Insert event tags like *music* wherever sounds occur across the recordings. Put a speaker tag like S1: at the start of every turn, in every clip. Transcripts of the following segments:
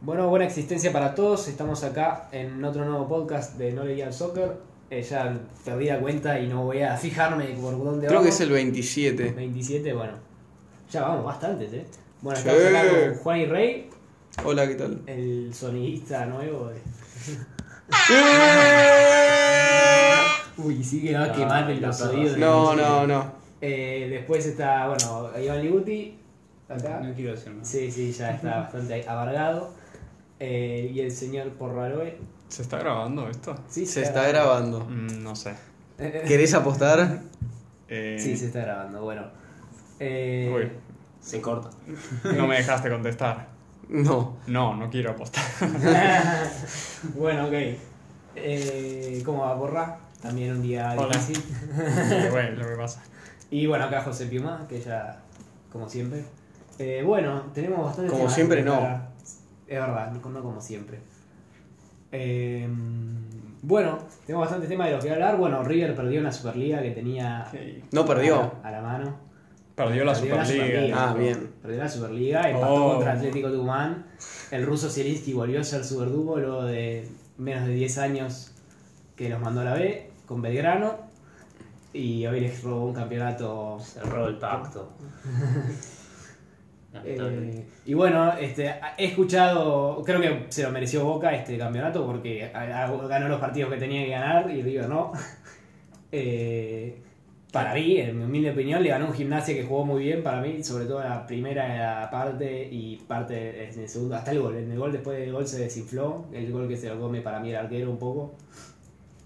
S1: Bueno, buena existencia para todos. Estamos acá en otro nuevo podcast de No Leía al Soccer. Eh, ya perdí la cuenta y no voy a fijarme por dónde
S2: Creo que
S1: vamos.
S2: es el 27.
S1: 27, bueno. Ya vamos, bastantes, ¿eh? Bueno,
S2: Sí.
S1: estamos acá con Juan y Rey,
S2: Hola, ¿qué tal?
S1: el sonidista nuevo. de- *laughs* Uy, sí que no,
S3: No,
S1: que maten
S3: la
S1: los
S3: perra,
S1: oídos.
S3: sí.
S2: No, no, no.
S1: Eh, después está, bueno, Iván Liguti, acá.
S3: No quiero decir más.
S1: Sí, sí, ya está bastante abargado. Eh, y el señor Porraroe.
S4: ¿Se está grabando esto?
S1: Sí,
S2: Se está grabando.
S4: Mm, no sé.
S2: ¿Querés apostar?
S4: Eh,
S1: Sí, se está grabando, bueno. Eh,
S4: uy,
S3: Se corta.
S4: no me dejaste contestar.
S2: No.
S4: No, no quiero
S1: *laughs*
S4: apostar.
S1: bueno, ok. Eh, ¿Cómo va Porra? También un día
S4: Hola.
S1: difícil.
S4: bueno, lo que pasa.
S1: Y bueno, acá José Piuma, que ya, como siempre. Eh, bueno, tenemos bastante.
S2: Como
S1: temas
S2: siempre, no.
S1: para- Es verdad, no no como siempre. Eh, bueno, tenemos bastante tema de los que hablar. Bueno, River perdió una Superliga que tenía
S2: No perdió.
S1: a la mano.
S4: Perdió la
S1: Perdió la
S4: Superliga.
S1: Superliga.
S2: Ah, bien.
S1: Perdió la Superliga, empató
S4: Oh.
S1: contra Atlético Tucumán. El ruso Zielinski volvió a ser su verdugo luego de menos de 10 años que los mandó a la B con Belgrano. Y hoy les robó un campeonato
S3: Cerró el pacto. *laughs* Lamentable.
S1: Eh, y bueno, este, he escuchado, creo que se lo mereció Boca este campeonato porque a- a- ganó los partidos que tenía que ganar y River no. *laughs* Eh, para mí, en mi humilde opinión, le ganó un gimnasia que jugó muy bien para mí, sobre todo en la primera parte y parte en el segundo, hasta el gol. En el gol después del gol se desinfló, el gol que se lo come para mí el arquero un poco.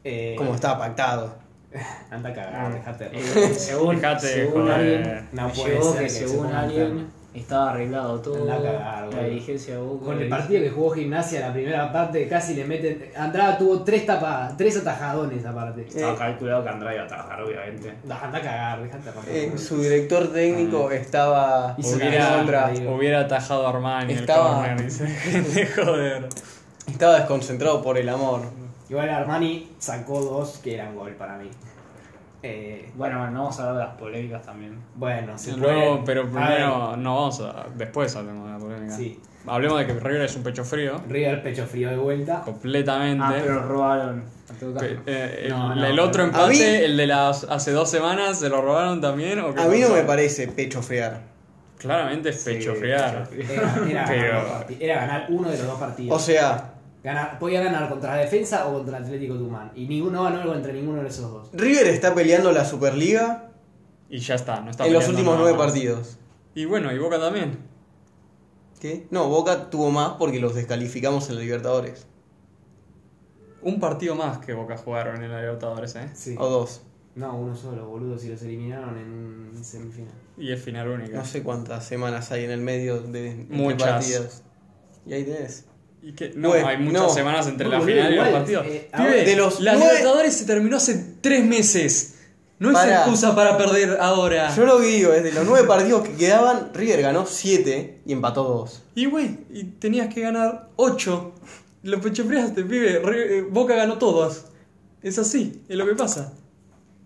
S1: Eh,
S2: Como está pactado.
S1: Anda a cagar,
S4: Ah.
S1: dejate
S3: *laughs*
S1: de joder.
S3: Eh, según
S4: Dejate de
S3: según
S4: joder.
S3: alguien,
S1: No
S3: me
S1: puede
S3: llegó
S1: ser
S3: que
S1: que se
S3: según
S1: pongan
S3: alguien
S1: tan-
S3: estaba arreglado todo.
S1: Andá a cagar,
S3: la
S1: boludo.
S3: dirigencia de Boca.
S1: Con el
S3: le-
S1: partido que jugó Gimnasia en la primera parte, casi le meten. Andrada tuvo tres tapadas, tres atajadones aparte.
S2: Eh,
S3: Estaba calculado que Andrade iba a atajar, obviamente.
S1: No, anda a cagar, dejate romper.
S2: Eh, su director técnico estaba
S1: Y se
S4: Hubiera,
S1: contra.
S4: hubiera atajado a Armani
S2: Estaba-
S4: el corner, dice.
S1: *laughs*
S4: *laughs* De joder.
S2: estaba desconcentrado por el amor.
S1: Igual Armani sacó dos que eran gol para mí. Eh,
S3: Bueno, no vamos a hablar de las polémicas también.
S1: bueno, se
S4: Luego,
S1: puede-
S4: pero
S1: A ver,
S4: primero, no vamos a. Después hablemos de la polémica.
S1: Sí.
S4: Hablemos de que River es un pecho frío.
S1: River pecho frío de vuelta.
S4: Completamente.
S3: Ah, pero robaron.
S4: Pe- eh, el,
S1: No, no,
S4: el
S1: pero-
S4: otro
S1: A
S4: empate,
S2: mí-
S4: el de las hace dos semanas, ¿se lo robaron también? ¿o qué
S2: A mí no
S4: pasó?
S2: me parece pecho friar.
S4: Claramente es pecho friar.
S1: Era, era ganar
S4: Pero-
S1: dos parti- era ganar uno de los dos partidos.
S2: O sea,
S1: Ganar- podía ganar contra la defensa o contra Atlético Tucumán. Y ninguno ganó contra ninguno de esos dos.
S2: River está peleando la Superliga
S4: Y ya está, no está
S2: en los
S4: peleando
S2: últimos
S4: nada
S2: nueve
S4: más.
S2: partidos.
S4: Y bueno, y Boca también.
S2: ¿Qué? No, Boca tuvo más porque los descalificamos en la Libertadores.
S4: Un partido más que Boca jugaron en la Libertadores, ¿eh?
S1: Sí.
S2: O dos.
S1: No, uno solo, boludo, si los eliminaron en semifinal.
S4: Y es final única.
S2: No sé cuántas semanas hay en el medio de entre
S4: Muchas.
S2: partidos. Y ahí tenés.
S4: Y que, no,
S2: Bueno,
S4: hay muchas
S2: no.
S4: semanas entre
S1: No,
S4: la
S1: boludo,
S4: final y los
S1: igual,
S4: partidos.
S1: eh,
S4: Pibe,
S1: ahora-
S2: de los
S4: la
S2: nueve-
S4: Libertadores se terminó hace tres meses. No es
S2: Pará.
S4: excusa para perder ahora.
S2: Yo lo que digo es de los nueve partidos que quedaban, River ganó siete y empató dos.
S4: Y güey, y tenías que ganar ocho. Lo pechofriaste, pibe. Re- eh, Boca ganó todas. Es así, es lo que pasa.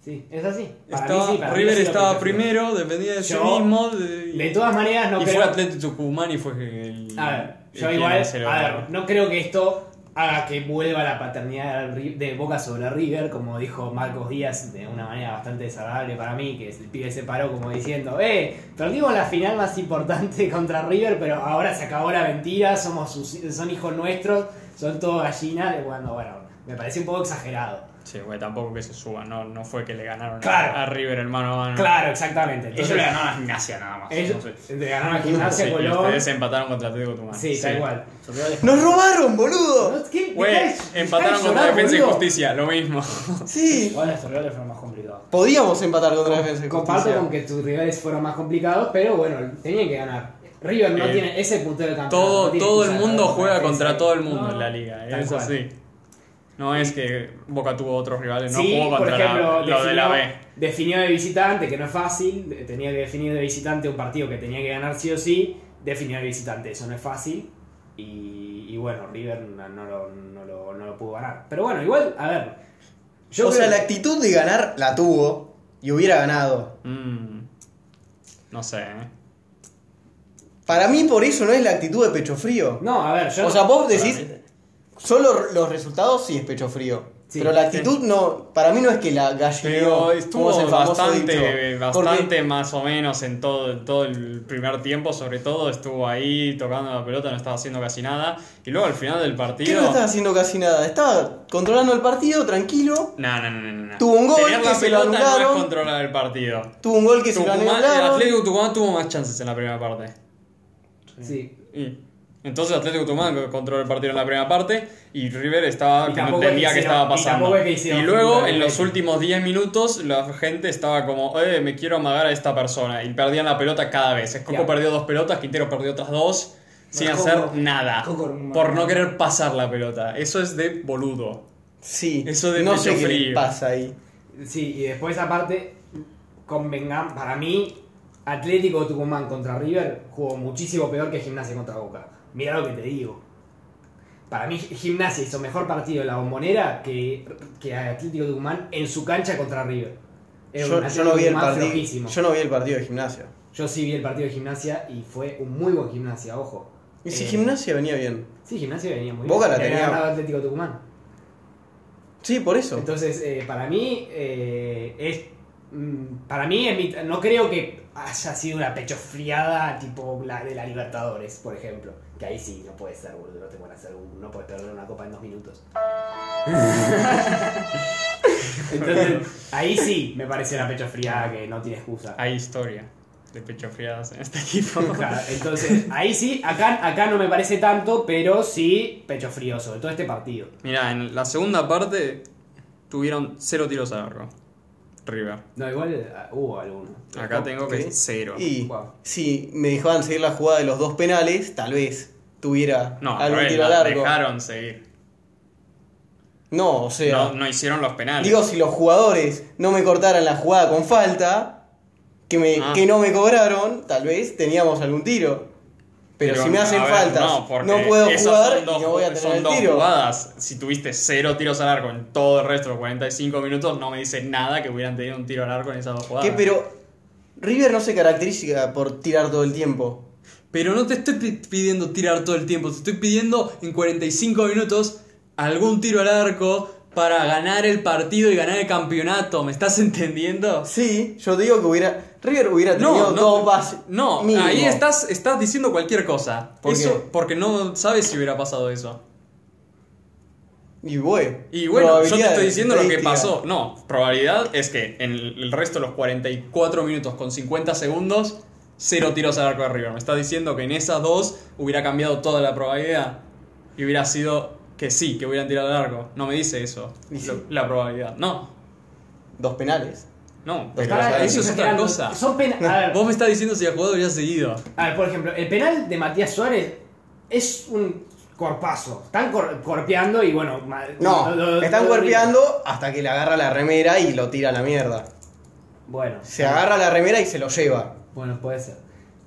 S1: Sí, es así. Para
S4: Estaba-
S1: mí sí, para mí
S4: River
S1: sí lo
S4: estaba
S1: prefiero.
S4: primero, dependía de
S1: Yo,
S4: sí mismo. de-
S1: De todas maneras, no
S4: y
S1: creo.
S4: fue Atlético Tucumán y fue el.
S1: a ver,
S4: el
S1: yo
S4: quien
S1: igual.
S4: se lo
S1: A
S4: ganó.
S1: ver, no creo que esto haga que vuelva la paternidad del Ri- de Boca sobre River, como dijo Marcos Díaz de una manera bastante desagradable para mí, que el pibe se paró como diciendo: ¡Eh! Perdimos la final más importante *laughs* contra River, pero ahora se acabó la mentira, somos sus- son hijos nuestros, son todos gallinas. Bueno, bueno, me parece un poco exagerado.
S4: Sí, güey, tampoco que se suba. No, no fue que le ganaron a-
S1: Claro.
S4: a, River el mano a mano.
S1: Claro, exactamente.
S3: Ellos le ganaron a gimnasia nada más.
S1: Ellos
S3: no sé.
S1: le ganaron a
S4: Sí,
S1: Gimnasia
S4: y
S1: Colón.
S4: ustedes empataron contra Atlético Tucumán.
S1: Sí, tal cual.
S3: Yo creo que-
S2: ¡Nos robaron, boludo!
S1: ¿Qué?
S4: Güey,
S1: Dejá de-
S4: empataron
S1: dejá de
S4: contra
S1: llorar,
S4: Defensa y
S1: boludo.
S4: Justicia, lo mismo.
S2: Sí,
S3: Igual los torreones fueron más complicados.
S2: podíamos empatar contra la defensa. y
S1: Comparto
S2: Justicia.
S1: con que tus rivales fueron más complicados, pero bueno, tenían que ganar. River no
S4: Eh,
S1: tiene ese puntero de campeonato. no
S4: *laughs* todo
S1: tiene
S4: todo el
S1: excusa
S4: mundo
S1: para
S4: juega
S1: defensa.
S4: contra todo el mundo
S1: No.
S4: en la liga.
S1: Tal
S4: Es
S1: cual.
S4: así. No es que Boca tuvo otros rivales, no
S1: sí,
S4: jugó
S1: por
S4: contra la-
S1: ejemplo,
S4: lo de la
S1: definió-
S4: B.
S1: definió de visitante, que no es fácil. eh, Tenía que definir de visitante un partido que tenía que ganar sí o sí. Definió de visitante, eso no es fácil. Y, y bueno, River no, no lo, no lo- no lo pudo ganar. Pero bueno, igual, a ver. Yo
S2: o
S1: creo
S2: sea, la
S1: que-
S2: actitud de ganar la tuvo y hubiera ganado.
S4: Mm. No sé, ¿eh?
S2: Para mí, por eso no es la actitud de pecho frío.
S1: No, a ver, yo.
S2: O sea, vos decís.
S5: Claramente.
S2: Solo los resultados sí es pecho frío.
S1: Sí,
S2: pero la actitud no. Para mí no es que la
S4: Pero
S2: gallegueó. como es
S4: estuvo
S2: oh, el famoso
S4: bastante,
S2: dicho.
S4: bastante más o menos en todo, en todo el primer tiempo, sobre todo. Estuvo ahí tocando la pelota, no estaba haciendo casi nada. Y luego al final del
S2: Porque, ¿Qué no
S4: partido.
S2: estaba haciendo casi nada? Estaba controlando el partido, tranquilo.
S4: No, no, no, no, no.
S2: Tuvo un gol
S4: Tener la
S2: que se lo
S4: pelota no
S2: anularon.
S4: es controlar el partido.
S2: Tuvo un gol que se lo
S4: Tucumán- el
S2: anularon.
S4: Atlético Tucumán tuvo más chances en la primera parte.
S1: Sí.
S4: Y entonces Atlético Tucumán co- controló el partido en la primera parte y River estaba
S1: Y
S4: que no
S1: tampoco
S4: entendía
S1: es que
S4: qué
S1: hicieron-
S4: estaba
S1: y tampoco
S4: pasando.
S1: es que hicieron
S4: luego
S1: fútbol
S4: en los
S1: atlético.
S4: últimos 10 minutos la gente estaba como, eh, me quiero amagar a esta persona y perdían la pelota cada vez. Escoco
S1: Ya.
S4: perdió dos pelotas, Quintero perdió otras dos sin
S1: Coco-
S4: hacer nada
S1: Coco no-
S4: por no querer pasar la pelota. Eso es de boludo.
S2: Sí,
S4: Eso de
S2: no
S4: pecho
S2: sé qué le
S4: frío.
S2: pasa ahí.
S1: Sí, y después aparte, convengan, para mí, Atlético Tucumán contra River jugó muchísimo peor que Gimnasia contra Boca. Mirá lo que te digo. Para mí, Gimnasia hizo mejor partido en la bombonera que, que Atlético Tucumán en su cancha contra River. Era un
S2: Yo, yo no vi el
S1: Tucumán
S2: partido.
S1: flojísimo.
S2: Yo no vi el partido de gimnasia.
S1: Yo sí vi el partido de Gimnasia y fue un muy buen Gimnasia, ojo.
S2: Y si
S1: Eh,
S2: gimnasia venía bien.
S1: Sí, Gimnasia venía muy
S2: Boca
S1: bien.
S2: la
S1: Le había
S2: tenía-
S1: ganado Atlético Tucumán.
S2: Sí, por eso.
S1: Entonces, eh, para mí, eh, es. mm, Para mí, es mi- no creo que haya sido una pechofriada tipo la de la Libertadores, por ejemplo. Que ahí sí, no puede ser, boludo. No te pueden hacer un- No puedes perder una copa en dos minutos. Entonces, ahí sí me parece una pechofriada que no tiene excusa.
S4: Hay historia de pecho friadas en este
S1: *laughs*
S4: equipo.
S1: Claro, entonces, ahí sí, acá, acá no me parece tanto, pero sí pecho frío, sobre todo este partido.
S4: Mira, en la segunda parte tuvieron cero tiros a largo. River.
S1: No, igual eh, hubo alguno.
S4: Acá tengo que
S2: ¿Qué?
S4: cero.
S2: Y
S1: Wow.
S2: si me dejaban seguir la jugada de los dos penales, tal vez tuviera
S4: No, al
S2: algún
S4: revés,
S2: tiro
S4: la
S2: largo.
S4: dejaron seguir.
S2: No, o sea.
S4: No, no hicieron los penales.
S2: Digo, si los jugadores no me cortaran la jugada con falta, que, me,
S4: Ah.
S2: que no me cobraron, tal vez teníamos algún tiro. Pero, si me
S4: a
S2: hacen
S4: ver,
S2: faltas, no,
S4: porque
S2: puedo
S4: esas
S2: jugar
S4: son dos-
S2: y no voy a
S4: son
S2: tener el
S4: dos
S2: tiro.
S4: jugadas. Si tuviste cero tiros al arco en todo el resto de 45 minutos, no me dices nada que hubieran tenido un tiro al arco en esas dos jugadas.
S2: ¿Qué? Pero River no se caracteriza por tirar todo el tiempo.
S6: Pero no te estoy pi- pidiendo tirar todo el tiempo, te estoy pidiendo en 45 minutos algún tiro al arco para ganar el partido y ganar el campeonato. ¿Me estás entendiendo?
S2: Sí, yo te digo que hubiera. River hubiera tenido
S6: No, no,
S2: dos bases.
S6: no
S2: mínimo.
S6: ahí estás, estás diciendo cualquier cosa.
S2: ¿Por
S6: Eso-
S2: qué?
S6: Porque no sabes si hubiera pasado eso.
S2: Y bueno.
S4: Y bueno, yo te
S2: probabilidades,
S4: estoy diciendo lo que
S2: estadística.
S4: pasó. No, probabilidad es que en el resto de los 44 minutos con 50 segundos, cero tiros al arco de River. Me estás diciendo que en esas dos hubiera cambiado toda la probabilidad y hubiera sido que sí, que hubieran tirado al arco. No me dice eso,
S2: Y sí.
S4: lo- la probabilidad. No,
S2: Dos penales.
S4: no,
S2: Pero,
S4: pero
S1: Pará,
S2: o sea,
S1: estoy
S6: eso es otra
S1: exagerando.
S6: cosa.
S1: Son pena- a, ver,
S6: Vos me estás diciendo si el jugador hubiera seguido.
S1: a ver, por ejemplo, el penal de Matías Suárez es un corpazo. Están cor- corpeando y bueno. ma-
S2: No,
S1: lo- lo-
S2: están
S1: lo-
S2: golpeando hasta que le agarra la remera y lo tira a la mierda.
S1: Bueno,
S2: Se agarra la remera y se lo lleva.
S1: Bueno, puede ser.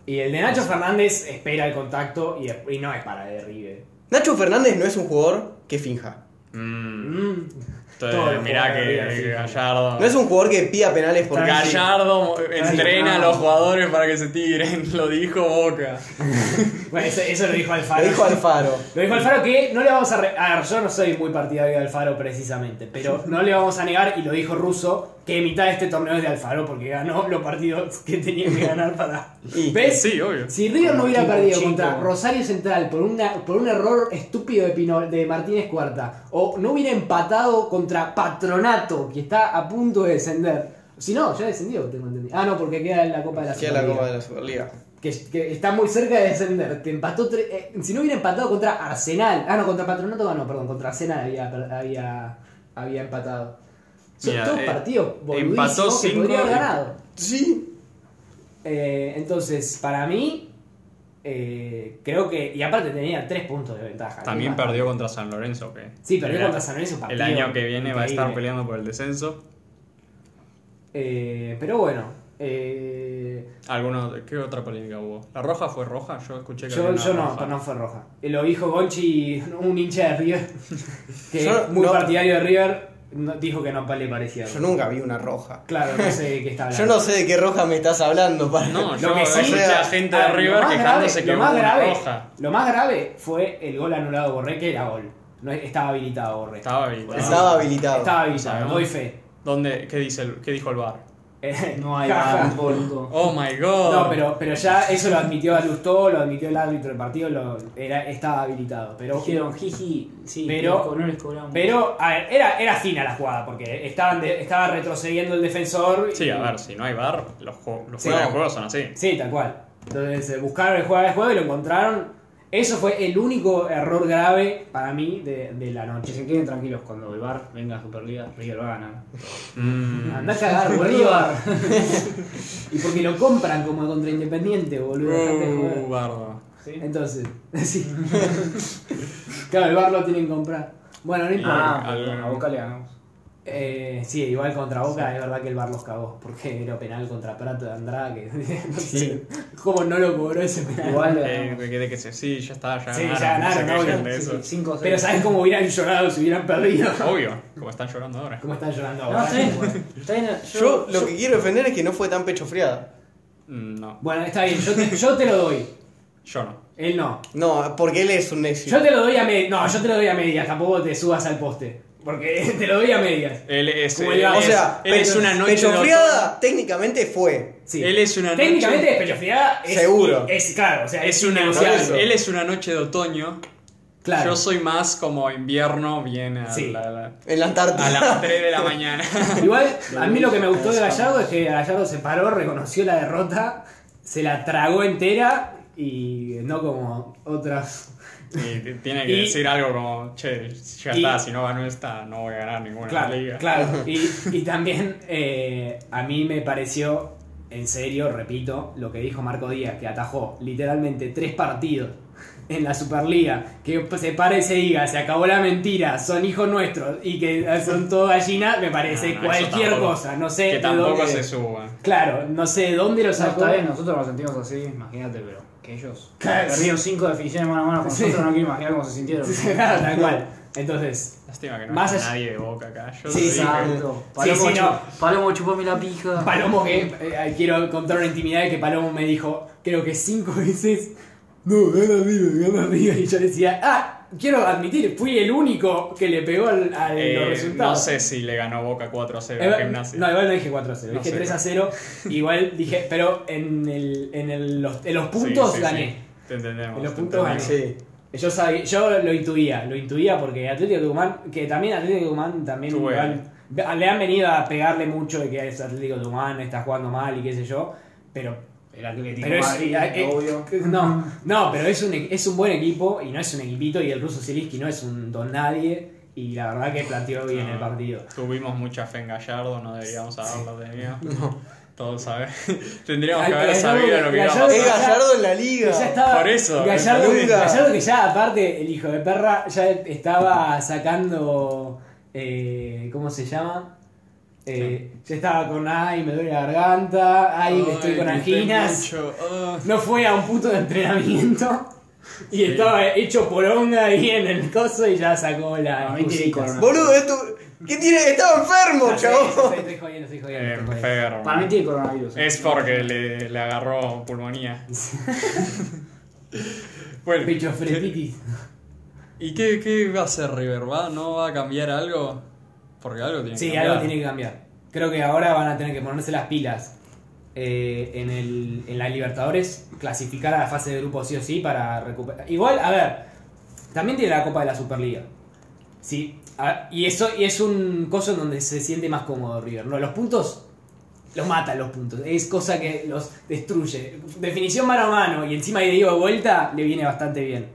S1: Y el de Nacho Fernández espera el contacto y, y no es para derribe.
S2: Nacho Fernández no es un jugador que finja.
S4: Mm,
S1: Mm.
S4: entonces,
S1: Todos los
S4: mirá
S1: jugadores de River
S4: que, que
S1: fijan.
S4: Gallardo.
S2: No es un jugador que pida penales por
S4: Gallardo entrena a
S1: no.
S4: los jugadores para que se tiren, lo dijo Boca.
S1: Bueno, eso, eso lo dijo
S2: Lo
S1: Alfaro.
S2: dijo Alfaro.
S1: Lo dijo Alfaro que no le vamos a... re- A ver, yo no soy muy partidario de Alfaro precisamente, pero no le vamos a negar, y lo dijo Russo, que mitad de este torneo es de Alfaro porque ganó los partidos que tenía que ganar para...
S2: Y-
S1: ¿Ves?
S4: Sí, obvio.
S1: Si River no hubiera
S2: Chingo,
S1: perdido
S2: chingo.
S1: contra Rosario Central por, una, por un error estúpido de, Pino- de Martínez Cuarta, o no hubiera empatado contra Patronato, que está a punto de descender. Si no, ya descendió, tengo entendido. Ah, no, porque queda en la Copa de la
S2: Hacía la
S1: Superliga
S2: Copa de la Superliga.
S1: que, que está muy cerca de descender. Te empató tre- eh, si no hubiera empatado contra Arsenal. Ah, no, contra Patronato ganó, perdón, contra Arsenal había, per- había, había empatado. Son
S4: Mira,
S1: todos
S4: eh,
S1: partidos
S4: empató
S1: boludísimos que
S4: cinco
S1: podría haber
S4: y-
S1: ganado.
S2: Sí.
S1: Eh, entonces, para mí, eh, creo que. Y aparte tenía tres puntos de ventaja.
S4: También
S1: ¿no?
S4: perdió contra San Lorenzo, que
S1: Sí, perdió
S4: Mira,
S1: contra San Lorenzo un
S4: el
S1: partido
S4: año que viene va a estar
S1: increíble.
S4: peleando por el descenso.
S1: Eh, pero bueno. eh,
S4: Algunos, ¿qué otra polémica hubo? ¿La roja fue roja? Yo escuché que había
S1: yo
S4: una
S1: yo no,
S4: roja.
S1: no fue *laughs* roja. Lo dijo Gonchi, un hincha de River, que
S2: Yo
S1: es muy
S2: no-
S1: partidario de River. no- dijo que no le parecía.
S2: Yo nunca vi una roja.
S1: Claro, no sé de qué está hablando.
S2: *laughs* Yo no sé de qué roja me estás hablando, para
S4: No,
S1: Lo
S4: yo
S1: que sí-
S4: escuché a gente de
S1: Ah, lo
S4: River
S1: más
S4: quejándose
S1: grave-
S4: que
S1: lo
S4: hubo
S1: más
S4: una
S1: grave-
S4: roja.
S1: Lo más grave fue el gol anulado a Borré, que era gol. No, estaba habilitado Borré.
S4: Estaba habilitado.
S2: Estaba habilitado.
S1: Estaba habilitado,
S4: Sabemos.
S1: doy fe.
S4: ¿Dónde? ¿Qué, dice el- qué dijo el bar?
S1: Eh,
S5: No
S1: *laughs*
S5: hay
S1: ja, ja.
S5: nada, boludo.
S4: Oh my god.
S1: No, pero, pero ya eso lo admitió Alustó, lo admitió el árbitro del partido, lo, era, estaba habilitado. Pero,
S5: Dijeron, jiji, sí,
S1: Pero-
S5: no les cobramos.
S1: pero a ver, era, era fina la jugada, porque estaban de- estaba retrocediendo el defensor. y-
S4: Sí, a ver, si no hay bar, los, ju- los
S2: Sí,
S4: juegos de
S2: no.
S4: juego son así.
S1: Sí, tal cual. Entonces eh, buscaron el juego de juego y lo encontraron. Eso fue el único error grave para mí de, de la
S5: Que
S1: noche.
S5: se queden tranquilos cuando el bar venga a Superliga, River va a ganar.
S4: Mm.
S1: Andá a cagar, boludo. y porque lo compran como contra Independiente, boludo. dejate de joder.
S4: Uh, bardo.
S5: ¿Sí?
S1: Entonces, *laughs* sí. claro, el bar lo tienen que comprar. Bueno, no importa.
S5: Ah,
S4: al-
S5: a Boca le ganamos.
S1: Eh, sí, igual contra Boca, es verdad que el bar los cagó. Porque era penal contra Prato de Andrada. Que, *laughs* no sé cómo no lo cobró ese penal.
S4: *laughs*
S5: Igual le
S4: Eh,
S5: ganamos.
S4: que, que, que se, sí, ya está, ya
S1: Sí,
S4: ganaron.
S1: ya
S4: no se
S1: ganaron,
S4: quejen
S1: obvio.
S4: de eso.
S5: Sí, cinco o seis.
S1: Pero ¿sabes cómo hubieran llorado si hubieran
S4: *laughs*
S1: perdido?
S4: Obvio, como están llorando ahora.
S1: ¿Cómo están llorando
S5: No,
S1: ahora?
S5: está
S1: *laughs*
S5: bien. Está bien.
S2: Yo lo que quiero defender es que no fue tan pecho friada.
S4: Mm, No,
S1: Bueno, está bien, yo te, yo te lo doy.
S4: yo no.
S1: Él no.
S2: No, porque él es un éxito.
S1: Yo te lo doy a medias. No, yo te lo doy a medias. Tampoco te subas al poste. Porque *laughs* te lo doy a medias.
S4: Él es,
S1: Como
S4: él
S1: diga,
S2: O
S4: es-
S2: sea,
S4: él es una noche
S2: pecho
S4: de
S2: friada técnicamente fue.
S1: Sí.
S4: Él es una
S1: Técnicamente,
S4: noche-
S1: despechofriada es.
S2: Seguro.
S1: Es, claro, o sea,
S4: Es una,
S1: innegociable.
S2: eso.
S4: él es una noche de otoño.
S1: Claro.
S4: Yo soy más como invierno, bien a,
S1: Sí.
S4: la- la-
S2: En la Antártida.
S4: a las 3 de la
S1: *laughs*
S4: mañana.
S1: Igual, a mí lo que me gustó de Gallardo es que Gallardo se paró, reconoció la derrota, se la tragó entera y no como otras.
S4: Y t- tiene que
S1: Y-
S4: decir algo como, che, ya
S1: y-
S4: está, si no ganó esta, no voy a ganar ninguna
S1: Claro,
S4: liga.
S1: claro. Y, y también eh, a mí me pareció, en serio, repito, lo que dijo Marco Díaz, que atajó literalmente tres partidos en la Superliga, que se pare y se diga, se acabó la mentira, son hijos nuestros y que son todo gallina, me parece
S4: No, no, Ah, eso
S1: cualquier
S4: tampoco.
S1: cosa, no sé.
S4: Que
S1: de
S4: tampoco
S1: dónde-
S4: se suba.
S1: Claro, no sé de dónde lo
S5: O sea,
S1: sacó.
S5: está bien, nosotros nos sentimos así, imagínate, pero que ellos
S1: Claro.
S5: perdieron cinco definiciones mano a mano con
S1: Sí.
S5: nosotros, no quiero imaginar cómo se sintieron.
S1: Claro, tal cual. Entonces,
S4: Lástima que no
S1: Más
S4: haya
S1: allá-
S4: nadie de boca acá. Yo
S2: Sí,
S4: lo
S2: sí.
S4: dije.
S5: Exacto.
S1: Sí,
S5: Palomo,
S1: sí,
S5: chu-
S1: no.
S5: Palomo, chupame la pija.
S1: Palomo que eh, quiero contar una intimidad que Palomo me dijo, creo que cinco veces, no, gana River, gana River", y yo decía, ah, quiero admitir, fui el único que le pegó al, a
S4: Eh,
S1: los resultados.
S4: no sé si le ganó Boca 4 a 0
S1: Eh,
S4: a Gimnasia.
S1: no, igual no dije 4 a 0,
S4: No
S1: dije
S4: sé.
S1: 3 a 0. Igual dije, pero en, el, en, el- los, en los
S4: Sí,
S1: puntos
S4: sí, sí.
S1: gané.
S4: Te entendemos.
S1: En los
S4: te
S1: puntos
S4: entendemos.
S1: gané.
S2: *laughs* Sí.
S1: Yo, sabía, yo lo intuía, lo intuía porque Atlético Tucumán, que también Atlético Tucumán también
S4: Tuve.
S1: le han- le han venido a pegarle mucho de que es Atlético Tucumán, está jugando mal y qué sé yo, pero,
S5: El Atlético
S1: pero es,
S5: Madrid,
S1: eh,
S5: obvio.
S1: eh,
S5: *laughs*
S1: no, no, pero es un, e- es un buen equipo y no es un equipito y el ruso Siliski no es un don nadie y la verdad que planteó bien el partido.
S4: Ah, Tuvimos mucha fe en Gallardo, no deberíamos haberlo
S1: *laughs*
S4: tenido. Todos sabemos. *laughs* Tendríamos
S1: Ay,
S4: que haber
S1: Gallardo-
S4: sabido lo que iba a
S1: Gallardo-
S4: pasar.
S2: Es Gallardo en la liga.
S1: Que ya estaba-
S4: Por eso,
S1: Gallardo, que-
S2: nunca.
S1: Gallardo que ya, aparte, el hijo de perra ya estaba sacando. eh, ¿Cómo se llama? Eh, ya estaba con ay, me duele la garganta, ay, estoy con
S4: grité
S1: anginas.
S4: mucho, ah.
S1: No fue a un puto de
S4: *laughs*
S1: entrenamiento. Y estaba hecho poronga ahí en el coso y ya sacó la.
S5: A
S4: Ah,
S5: mí tiene
S1: excusitas.
S5: corona.
S2: Boludo, esto. ¿Qué tiene? Estaba enfermo,
S1: Ya sé, ya sé,
S2: chabón.
S1: Estoy jodiendo, estoy jodiendo,
S4: Eh,
S1: estoy jodiendo.
S4: enfermo.
S5: Para mí tiene coronavirus. eh.
S4: Es porque le, le agarró
S1: *laughs*
S4: pulmonía. *laughs* bueno,
S1: Pechofretitis.
S4: ¿y qué, qué va a hacer River? ¿Va? ¿No va a cambiar algo? Porque algo tiene que
S1: Sí,
S4: cambiar.
S1: algo tiene que cambiar. Creo que ahora van a tener que ponerse las pilas eh, en, el, en la Libertadores, clasificar a la fase de grupo sí o sí para recuperar. Igual, a ver, también tiene la Copa de la Superliga. Sí, a- y eso y es un coso en donde se siente más cómodo River. No, los puntos los mata los puntos, es cosa que los destruye. Definición mano a mano y encima de digo de vuelta le viene bastante bien.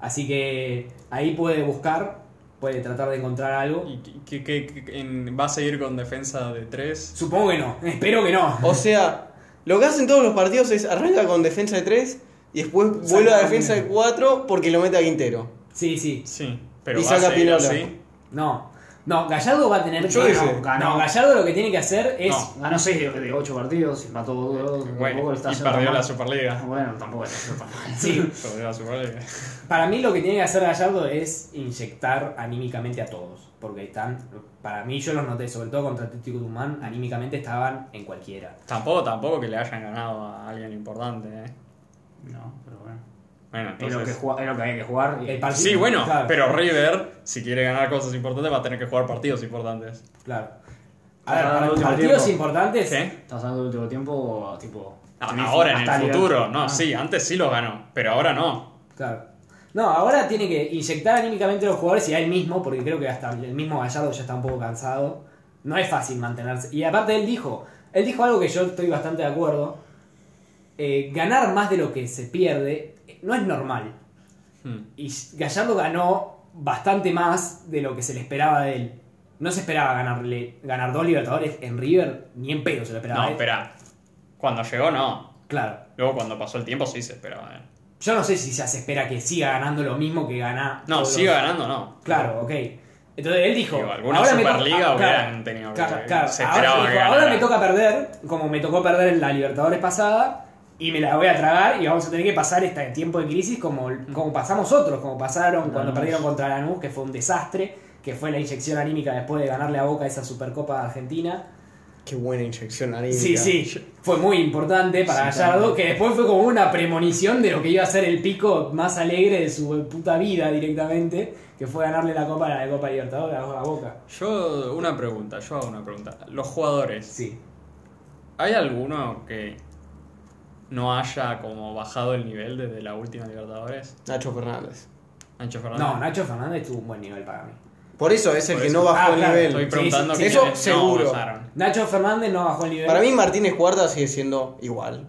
S1: Así que ahí puede buscar, puede tratar de encontrar algo.
S4: ¿Y qué- qué- qué- en- ¿Va a seguir con defensa de 3?
S1: Supongo que no, espero que no.
S2: O sea, lo que hacen todos los partidos es arranca con defensa de 3 y después vuelve a defensa de 4 porque lo mete a Quintero.
S1: Sí, sí,
S4: Sí, pero
S2: Y
S4: va a
S2: saca
S4: seguir
S2: Pinola.
S4: así.
S1: no. No, Gallardo va a tener
S2: Yo
S1: que.
S2: dije,
S1: no,
S5: ganó.
S1: Gallardo lo que tiene que hacer es.
S4: No.
S5: Ganó 6 de, de 8 partidos, empató 2
S4: Güey,
S5: tampoco lo está
S4: y
S5: haciendo
S4: perdió
S5: tan
S4: la
S5: mal.
S4: Superliga. *laughs*
S5: Bueno, tampoco está haciendo tan mal.
S1: Sí,
S4: Perdió la Superliga.
S1: para mí lo que tiene que hacer Gallardo es inyectar anímicamente a todos. Porque están. Para mí yo los noté, sobre todo contra Atlético Tumán, anímicamente estaban en cualquiera.
S4: Tampoco, tampoco que le hayan ganado a alguien importante, eh.
S5: No, pero bueno.
S4: Bueno,
S5: Es lo, que
S4: entonces...
S5: jugaba- es lo que había que jugar. y-
S1: El partido-
S4: Sí, bueno,
S1: Claro,
S4: pero River, si quiere ganar cosas importantes, va a tener que jugar partidos importantes.
S1: Claro. A ver,
S5: Ah,
S1: para
S5: el último
S1: partidos
S5: tiempo.
S1: importantes.
S4: ¿Qué?
S5: Estamos hablando del último tiempo, tipo.
S4: Ah,
S5: tenés
S4: ¿Eh? Ahora, en el
S5: bastante-
S4: futuro, no,
S5: Ah.
S4: sí, antes sí lo ganó, pero ahora no.
S1: Claro. No, ahora tiene que inyectar anímicamente a los jugadores y a él mismo, porque creo que hasta el mismo Gallardo ya está un poco cansado. No es fácil mantenerse. Y aparte él dijo, él dijo algo que yo estoy bastante de acuerdo. Eh, ganar más de lo que se pierde eh, no es normal.
S4: Hmm.
S1: Y Gallardo ganó bastante más de lo que se le esperaba de él. No se esperaba ganarle, ganar dos Libertadores en River, ni en pedo se lo esperaba.
S4: No,
S1: a él.
S4: espera. Cuando llegó, no.
S1: Claro.
S4: Luego, cuando pasó el tiempo, sí se esperaba. eh.
S1: Yo no sé si ya se espera que siga ganando lo mismo que gana.
S4: No,
S1: todos
S4: siga
S1: los-
S4: ganando, no.
S1: Claro, ok. Entonces él dijo.
S4: Digo, alguna
S1: ahora me toca-
S4: Superliga
S1: ah, claro,
S4: hubieran tenido que-
S1: Claro, claro.
S4: se
S1: ahora,
S4: esperaba
S1: dijo,
S4: que
S1: ahora
S4: ganara.
S1: me toca perder, como me tocó perder en la Libertadores pasada, y me la voy a tragar y vamos a tener que pasar este tiempo de crisis como, como pasamos otros, como pasaron cuando
S5: Lanús.
S1: perdieron contra Lanús, que fue un desastre, que fue la inyección anímica después de ganarle a Boca esa Supercopa Argentina.
S2: Qué buena inyección anímica.
S1: Sí, sí, fue muy importante para Gallardo, que después fue como una premonición de lo que iba a ser el pico más alegre de su puta vida directamente, que fue ganarle la Copa la Copa Libertadores a Boca.
S4: Yo, una pregunta, yo hago una pregunta. Los jugadores,
S1: Sí.
S4: ¿hay alguno que no haya como bajado el nivel desde la última Libertadores?
S2: Nacho Fernández.
S4: Ancho Fernández.
S1: No, Nacho Fernández tuvo un buen nivel para mí.
S2: Por eso es el
S4: Por
S2: que
S4: eso.
S2: no bajó
S1: Ah,
S2: el
S1: claro,
S2: nivel.
S4: Estoy
S1: Sí,
S4: preguntando
S1: sí, sí.
S4: quiénes
S2: Eso
S4: no
S2: seguro.
S4: bajaron.
S1: Nacho Fernández no bajó el nivel.
S2: Para mí Martínez Cuarta sigue siendo igual.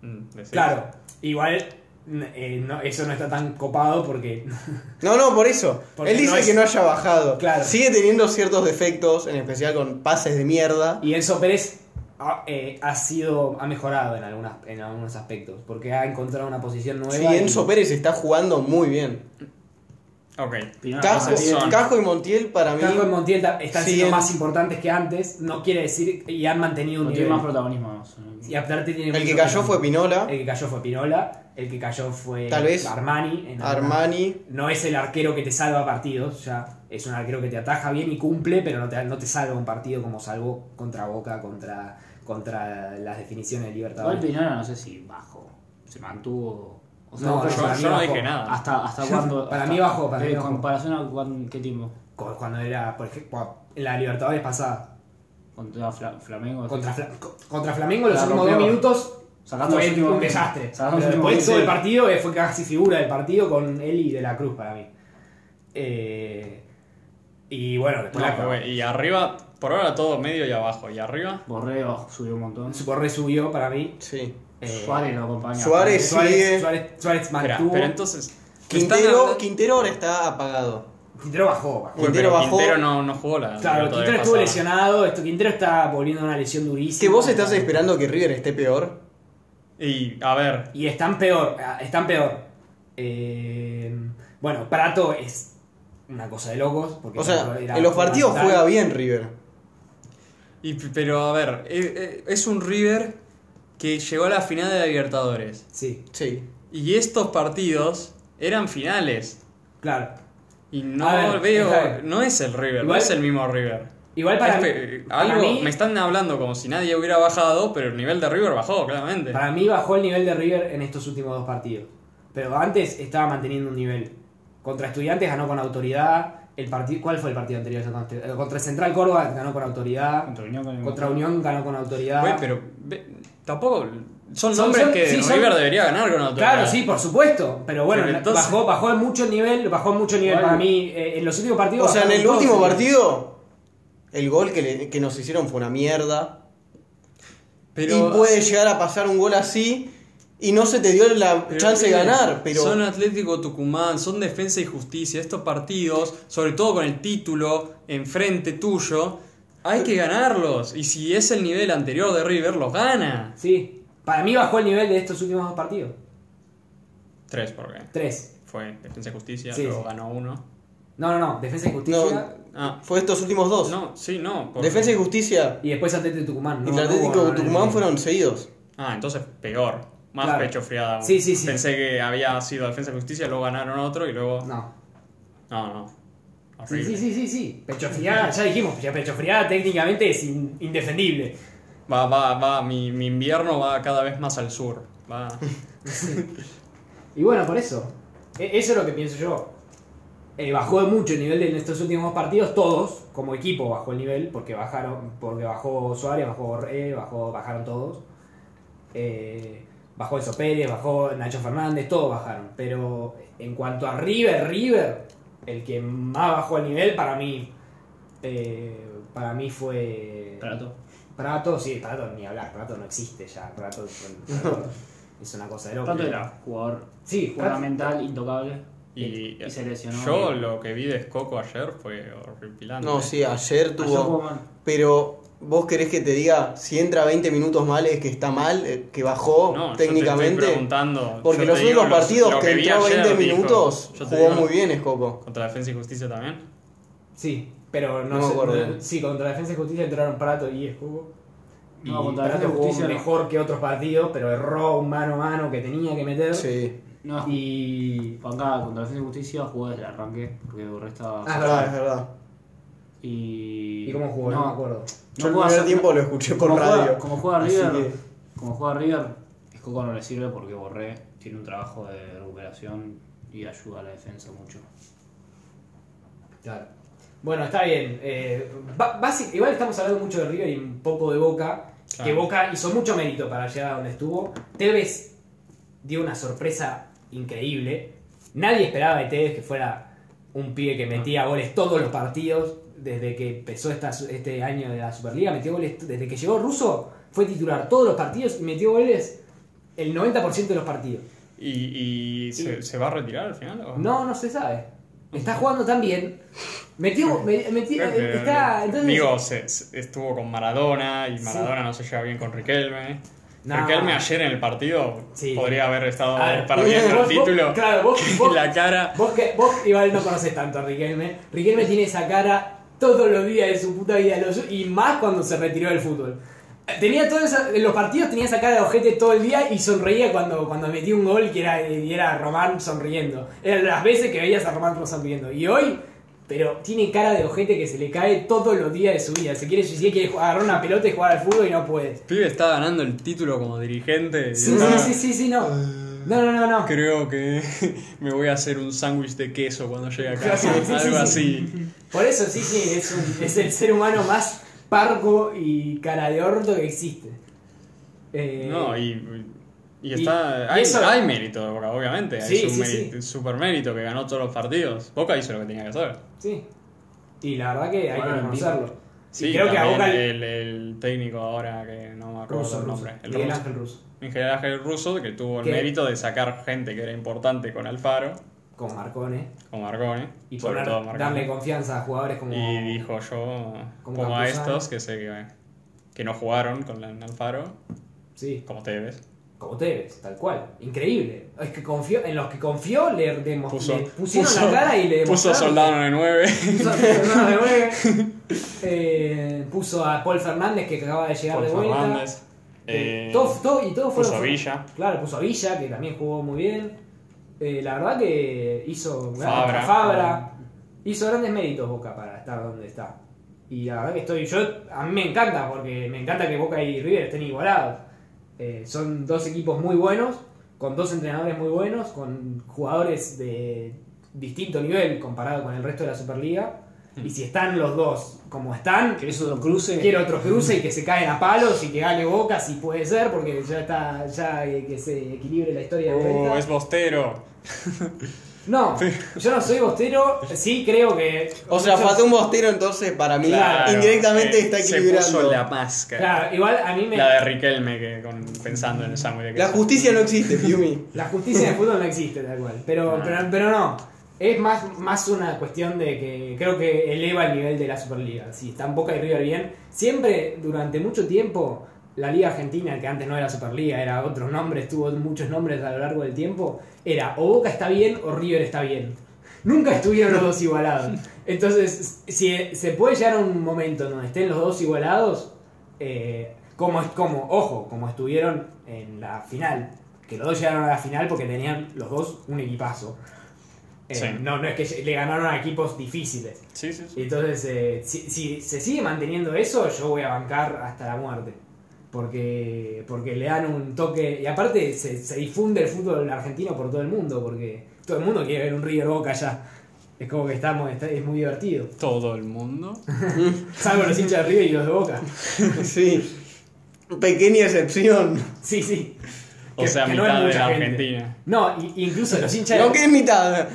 S4: Mm, decís.
S1: Claro, igual n- eh, no- eso no está tan copado porque... *laughs*
S2: No, no, por eso.
S1: Porque
S2: Él dice
S1: no es-
S2: que no haya bajado.
S1: Claro.
S2: Sigue teniendo ciertos defectos, en especial con pases de mierda.
S1: Y Enzo Pérez ha, eh, ha sido, ha mejorado en, algunas, en algunos aspectos, porque ha encontrado una posición nueva.
S2: Sí,
S1: y-
S2: Enzo Pérez está jugando muy bien.
S4: Ok.
S1: Ah,
S5: Pineda,
S2: Casco,
S5: Montiel.
S4: son-
S2: Casco y Montiel para mí.
S1: Caco y Montiel ta- están
S2: Sí,
S1: siendo
S2: en-
S1: más importantes que antes, no quiere decir y han mantenido un
S5: Montiel
S1: nivel.
S5: más protagonismo. vamos.
S1: Y aparte tiene
S2: El
S1: mucho
S2: que cayó
S1: más-
S2: fue Pinola,
S1: El que cayó fue Pinola, el que cayó fue
S2: Tal vez
S1: Armani. en alguna-
S2: Armani.
S1: No es el arquero que te salva partidos, ya es un arquero que te ataja bien y cumple, pero no te, no te salva un partido como salvó contra Boca, contra, contra las definiciones de
S5: Igual
S1: Libertadores.
S5: Pineda no sé si bajó, se mantuvo. O
S1: No,
S5: pero
S1: yo-
S5: para
S1: yo
S5: mí
S4: no
S5: bajó.
S4: dije nada.
S5: Hasta,
S1: *laughs*
S5: hasta cuando.
S1: Para
S5: hasta-
S1: mí bajó, para mí
S5: En
S1: bajó.
S5: comparación a cuan- qué tiempo.
S1: Co- eh, Cuando era, por ejemplo, en la Libertadores pasada.
S5: Contra Fla- Flamengo.
S1: Contra, Fla- co- contra Flamengo los
S5: La
S1: últimos
S5: rompió.
S1: dos minutos
S5: Sacando
S1: fue
S5: los últimos-
S1: un desastre.
S5: sacando los
S1: Pero
S5: últimos
S1: después todo el
S5: quince.
S1: partido eh, fue casi figura del partido con él y de la Cruz para mí. Eh, y bueno, después
S4: No,
S1: la-
S4: güey, y arriba, por ahora todo medio y abajo. ¿Y arriba?
S5: Borré bajó, subió un montón.
S1: su corre subió para mí.
S2: Sí.
S1: Eh,
S5: Suárez lo acompaña.
S2: Suárez. eh.
S1: Suárez,
S2: sigue.
S1: Suárez, Suárez
S4: Espera,
S1: mantuvo.
S4: pero entonces. me están
S2: Quintero,
S4: hablando-
S2: Quintero ahora está apagado.
S1: Quintero bajó. bajó.
S4: Güey,
S2: Quintero
S4: pero
S2: bajó.
S4: Quintero no, no jugó la.
S1: Claro,
S4: Libertadores
S1: Quintero estuvo
S4: pasada.
S1: lesionado. Esto, Quintero está volviendo a una lesión durísima.
S2: Que vos estás esperando que River esté peor.
S4: Y, a ver,
S1: Y están peor, ah, están peor. Eh, bueno, Prato es una cosa de locos. Porque
S2: O sea,
S1: era
S2: en los partidos
S1: fundamental.
S2: juega bien River.
S4: Y, p- pero a ver, eh, eh, es un River que llegó a la final de la Libertadores.
S1: Sí,
S2: Sí.
S4: Y estos partidos eran finales.
S1: claro.
S4: Y no
S1: A ver,
S4: veo.
S1: deja-
S4: No es el River, no
S1: Igual-
S4: es el mismo River.
S1: Igual para,
S4: Espe-
S1: mí,
S4: Este, algo,
S1: para mí,
S4: me están hablando como si nadie hubiera bajado, pero el nivel de River bajó, claramente.
S1: para mí bajó el nivel de River en estos últimos dos partidos. Pero antes estaba manteniendo un nivel. Contra Estudiantes ganó con autoridad. El partido, ¿Cuál fue el partido anterior? Eh, Contra Central Córdoba ganó con autoridad.
S5: Contra Unión con el-
S1: Contra Unión ganó con autoridad.
S4: Güey, pero ve- tampoco. Son
S1: Son-
S4: nombres
S1: son-
S4: que
S1: sí, son-
S4: River debería ganar con autoridad.
S1: Claro, sí, por supuesto. Pero bueno,
S4: Pero entonces-
S1: bajó, bajó en mucho el nivel, bajó en mucho el nivel
S5: Igual-
S1: para mí. eh, en los últimos partidos.
S2: O sea, en
S1: bajaron
S2: el
S1: todos
S2: último
S1: el nivel.
S2: partido, el gol que, le- que nos hicieron fue una mierda.
S4: Pero-
S2: y puede llegar a pasar un gol así y no se te dio la
S4: Pero,
S2: chance de
S4: miren,
S2: ganar. Pero
S4: Son Atlético Tucumán, son Defensa y Justicia. Estos partidos, sobre todo con el título enfrente tuyo, hay que ganarlos. Y si es el nivel anterior de River, los gana.
S1: Sí. Para mí bajó el nivel de estos últimos dos partidos.
S4: Tres, porque
S1: Tres.
S4: fue Defensa y Justicia,
S1: Sí,
S4: luego
S1: sí.
S4: ganó uno.
S1: No, no, no, Defensa y Justicia.
S4: Ah,
S2: Fue estos últimos dos.
S4: no, sí, no. porque-
S2: Defensa y Justicia
S1: Y después Atlético Tucumán.
S2: y
S1: ¿no?
S2: el Atlético
S1: No hubo-
S2: Tucumán fueron seguidos.
S4: Ah, entonces peor. Más
S1: Claro.
S4: pecho friada. aún.
S1: Sí, sí, sí.
S4: Pensé que había sido Defensa y Justicia, luego ganaron otro y luego. No,
S1: No.
S4: no. Horrible.
S1: Sí, sí, sí, sí, sí. Pecho friada, ya dijimos, ya pecho friada técnicamente es in- indefendible.
S4: Va, va, va. Mi, mi invierno va cada vez más al sur.
S2: *laughs*
S4: Va.
S1: Y bueno, por eso. E- Eso es lo que pienso yo. Eh, bajó de mucho el nivel de estos últimos partidos, todos, como equipo bajó el nivel, porque bajaron, porque bajó Suárez, bajó Borré, bajó, bajaron todos. Eh, bajó Eso Pérez, bajó Nacho Fernández, todos bajaron. Pero en cuanto a River, River, el que más bajó el nivel para mí. eh, para mí fue.
S5: Prato.
S1: Prato, sí, Prato ni hablar, Prato no existe ya, Prato, Prato es una cosa de loco.
S5: Prato era jugador
S1: Sí, Prato-
S5: fundamental, intocable.
S4: Y,
S5: y se lesionó.
S4: Yo lo que vi de Escoco ayer fue horripilante.
S2: No, sí, ayer
S5: Ayer jugó
S2: tuvo.
S5: mal.
S2: Pero vos querés que te diga si entra 20 minutos mal es que está mal, eh, que bajó
S4: No, yo te estoy
S2: técnicamente.
S4: preguntando,
S2: Porque
S4: yo
S2: los
S4: te digo
S2: únicos
S4: los-
S2: partidos
S4: lo
S2: que
S4: vi
S2: entró
S4: ayer,
S2: 20
S4: dijo.
S2: minutos
S4: Yo te
S2: jugó
S4: digo,
S2: muy bien Escoco.
S4: Contra Defensa y Justicia también.
S1: Sí, pero no,
S2: No me
S1: sé-
S2: acuerdo.
S1: no- sí, contra Defensa y Justicia entraron Prato y Escudo. Y
S5: No, contra
S1: Prato
S5: Defensa y
S1: jugó
S5: Justicia no.
S1: mejor que otros partidos, pero erró un mano a mano que tenía que meter.
S2: Sí.
S5: No, y acá contra Defensa y Justicia jugó desde el arranque, porque Borré estaba.
S1: Ah,
S2: Es
S1: verdad.
S2: verdad, es verdad.
S5: y.
S1: ¿Y cómo jugó? No, me acuerdo.
S2: Yo
S5: puedo
S2: el primer
S5: hacer-
S2: tiempo lo escuché por
S5: como
S2: radio.
S5: Juega, como juega
S2: Así
S5: River,
S2: que-
S5: como juega River, Escoco no le sirve porque Borré tiene un trabajo de recuperación y ayuda a la defensa mucho.
S1: Claro. Bueno, está bien. eh, ba- basi- igual estamos hablando mucho de River y un poco de Boca. Que
S4: Claro.
S1: Boca hizo mucho mérito para llegar a donde estuvo. Tevez dio una sorpresa increíble. Nadie esperaba de Tevez que fuera un pibe que metía goles todos los partidos. Desde que empezó esta, su- este año de la Superliga, metió goles. t- Desde que llegó Russo, fue titular todos los partidos y metió goles el 90% de los partidos.
S4: ¿Y, y se, se va a retirar al final? o?
S1: No, no se sabe. Está jugando tan bien. Metió. me- metió-
S4: Creo que-
S1: está, entonces,
S4: Digo, se- se- estuvo con Maradona y Maradona no se lleva bien con Riquelme.
S1: No.
S4: Riquelme ayer en el partido
S1: Sí.
S4: podría haber estado
S1: A ver,
S4: perdiendo el
S1: vos- vos-
S4: título. *laughs*
S1: claro, vos- vos-
S4: la cara.
S1: Vos, que, vos igual no conoces tanto a Riquelme. Riquelme tiene esa cara todos los días de su puta vida. lo- y más cuando se retiró del fútbol. Tenía todo esa- en los partidos tenía esa cara de ojete todo el día y sonreía cuando, cuando metía un gol que era, eh, y era Román sonriendo. Eran las veces que veías a Román sonriendo. Y hoy, pero tiene cara de ojete que se le cae todos los días de su vida. Se quiere suicidar, quiere jugar- agarrar una pelota y jugar al fútbol y no puede.
S4: El pibe estaba ganando el título como dirigente. y
S1: Sí, sí,
S4: estaba-
S1: sí, sí, sí, no. No, no, no, no.
S4: Creo que *laughs* me voy a hacer un sándwich de queso cuando llegue a
S1: Sí,
S4: casa.
S1: sí, sí, sí.
S4: algo así.
S1: Por eso sí, sí, es, un- *laughs* es el ser humano más parco y cara de orto que existe. Eh,
S4: No, y. y
S1: Y-
S4: está,
S1: y
S4: hay,
S1: eso-
S4: hay mérito de Boca, obviamente.
S1: Sí,
S4: hay
S1: sí,
S4: super mérito que ganó todos los partidos. Boca hizo lo que tenía que hacer.
S1: Sí. Y la verdad que hay que
S5: Bueno,
S1: reconocerlo.
S4: Sí,
S1: y creo que a
S4: también
S1: Boca el
S4: el, el técnico ahora que no me acuerdo
S1: ruso,
S4: el
S1: ruso,
S4: nombre. El
S1: Miguel
S4: ruso.
S1: Ángel Russo.
S4: Miguel Ángel Russo, que tuvo el
S1: Que-
S4: mérito de sacar gente que era importante con Alfaro,
S1: Con Marcone.
S4: con Marcone,
S1: Y
S4: sobre
S1: poner-
S4: todo Marcone.
S1: darle confianza a jugadores como.
S4: y dijo yo
S1: como
S4: pongo a
S1: Campuzano.
S4: estos que sé que, que no jugaron con la- en Alfaro,
S1: Sí,
S4: como te ves.
S1: como Tevez, tal cual. Increíble. Es que confió, en los que confió le, demo-
S4: Puso,
S1: le pusieron
S4: puso-
S1: la cara y le
S4: puso a
S1: demostraron que-
S4: Soldado en el 9.
S1: *laughs* Puso a Fernando de
S4: *laughs*
S1: Buey, eh, puso a Paul Fernández que acaba de
S4: *laughs*
S1: llegar de vuelta.
S4: Fernández.
S1: Eh,
S4: eh,
S1: todo- todo- y todo fueron-
S4: puso a Villa.
S1: Claro, puso a Villa, que también jugó muy bien. Eh, la verdad que hizo
S4: Fabra.
S1: Fabra. Hizo grandes méritos Boca para estar donde está. Y la verdad que estoy. Yo, a mí me encanta, porque me encanta que Boca y River estén igualados. Eh, son dos equipos muy buenos, con dos entrenadores muy buenos, con jugadores de distinto nivel comparado con el resto de la Superliga. Y si están los dos como están,
S5: ¿Querés otro cruce?
S1: quiero otro cruce y que se caen a palos y que gane Boca si puede ser, porque ya está, ya eh, que se equilibre la historia de
S4: Uh,
S1: vuelta.
S4: es Bostero.
S1: No, yo no soy bostero, sí creo que.
S2: O sea,
S1: muchos-
S2: faltó un bostero entonces para mí.
S1: Claro,
S2: indirectamente
S4: eh,
S2: está
S4: Se puso
S2: equilibrando.
S4: la máscara.
S1: Claro, igual a mí me.
S4: La de Riquelme que con, pensando en el sándwich de
S2: La
S4: queso.
S2: justicia no existe, Fiumi.
S1: La justicia en el fútbol no existe, tal cual. Pero,
S4: No.
S1: pero, pero no. Es más, más una cuestión de que creo que eleva el nivel de la Superliga. Si están Boca y River bien, siempre durante mucho tiempo la Liga Argentina, que antes no era Superliga, era otros nombres, tuvo muchos nombres a lo largo del tiempo, era o Boca está bien o River está bien. Nunca estuvieron los dos igualados. Entonces, si se puede llegar a un momento en donde estén los dos igualados, eh, como, como, ojo, como estuvieron en la final, que los dos llegaron a la final porque tenían los dos un equipazo. Eh,
S4: Sí.
S1: No, no es que le ganaron a equipos difíciles.
S4: Sí, sí, sí.
S1: Entonces, eh, si, si se sigue manteniendo eso, yo voy a bancar hasta la muerte. Porque, porque le dan un toque. Y aparte, se, se difunde el fútbol argentino por todo el mundo. Porque todo el mundo quiere ver un River Boca allá. Es como que estamos, está- es muy divertido.
S6: Todo el mundo.
S1: Salvo los hinchas de River y los de Boca.
S2: sí. Pequeña excepción.
S1: Sí, sí.
S4: O
S1: *laughs*
S4: sea,
S1: que no
S4: mitad
S1: es
S4: de la
S1: mucha gente.
S4: Argentina.
S1: No, y- incluso los hinchas.
S2: Lo que es mitad,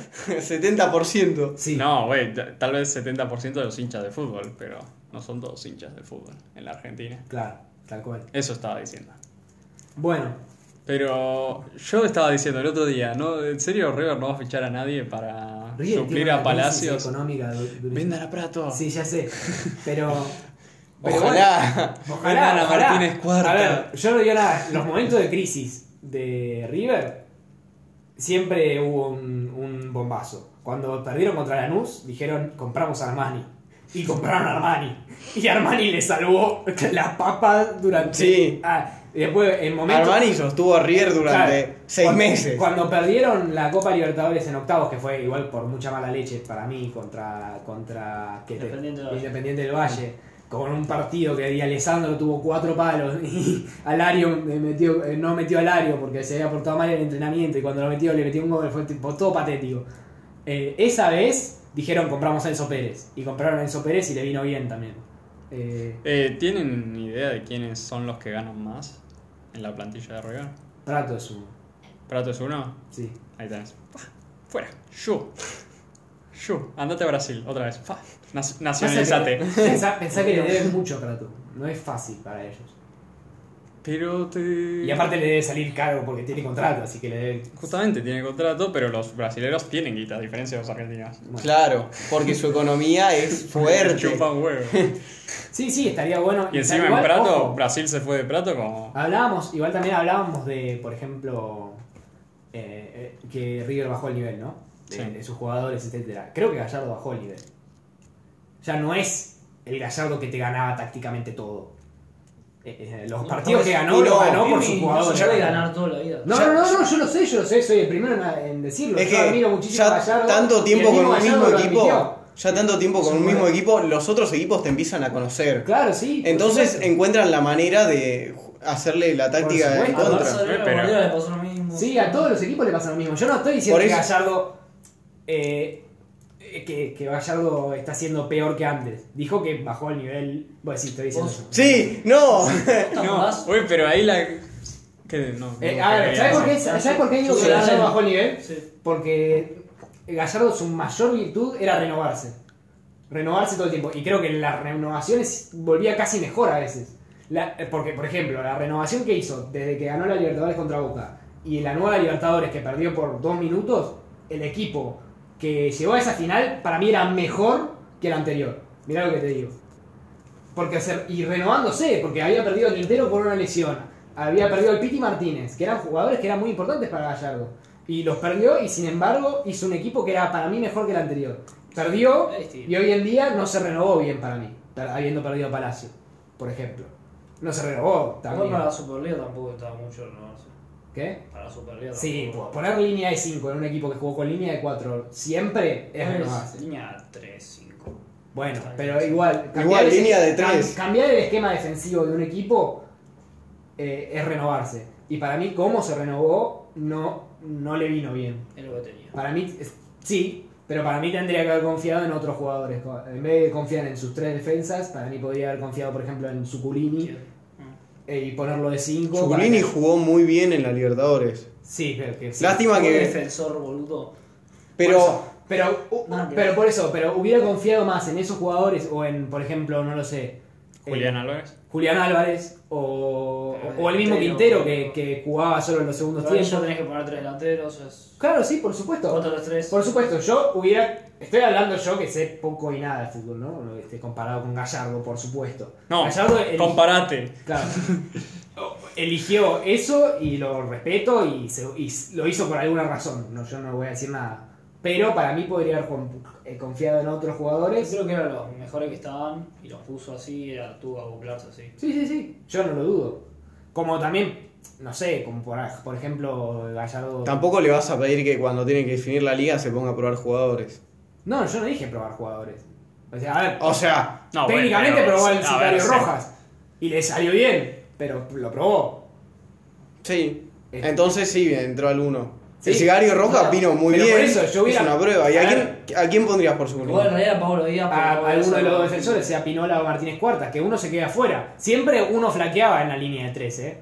S2: 70%.
S1: Sí.
S4: No, güey, ta- tal vez 70% de los hinchas de fútbol, pero no son todos hinchas de fútbol en la Argentina.
S1: Claro, tal cual.
S4: Eso estaba diciendo.
S1: Bueno,
S4: Pero yo estaba diciendo el otro día, ¿no? ¿En serio River no va a fichar a nadie para
S1: River
S4: suplir
S1: tiene
S4: a
S1: una crisis
S4: Palacios?
S1: Económica du- durísima.
S4: Vendan a Prato.
S1: Sí, ya sé. Pero. pero
S2: Ojalá.
S1: Ojalá,
S6: Hernán
S1: ojalá.
S6: Martínez Cuarta.
S1: A ver, yo no digo nada. Los momentos de crisis de River siempre hubo un, un bombazo. Cuando perdieron contra Lanús, dijeron compramos a Armani. Y compraron a Armani. Y Armani le salvó las papas durante.
S2: Sí.
S1: Ah, y después, en momentos.
S2: Armani sostuvo a River durante
S1: Claro,
S2: seis
S1: cuando-
S2: meses.
S1: Cuando perdieron la Copa Libertadores en octavos, que fue igual por mucha mala leche para mí contra, contra que te-
S5: Independiente del Valle.
S1: Independiente del Valle, con un partido que Di Alessandro tuvo cuatro palos y Alario me metió, eh, no metió a Alario porque se había portado mal en el entrenamiento y cuando lo metió le metió un gol, fue tipo todo patético. Eh, esa vez dijeron compramos a Enzo Pérez y compraron a Enzo Pérez y le vino bien también. Eh,
S4: Eh, ¿Tienen idea de quiénes son los que ganan más en la plantilla de River?
S1: Prato es uno,
S4: ¿Prato es uno?
S1: sí.
S4: Ahí tenés. Pah, Fuera. Yo. Yo. Andate a Brasil, otra vez. Pah, nac- Nacionalizate.
S1: Pensá, pensá que le deben mucho a Prato, no es fácil para ellos.
S4: Pero te.
S1: Y aparte le debe salir caro porque tiene contrato, así que le debe.
S4: Justamente tiene contrato, pero los brasileños tienen guita, a diferencia de los argentinos.
S2: Claro, porque su economía
S1: *laughs*
S2: es fuerte.
S4: Chupan huevo.
S1: Sí, sí, estaría bueno.
S4: Y encima en
S1: Igual,
S4: Prato,
S1: ojo,
S4: Brasil se fue de Prato como.
S1: hablábamos, igual también hablábamos de, por ejemplo, eh, eh, que River bajó el nivel, ¿no? De,
S4: Sí.
S1: de sus jugadores, etcétera. Creo que Gallardo bajó el nivel. Ya no es el Gallardo que te ganaba tácticamente todo. Eh, eh, los partidos que ganó,
S2: y
S1: los
S2: no,
S1: ganó
S5: No
S1: por sus
S2: y
S5: se puede
S1: jugadores.
S5: ganar toda la vida.
S1: No, no, no, no, yo lo sé, yo lo sé, soy el primero en, en decirlo.
S2: Es
S1: yo
S2: que
S1: admiro muchísimo a
S2: ya
S1: Gallardo.
S2: tanto
S1: y
S2: tiempo
S1: el
S2: con un
S1: Gallardo
S2: mismo
S1: lo admitió.
S2: equipo, ya tanto tiempo con
S1: Son
S2: un mismo
S1: buenos.
S2: equipo, los otros equipos te empiezan a conocer.
S1: Claro, sí. por
S2: Entonces
S1: supuesto.
S2: encuentran la manera de ju- hacerle la táctica en
S1: supuesto.
S5: A
S2: contra.
S5: Barça de la
S4: Pero-
S5: Guardiola le pasó lo mismo.
S1: Sí, a todos los equipos le pasa lo mismo. Yo no estoy diciendo
S2: Por
S1: que
S2: eso-
S1: Gallardo eh, eh, que, que Gallardo está siendo peor que antes. Dijo que bajó el nivel. Bueno, sí, estoy diciendo
S5: Vos-
S1: yo.
S2: Sí, no.
S5: Puta,
S4: No,
S5: vas-
S4: uy, pero ahí la. ¿Qué? No.
S1: Ah, Eh,
S4: no,
S1: a
S4: que-
S1: ver, ¿sabes por qué, ¿sabes por qué digo que
S5: Sí.
S1: Gallardo bajó el nivel?
S5: Sí.
S1: Porque Gallardo su mayor virtud era renovarse. Renovarse todo el tiempo. Y creo que en las renovaciones volvía casi mejor a veces. La- eh, porque, por ejemplo, la renovación que hizo desde que ganó la Libertadores contra Boca y la nueva Libertadores que perdió por dos minutos, el equipo que llegó a esa final para mí era mejor que el anterior. Mirá lo que te digo. Porque se- y renovándose, porque había perdido a Quintero por una lesión, había perdido al Piti Martínez, que eran jugadores que eran muy importantes para Gallardo. Y los perdió y sin embargo hizo un equipo que era para mí mejor que el anterior. Perdió y hoy en día no se renovó bien para mí, per- habiendo perdido a Palacio, por ejemplo. No se renovó
S5: Igual
S1: también.
S5: para la Superliga tampoco estaba mucho renovarse.
S1: ¿Qué?
S5: Para la Superliga
S1: Sí, pues, po-
S5: tampoco.
S1: poner línea de 5 en un equipo que jugó con línea de 4 siempre es
S5: No,
S1: renovarse.
S5: Línea 3, 5.
S1: Bueno, pero igual. cambiar
S2: Igual,
S1: ese-
S2: línea de
S1: cam-
S2: tres.
S1: cambiar el esquema defensivo de un equipo eh, es renovarse. Y para mí, cómo se renovó, no, no le vino bien.
S5: Es lo que tenía.
S1: Para mí, es- sí, pero para mí tendría que haber confiado en otros jugadores. Co- En vez de confiar en sus tres defensas, para mí podría haber confiado, por ejemplo, en Suculini
S5: Ah.
S1: eh, y ponerlo de 5.
S2: Chuculini jugó muy bien en la Libertadores.
S1: Sí, pero que sí.
S2: Lástima
S5: Un
S2: que.
S5: defensor boludo.
S1: Por
S2: Pero.
S1: eso, pero, u-
S5: Nada que
S1: pero
S5: ver.
S1: por eso, pero hubiera confiado más en esos jugadores o en, por ejemplo, no lo sé. eh,
S4: Julián Álvarez.
S1: Julián Álvarez o,
S5: Pero
S1: o el mismo
S5: Quintero,
S1: Quintero que, que jugaba solo en los segundos
S5: Pero ahí ya
S1: tiempos.
S5: tenés que poner tres delanteros. Es...
S1: Claro, sí, por supuesto.
S5: 4-3-3.
S1: Por supuesto, yo hubiera. Estoy hablando yo que sé poco y nada de fútbol, ¿no? Este, comparado con Gallardo, por supuesto.
S4: No,
S1: Gallardo eli-
S4: comparate.
S1: claro, *laughs* eligió eso y lo respeto y, se- y lo hizo por alguna razón. No, yo no voy a decir nada. Pero para mí podría haber con- eh, confiado en otros jugadores.
S5: Creo que eran los mejores que estaban y los puso así, era, tuvo que acoplarse así.
S1: Sí, sí, sí. Yo no lo dudo. Como también, no sé, como por, por ejemplo Gallardo...
S2: Tampoco le vas a pedir que cuando tienen que definir la liga se ponga a probar jugadores.
S1: No, yo no dije probar jugadores. O sea, a ver,
S2: O sea,
S4: No, bueno,
S1: técnicamente
S4: pero-
S1: probó
S4: a
S1: el
S4: ver,
S1: Sicario
S4: sí.
S1: Rojas. Y le salió bien, pero lo probó.
S2: sí.
S1: Este-
S2: Entonces sí, entró al uno.
S1: Sí.
S2: El cigarro roja
S1: Claro.
S2: vino muy
S1: Pero
S2: bien.
S1: por eso, yo hubiera-
S2: Es una prueba. ¿Y a
S1: Claro.
S2: quién, a quién pondrías por segundo?
S5: Igual en realidad Pablo Díaz.
S1: A
S5: pero-
S1: Ah, alguno de los dos defensores, sea Pinola o Martínez Cuartas, que uno se queda afuera. Siempre uno flaqueaba en la línea de tres, ¿eh?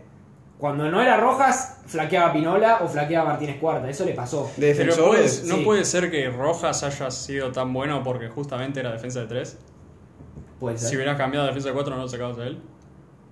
S1: Cuando no era Rojas, flaqueaba Pinola o flaqueaba Martínez Cuartas. Eso le pasó.
S2: ¿De
S4: Pero
S2: defensores?
S4: puedes- no
S1: sí.
S4: puede ser que Rojas haya sido tan bueno porque justamente era defensa de 3.
S1: Puede ser.
S4: Si hubieras cambiado a defensa de 4 no lo sacabas a él.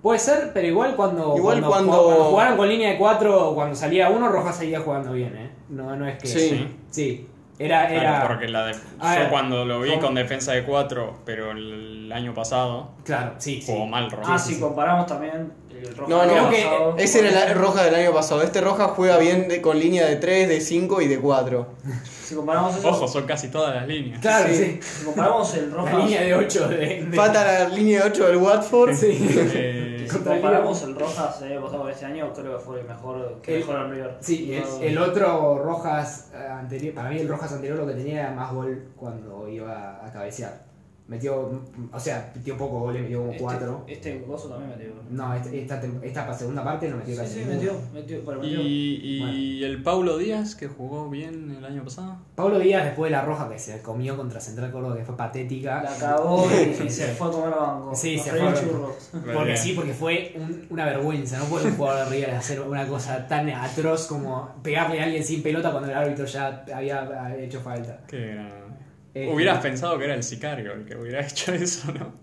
S1: Puede ser, pero igual cuando,
S2: Igual
S1: cuando,
S2: cuando-
S1: cuando jugaron con línea de cuatro, cuando salía uno, Rojas seguía jugando bien, ¿eh? No, no es que.
S2: Sí.
S1: Sí. Era.
S4: Claro,
S1: era...
S4: porque la de-
S1: A
S4: yo
S1: ver,
S4: cuando lo vi
S1: son-
S4: con defensa de 4, pero el año pasado,
S1: Claro, sí, sí.
S4: jugó mal Rojas.
S5: Ah, si comparamos también el rojo
S2: No,
S1: no,
S5: del año
S1: que
S5: pasado.
S2: Ese era el roja del año pasado. Este roja juega bien de- con línea de 3, de 5 y de 4.
S5: Si comparamos eso,
S4: Ojo, son casi todas las líneas.
S1: Claro,
S2: Sí.
S1: sí.
S5: si comparamos el
S1: La
S5: Rojas,
S1: línea de 8 de. de-
S2: Falta la línea de 8 del Watford.
S1: Sí.
S4: Eh,
S5: si comparamos el Rojas el año pasado con este año, creo que fue el mejor que
S1: El-
S5: mejor anterior.
S1: Sí, y el,
S5: No-
S1: el otro Rojas eh, anterior, para mí el Rojas anterior lo que tenía era más gol cuando iba a cabecear. Metió, mm, o sea, metió pocos goles, metió como
S5: este,
S1: cuatro.
S5: Este gozo también metió.
S1: No, este- esta, tem- esta, pa- segunda parte no metió
S5: Sí,
S1: casi
S5: sí,
S1: ninguno.
S5: metió, metió, pero metió.
S4: y y el Paulo Díaz, que jugó bien el año pasado.
S1: Pablo Díaz, después de la roja que se comió contra Central Córdoba, que fue patética.
S5: La cagó
S2: *laughs*
S5: y, y se fue a comer banco.
S1: Sí,
S5: a
S1: se
S5: freír
S1: fue.
S5: churros.
S1: Porque sí, porque fue un- una vergüenza. No puede un jugador de River hacer una cosa tan atroz como pegarle a alguien sin pelota cuando el árbitro ya había hecho falta.
S4: Qué gran-
S1: Eh,
S4: Hubieras pensado que era el sicario el que hubiera *laughs* hecho eso, ¿no?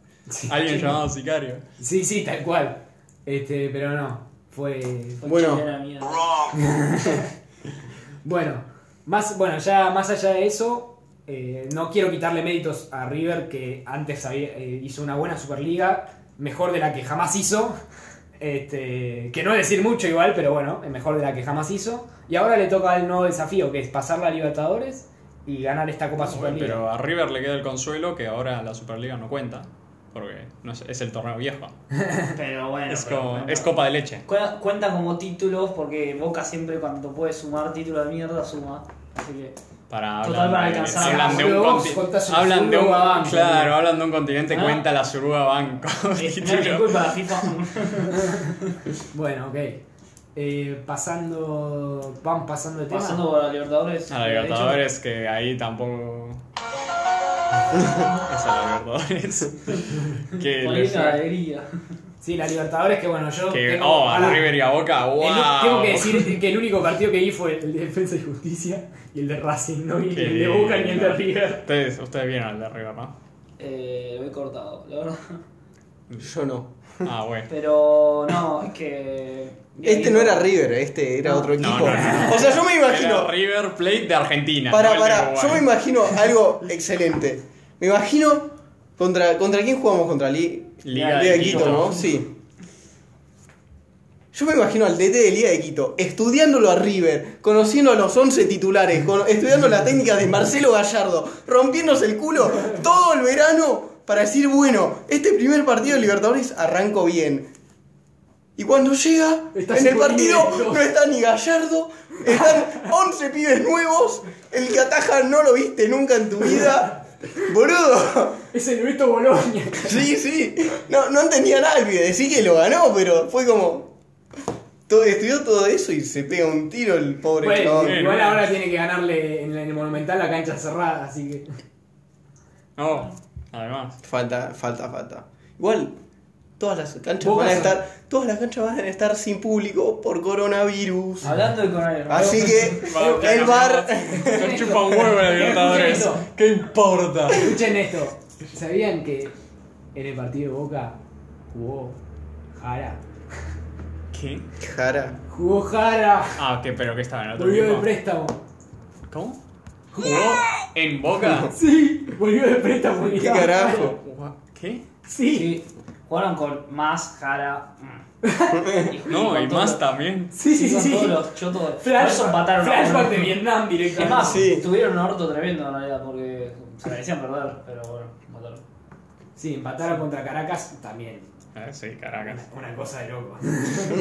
S1: *laughs*
S4: Alguien llamado sicario.
S1: Sí, sí, tal cual. Este, pero no. Fue.
S5: Fue
S2: Bueno.
S5: chilena mierda.
S1: Bueno, más, bueno, ya más allá de eso, eh, no quiero quitarle méritos a River, que antes había- eh, hizo una buena Superliga, mejor de la que jamás hizo. Este, que no es decir mucho igual, pero bueno, es mejor de la que jamás hizo. Y ahora le toca el nuevo desafío, que es pasar la Libertadores y ganar esta Copa
S4: Bueno,
S1: Superliga.
S4: Pero a River le queda el consuelo que ahora la Superliga no cuenta. Porque no es, es el torneo viejo.
S5: Pero bueno.
S4: Es,
S5: pero
S4: como-
S5: bueno.
S4: es copa de leche.
S5: Cuenta- Cuenta como títulos porque Boca siempre cuando puede sumar título de mierda suma. Así
S4: *laughs*
S5: que.
S4: Para
S5: Total,
S4: hablan,
S5: para
S4: de-
S5: alcanzar.
S4: hablan de un
S1: Pero vos contás
S4: continente.
S1: una
S4: Hablan de un,
S1: Suruga Banco,
S4: claro,
S1: tío.
S4: hablan de un continente
S5: Ah.
S4: cuenta la Suruga Banco. *laughs*
S5: eh, No es mi culpa la FIFA.
S1: Bueno, ok. Eh, pasando. Van pasando de tema.
S5: Pasando por la Libertadores.
S4: A Ah, la
S5: de hecho,
S4: Libertadores que ahí
S1: *laughs*
S4: tampoco. es a la
S1: *laughs*
S4: Libertadores. que
S5: ponía
S4: les-
S5: una alegría.
S1: Sí, la Libertadores, que bueno, yo.
S4: que-
S1: tengo-
S4: oh, a
S1: pará.
S4: River y a Boca, wow.
S1: El- tengo que decir que el único partido que vi fue el de Defensa y Justicia y el de Racing, no vi ni el de Boca ni el de River.
S4: Ustedes, ustedes vieron al de River, ¿no?
S5: Eh, lo he cortado, la verdad. *laughs*
S2: Yo no.
S4: Ah, bueno.
S5: Pero no, es que.
S2: Este no era River, este era otro
S4: No,
S2: equipo.
S4: no, no,
S2: O sea, yo me
S4: Era
S2: imagino.
S4: River Plate de Argentina.
S2: Para,
S4: no el de
S2: para, yo
S4: Uruguay.
S2: me imagino algo excelente. Me imagino contra, contra quién jugamos contra Li-
S4: Liga de Quito.
S2: ¿no? Sí. Yo me imagino al DT de Liga de Quito, estudiándolo a River, conociendo a los 11 titulares, con- estudiando las técnicas de Marcelo Gallardo, rompiéndose el culo todo el verano para decir, bueno, este primer partido de Libertadores arranco bien. Y cuando llega,
S1: Está
S2: en el partido
S1: sufriendo.
S2: no está ni Gallardo, están 11 pibes nuevos, el que ataja no lo viste nunca en tu vida. Boludo,
S1: Es el Beto Boloña.
S2: sí, sí, no, no entendía nada el pibe, decí que lo ganó, pero fue como... todo- estudió todo eso y se pega un tiro el pobre
S1: Bueno,
S2: chabón.
S4: bien,
S1: igual
S4: bueno.
S1: ahora tiene que ganarle en el Monumental la cancha cerrada, así que.
S4: No, además.
S2: Falta, falta, falta. Igual, todas las canchas
S1: Boca
S2: van a
S1: son-
S2: estar, todas las canchas van a estar sin público por coronavirus.
S1: Ah,
S5: Hablando de coronavirus.
S2: Así que
S1: *laughs*
S2: el bar...
S4: Me chupa un huevo la Libertadores.
S1: Escuchen esto,
S4: *laughs* ¿Qué importa?
S1: Escuchen esto. ¿Sabían que en el partido de Boca jugó Jara?
S4: ¿Qué?
S2: Jara.
S1: Jugó Jara.
S4: Ah, que pero que estaba en otro
S1: Volvió de
S4: equipo.
S1: préstamo.
S4: ¿Cómo? ¿Jugó en Boca?
S1: Sí, volvió de préstamo.
S2: ¿Qué carajo?
S4: ¿Qué?
S1: Sí.
S5: Sí.
S3: Jugaron con más Jara. mm.
S2: *laughs*
S3: Y-
S4: No, y
S3: con
S4: más
S3: todos-
S4: también.
S1: Sí, sí,
S3: y
S1: sí.
S3: con
S1: sí.
S3: todos los chotos. por
S1: Flash,
S3: eso mataron a
S1: flashback
S3: uno.
S1: de Vietnam
S3: Es
S1: directamente.
S3: más,
S2: Sí.
S3: tuvieron un orto tremendo en realidad porque se merecían perder, pero bueno, mataron.
S1: Sí, empataron contra Caracas también.
S4: Ah, sí, caracas.
S1: Una cosa de loco.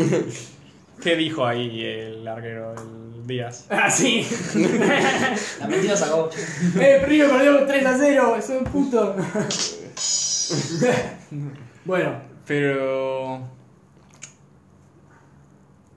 S1: *laughs*
S4: ¿Qué dijo ahí el arquero el Díaz?
S1: Ah, sí.
S3: La mentira sacó.
S1: eh, Río perdió 3 a 0. Soy un puto. *laughs* bueno,
S4: Pero.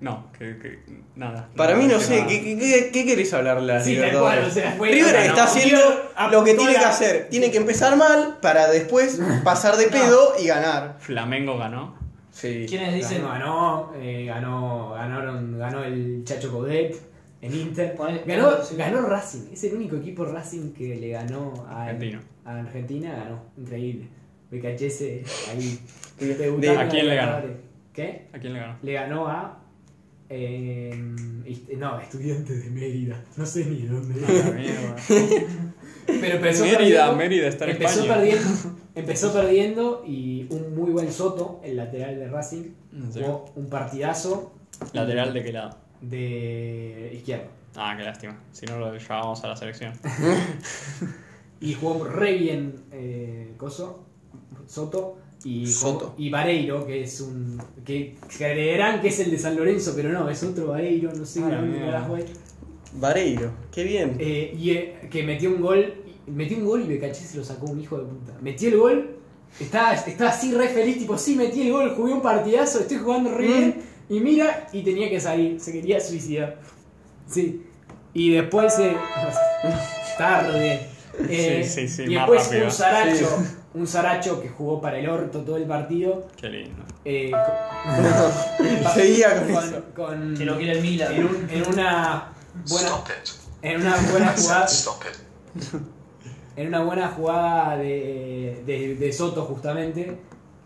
S4: No, que. que- nada.
S2: Para mí no
S4: que
S2: sé,
S4: nada.
S2: ¿qué, qué, qué- qué querés hablar de las
S1: Sí, tal
S2: Libertadores?
S1: cual, o sea, fue-
S2: River
S1: ganó.
S2: está haciendo
S1: River
S2: lo que
S1: aplicó
S2: tiene que
S1: la-
S2: hacer. Tiene que empezar mal para
S1: *laughs*
S2: después pasar de pedo y ganar.
S4: Flamengo ganó.
S2: Sí.
S3: ¿Quiénes dicen?
S1: ganó, ganó, eh, ganó, ganaron, ganó el Chacho Coudet en Inter.
S3: Poné-
S1: Ganó,
S3: sí.
S1: ganó Racing. Es el único equipo Racing que le ganó a
S4: Argentino.
S1: a Argentina. Ganó, increíble. Becachese
S2: *laughs*
S1: ahí.
S2: de-
S1: debutando
S4: ¿A quién le
S1: en
S4: ganó?
S1: Libertadores. ¿Qué?
S4: ¿A quién le *laughs* ganó?
S1: le ganó a. eh, est- no, estudiantes de Mérida. No sé ni dónde.
S4: A la mierda.
S1: Pero empezó
S4: Mérida,
S1: perdiendo,
S4: Mérida está en
S1: empezó
S4: España.
S1: perdiendo, empezó perdiendo y un muy buen Soto, el lateral de Racing,
S4: ¿En serio?
S1: jugó un partidazo
S4: Lateral de qué lado.
S1: de izquierdo.
S4: Ah, qué lástima. Si no lo llevábamos a la selección.
S1: Y jugó re bien eh, Coso, Soto. Y, jugó-
S2: Soto.
S1: y Vareiro, que es un. que creerán que es el de San Lorenzo, pero no, es otro Vareiro, no sé
S4: Ah,
S1: de
S4: la
S1: dónde
S4: mierda.
S1: carajo es.
S2: Vareiro, qué bien.
S1: Eh, y eh, que metió un gol. Metió un gol y Becaché se lo sacó un hijo de puta. Metió el gol. Estaba, estaba así re feliz, tipo, sí, metí el gol, jugué un partidazo, estoy jugando re bien.
S4: Mm.
S1: Y mira, y tenía que salir, se quería suicidar. Sí. Y después se. Tarde. Eh,
S4: Sí, sí, sí,
S1: y
S4: más
S1: después
S4: rápido.
S1: un Saracho. Un Saracho que jugó para el orto todo el partido.
S4: Qué lindo. *laughs*
S1: eh,
S4: Ah,
S1: *laughs*
S2: *laughs* Seguía con
S1: con-
S2: eso.
S1: con-
S3: Que lo quiere el Milan.
S1: en, un- en una buena,
S7: Stop it.
S1: en una buena
S7: I said *laughs*
S1: jugada.
S7: stop it.
S1: en una buena jugada de, de- de Soto justamente,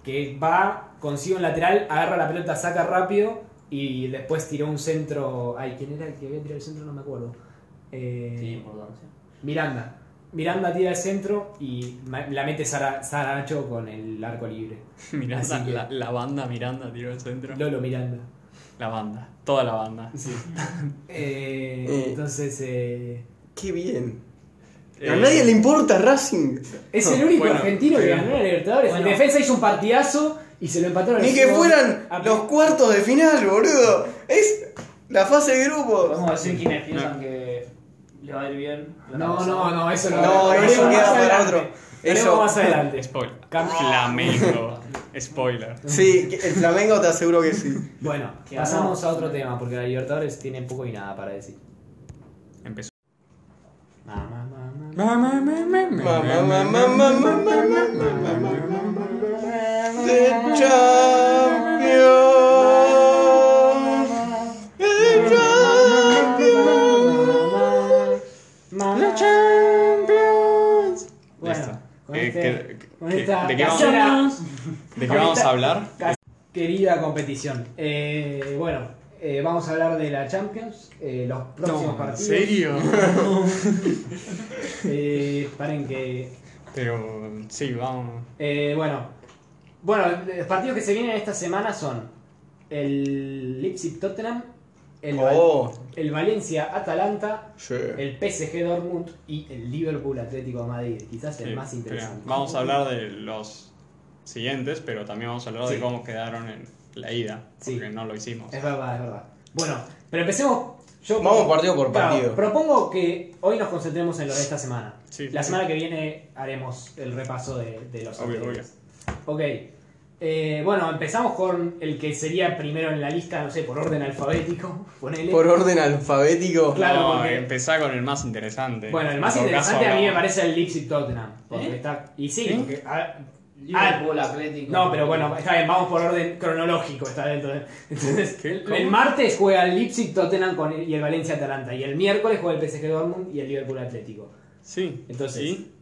S1: que va, consigue un lateral, agarra la pelota, saca rápido y después tiró un centro. Ay, ¿quién era el que había tirado el centro? No me acuerdo. Eh,
S3: Tiene importancia.
S1: Miranda. Miranda tira el centro y ma- la mete Sara- Saracho con el arco libre.
S4: Miranda,
S1: Así que-
S4: la, la banda Miranda tiró el centro.
S1: Lolo Miranda.
S4: La banda, toda la banda.
S1: Sí. *laughs* Eh,
S2: Eh.
S1: entonces, eh,
S2: Qué bien. A
S4: Eh,
S2: nadie le importa Racing.
S1: es el único
S4: Bueno, eh,
S1: argentino que
S4: pero-
S1: ganó la Libertadores.
S3: Bueno.
S1: en defensa hizo un partidazo y se lo empataron.
S2: Ni
S1: al
S2: que
S1: último
S2: fueran
S1: a-
S2: los cuartos de final, boludo. Es la fase de grupos.
S1: Ah.
S3: Podemos decir quienes piensan que le va a ir bien.
S1: No, no, no, eso lo,
S2: No,
S1: lo
S2: eso
S1: haremos
S2: queda
S1: más
S2: para
S1: adelante.
S2: otro.
S1: Lo haremos
S2: Eso-
S1: más adelante.
S4: Spoiler.
S1: Cam-
S4: Flamengo. Eh, Spoiler.
S2: Sí, el Flamengo te aseguro que sí.
S1: Bueno,
S3: Que
S1: pasamos
S3: ganamos.
S1: a otro tema, porque la Libertadores tiene poco y nada para decir.
S4: Empezó.
S1: Ma, ma, ma, ma.
S2: Mamá, mamá, mamá, mamá, mamá, mamá. The champion. The champion.
S1: Bueno,
S4: Listo.
S1: con
S4: Eh,
S1: este-
S4: ¿qué-
S1: con
S4: qué-
S1: esta
S4: de qué vamos-
S1: casera-
S4: ¿De qué vamos a hablar?
S1: Cas- Querida competición. Eh, bueno, eh, vamos a hablar de la Champions, eh, los próximos partidos. *laughs* Eh, paren que
S4: Pero sí, vamos.
S1: Eh, bueno, bueno, los partidos que se vienen esta semana son el Leipzig Tottenham, el, Val-
S2: Oh,
S1: el Valencia Atalanta,
S2: sí.
S1: el PSG Dortmund y el Liverpool Atlético de Madrid, quizás el
S4: Sí,
S1: más interesante.
S4: pero Vamos a hablar de los siguientes, pero también vamos a hablar
S1: Sí.
S4: de cómo quedaron en la ida.
S1: Sí.
S4: Porque no lo hicimos.
S1: Es verdad, es verdad. Bueno, pero empecemos. Yo
S2: Vamos partido por
S1: Claro,
S2: partido.
S1: propongo que hoy nos concentremos en lo de esta semana.
S4: Sí,
S1: La
S4: sí.
S1: semana que viene haremos el repaso de, de los
S4: Obvio,
S1: anteriores. Ok. Eh, bueno, empezamos con el que sería primero en la lista, no sé, por orden alfabético. *laughs* Ponele.
S2: Por orden alfabético.
S1: Claro,
S4: No,
S1: porque-
S4: empezá con el más interesante.
S1: bueno, el más
S4: En todo caso,
S1: interesante a mí me
S4: hablamos-
S1: parece el Leipzig Tottenham. Porque
S3: ¿Eh?
S1: está. Y sí,
S4: ¿Sí?
S1: porque- ah,
S3: Liverpool, Atlético.
S1: no, pero bueno, está bien, vamos por orden cronológico, está dentro de- *laughs* Entonces,
S4: ¿Qué?
S1: el-
S4: ¿Cómo?
S1: el martes juega el Leipzig Tottenham con el- y el Valencia Atalanta. Y el miércoles juega el PSG Dortmund y el Liverpool Atlético.
S4: Sí.
S1: Entonces,
S4: Sí.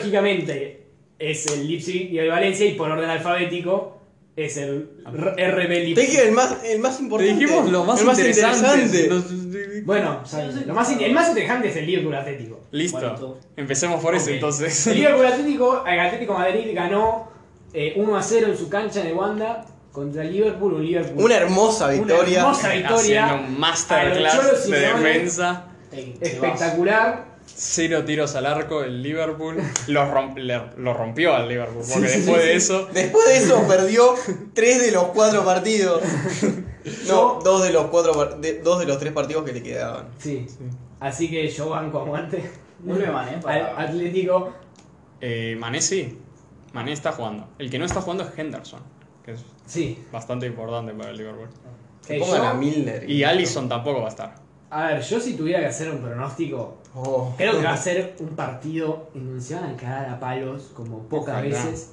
S1: cronológicamente es el Leipzig y el Valencia y por orden alfabético es el R- RB
S2: Te
S1: Leipzig.
S2: dije el más, el más
S4: Te
S2: importante.
S4: dijimos lo más,
S2: el más interesante.
S4: Los-
S1: Bueno, lo más in- el más interesante es el Liverpool Atlético.
S4: Listo.
S3: Bueno, todo.
S4: Empecemos por eso
S1: Ok.
S4: entonces.
S1: El Liverpool Atlético, el Atlético Madrid ganó eh, 1 a 0 en su cancha de Wanda contra el Liverpool. Un Liverpool.
S2: Una hermosa
S1: Una
S2: victoria.
S1: hermosa victoria.
S4: Haciendo un
S1: A los Cholo
S4: masterclass de
S1: Simeone.
S4: defensa.
S3: Te- te vas.
S1: Espectacular.
S4: Cero tiros al arco el Liverpool. Lo, romp- le- lo rompió al Liverpool. Porque después de eso.
S2: Después de eso perdió tres de los
S1: *laughs*
S2: cuatro partidos. No, dos de los cuatro par- de- dos de los tres partidos que le quedaban.
S1: Sí. Así que yo banco aguante.
S3: Vuelve Mané para-
S1: Al Atlético.
S4: Eh, Mané sí. Mané está jugando. El que no está jugando es Henderson. Que es
S1: Sí.
S4: bastante importante para el Liverpool.
S1: Eh,
S2: Pongan
S1: yo-
S2: a Milner.
S4: Y Allison tampoco va a estar.
S1: a ver, yo si tuviera que hacer un pronóstico,
S2: Oh.
S1: Creo que va a ser un partido en donde se van a cagar a palos, como pocas
S4: Ojalá.
S1: veces.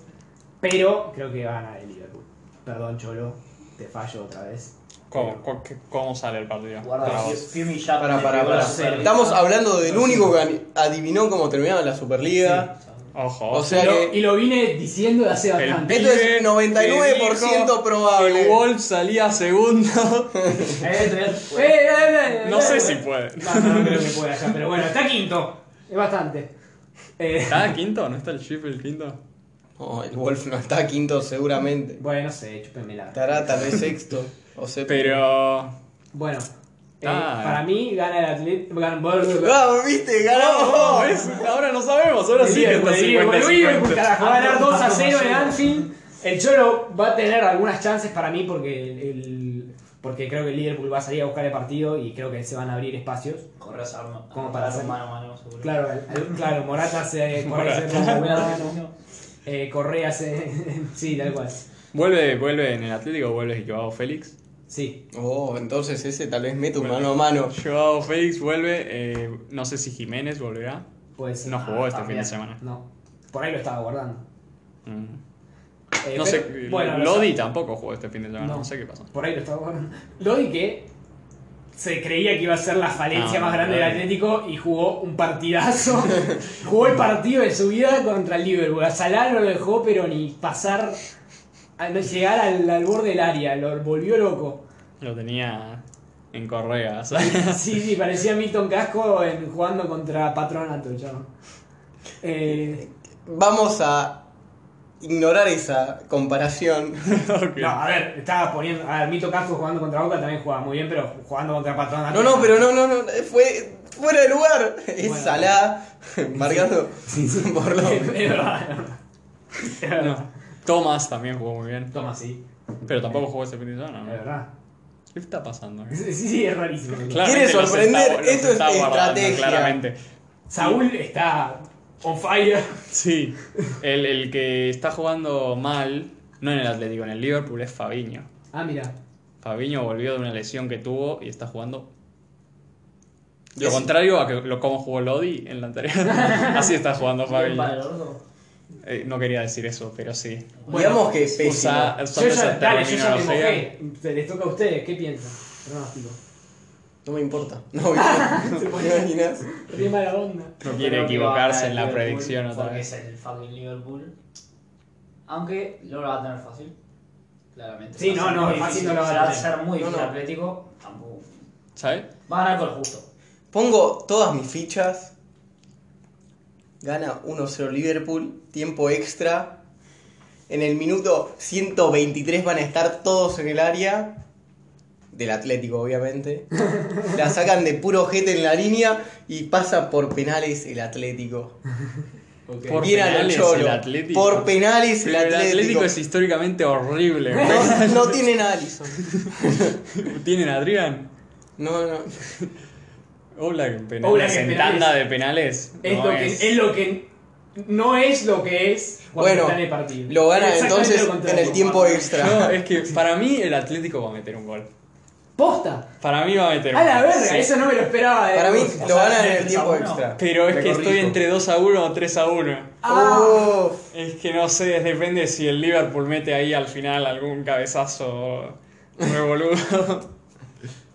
S1: Pero creo que van a ganar el Liverpool. Perdón, Cholo, te fallo otra vez.
S4: ¿Cómo, cu- qué- cómo sale el partido? Para
S3: Guarda,
S4: vos.
S3: Fiumi ya.
S2: Para, para, para. Estamos hablando del único que ani- adivinó cómo terminaba la Superliga.
S4: Ojo.
S2: O sea
S1: Y lo-
S2: que
S1: y lo vine diciendo de hace
S4: El
S1: bastante.
S2: esto
S4: pibe
S2: es
S4: que
S2: 99%
S4: dijo
S2: probable.
S6: El Wolf salía
S1: *laughs*
S6: segundo.
S1: ¡Eh, eh, eh, eh,
S4: No sé
S1: eh!
S4: si puede.
S1: No, no, no creo que pueda ya, pero bueno, está quinto. Es bastante. Eh,
S4: ¿Está quinto? ¿No está el chip el quinto?
S2: Oh, el Wolf no está quinto seguramente.
S1: bueno, no sé, chúpenme la.
S2: Estará tal vez sexto. O séptimo.
S4: Pero.
S1: Bueno, eh,
S4: Ah.
S1: para mí gana el Atlético. Gana
S2: Vamos, viste,
S4: Oh,
S2: ganamos.
S4: ¿ves? Ahora no sabemos, ahora sí que está
S1: Liverpool, Liverpool,
S4: 50
S2: pues,
S1: Liverpool, carajo, va a ganar 2 a 0 en Anfield. El Cholo va a tener algunas chances para mí porque el, el- porque creo que el Liverpool va a salir a buscar el partido y creo que se van a abrir espacios.
S3: Corres arma.
S1: Como para hacer-
S3: mano a mano, seguro.
S1: Claro, el- el- claro, Morata se Morata se
S3: Como
S1: rompe
S3: voy
S1: la
S3: a
S1: mano, eh, Correa se *laughs* sí, tal cual.
S4: Vuelve, vuelve en el Atlético, vuelve Joao Félix.
S1: Sí.
S2: Oh, entonces ese tal vez mete un
S4: Bueno.
S2: mano a mano.
S4: Joao Félix vuelve, eh, no sé si Jiménez volverá.
S1: Pues
S4: No jugó este fin
S3: también.
S4: de semana.
S1: no. Por ahí lo estaba guardando.
S4: Mm.
S1: Eh,
S4: No
S1: pero-
S4: sé,
S1: bueno, lo-
S4: Lodi tampoco jugó este fin de semana,
S1: No.
S4: no, sé qué pasó.
S1: Por ahí lo estaba guardando. Lodi que se creía que iba a ser la
S2: Ah,
S1: falencia
S4: No,
S1: más grande del
S4: Lodi.
S1: Atlético y jugó un partidazo. *laughs* jugó el partido de su vida contra el Liverpool. A Salah no lo dejó, pero ni pasar, a no llegar al, al borde del área. Lo volvió
S2: *laughs*
S1: loco.
S4: Lo tenía en Correa. o sea.
S1: Sí, sí, parecía Milton Casco en- jugando contra Patronato, chabón. Eh,
S2: Vamos a ignorar esa comparación.
S4: Ok.
S1: no, a ver, estaba poniendo. A ver, Milton Casco jugando contra Boca también jugaba muy bien, pero jugando contra Patronato.
S2: No, no, pero no, no, no, fue fuera de lugar. Es
S1: Bueno.
S2: Salah marcando por
S1: *laughs*
S2: los-
S1: Es verdad, es verdad. Es verdad.
S4: No. Thomas también jugó muy bien.
S1: Toma, sí.
S4: Pero tampoco jugó este fin de semana.
S1: Es
S4: ¿no?
S1: verdad.
S4: ¿Qué está pasando?
S1: Sí, sí, sí, es rarísimo.
S4: Claramente los
S2: sorprender,
S4: está- los
S2: esto es
S4: está guardando,
S2: estrategia.
S4: Claramente.
S1: Saúl está on fire.
S4: Sí, el, el que está jugando mal, no en el Atlético, en el Liverpool, es Fabiño.
S1: Ah, mira.
S4: Fabiño volvió de una lesión que tuvo y está jugando. Lo
S2: Es-
S4: contrario a que, lo, cómo jugó Lodi en la anterior. Así está jugando
S3: ¿Quién para el
S4: Fabiño.
S3: orto?
S4: Eh, no quería decir eso, pero sí.
S2: Digamos que es
S4: Usa,
S2: pésimo.
S4: usando esa
S1: dale, yo ya me
S4: terminología.
S1: mojé. Se les toca a ustedes. ¿Qué piensan? Pronóstico.
S2: No me importa. No, ¿viste? ¿Te imaginas?
S1: Qué mala onda.
S4: No
S3: Creo
S4: quiere
S3: que va a
S4: equivocarse
S3: ganar
S4: en la
S3: Liverpool,
S4: predicción otra
S3: Porque
S4: vez.
S3: es el fucking Liverpool. Aunque no lo va a tener fácil. Claramente.
S1: Sí,
S3: Va a
S1: no,
S3: ser
S1: no,
S3: muy
S1: fácil
S3: difícil.
S1: no lo va a
S3: Se Va a
S1: tener.
S3: ser muy
S2: No,
S3: difícil
S2: no.
S3: Atlético. Tampoco.
S4: ¿Sabes?
S3: Va a ganar con el justo.
S2: Pongo todas mis fichas. Gana 1-0 Liverpool, tiempo extra. En el minuto 123 van a estar todos en el área. Del Atlético,
S4: *laughs*
S2: obviamente. La sacan de puro jete en la línea y pasa por penales el Atlético.
S4: Por
S2: Bien a lo
S4: penales
S2: Cholo.
S4: el Atlético.
S2: Por penales el
S4: Pero el
S2: Atlético.
S4: Atlético es históricamente
S1: *laughs*
S4: horrible. güey.
S2: No, no tienen a Alisson.
S4: ¿Tienen a Adrián?
S2: No, no.
S4: Oblak en penales.
S1: Oblak en
S4: en
S1: penales.
S4: tanda de penales.
S1: Es,
S4: no
S1: lo que, es lo que. No es lo que es cuando
S2: Bueno,
S1: está en el partido.
S2: Lo gana
S1: Exactamente
S2: entonces
S1: lo contrario.
S2: en el tiempo extra.
S4: No, es que para mí el Atlético va a meter un gol.
S1: ¡Posta!
S4: Para mí va a meter un
S1: ¡A la
S4: gol,
S1: verga!
S4: sí.
S1: Eso no me lo esperaba. eh.
S2: Para mí
S1: O
S2: lo
S1: sea,
S2: ganan en el
S3: tres
S2: tiempo
S3: a uno.
S2: extra.
S4: Pero es
S2: Me
S4: que estoy
S2: corrijo.
S4: entre 2 a 1 o 3 a 1.
S1: Ah,
S2: Oh,
S4: Es que no sé, depende si el Liverpool mete ahí al final algún cabezazo re boludo.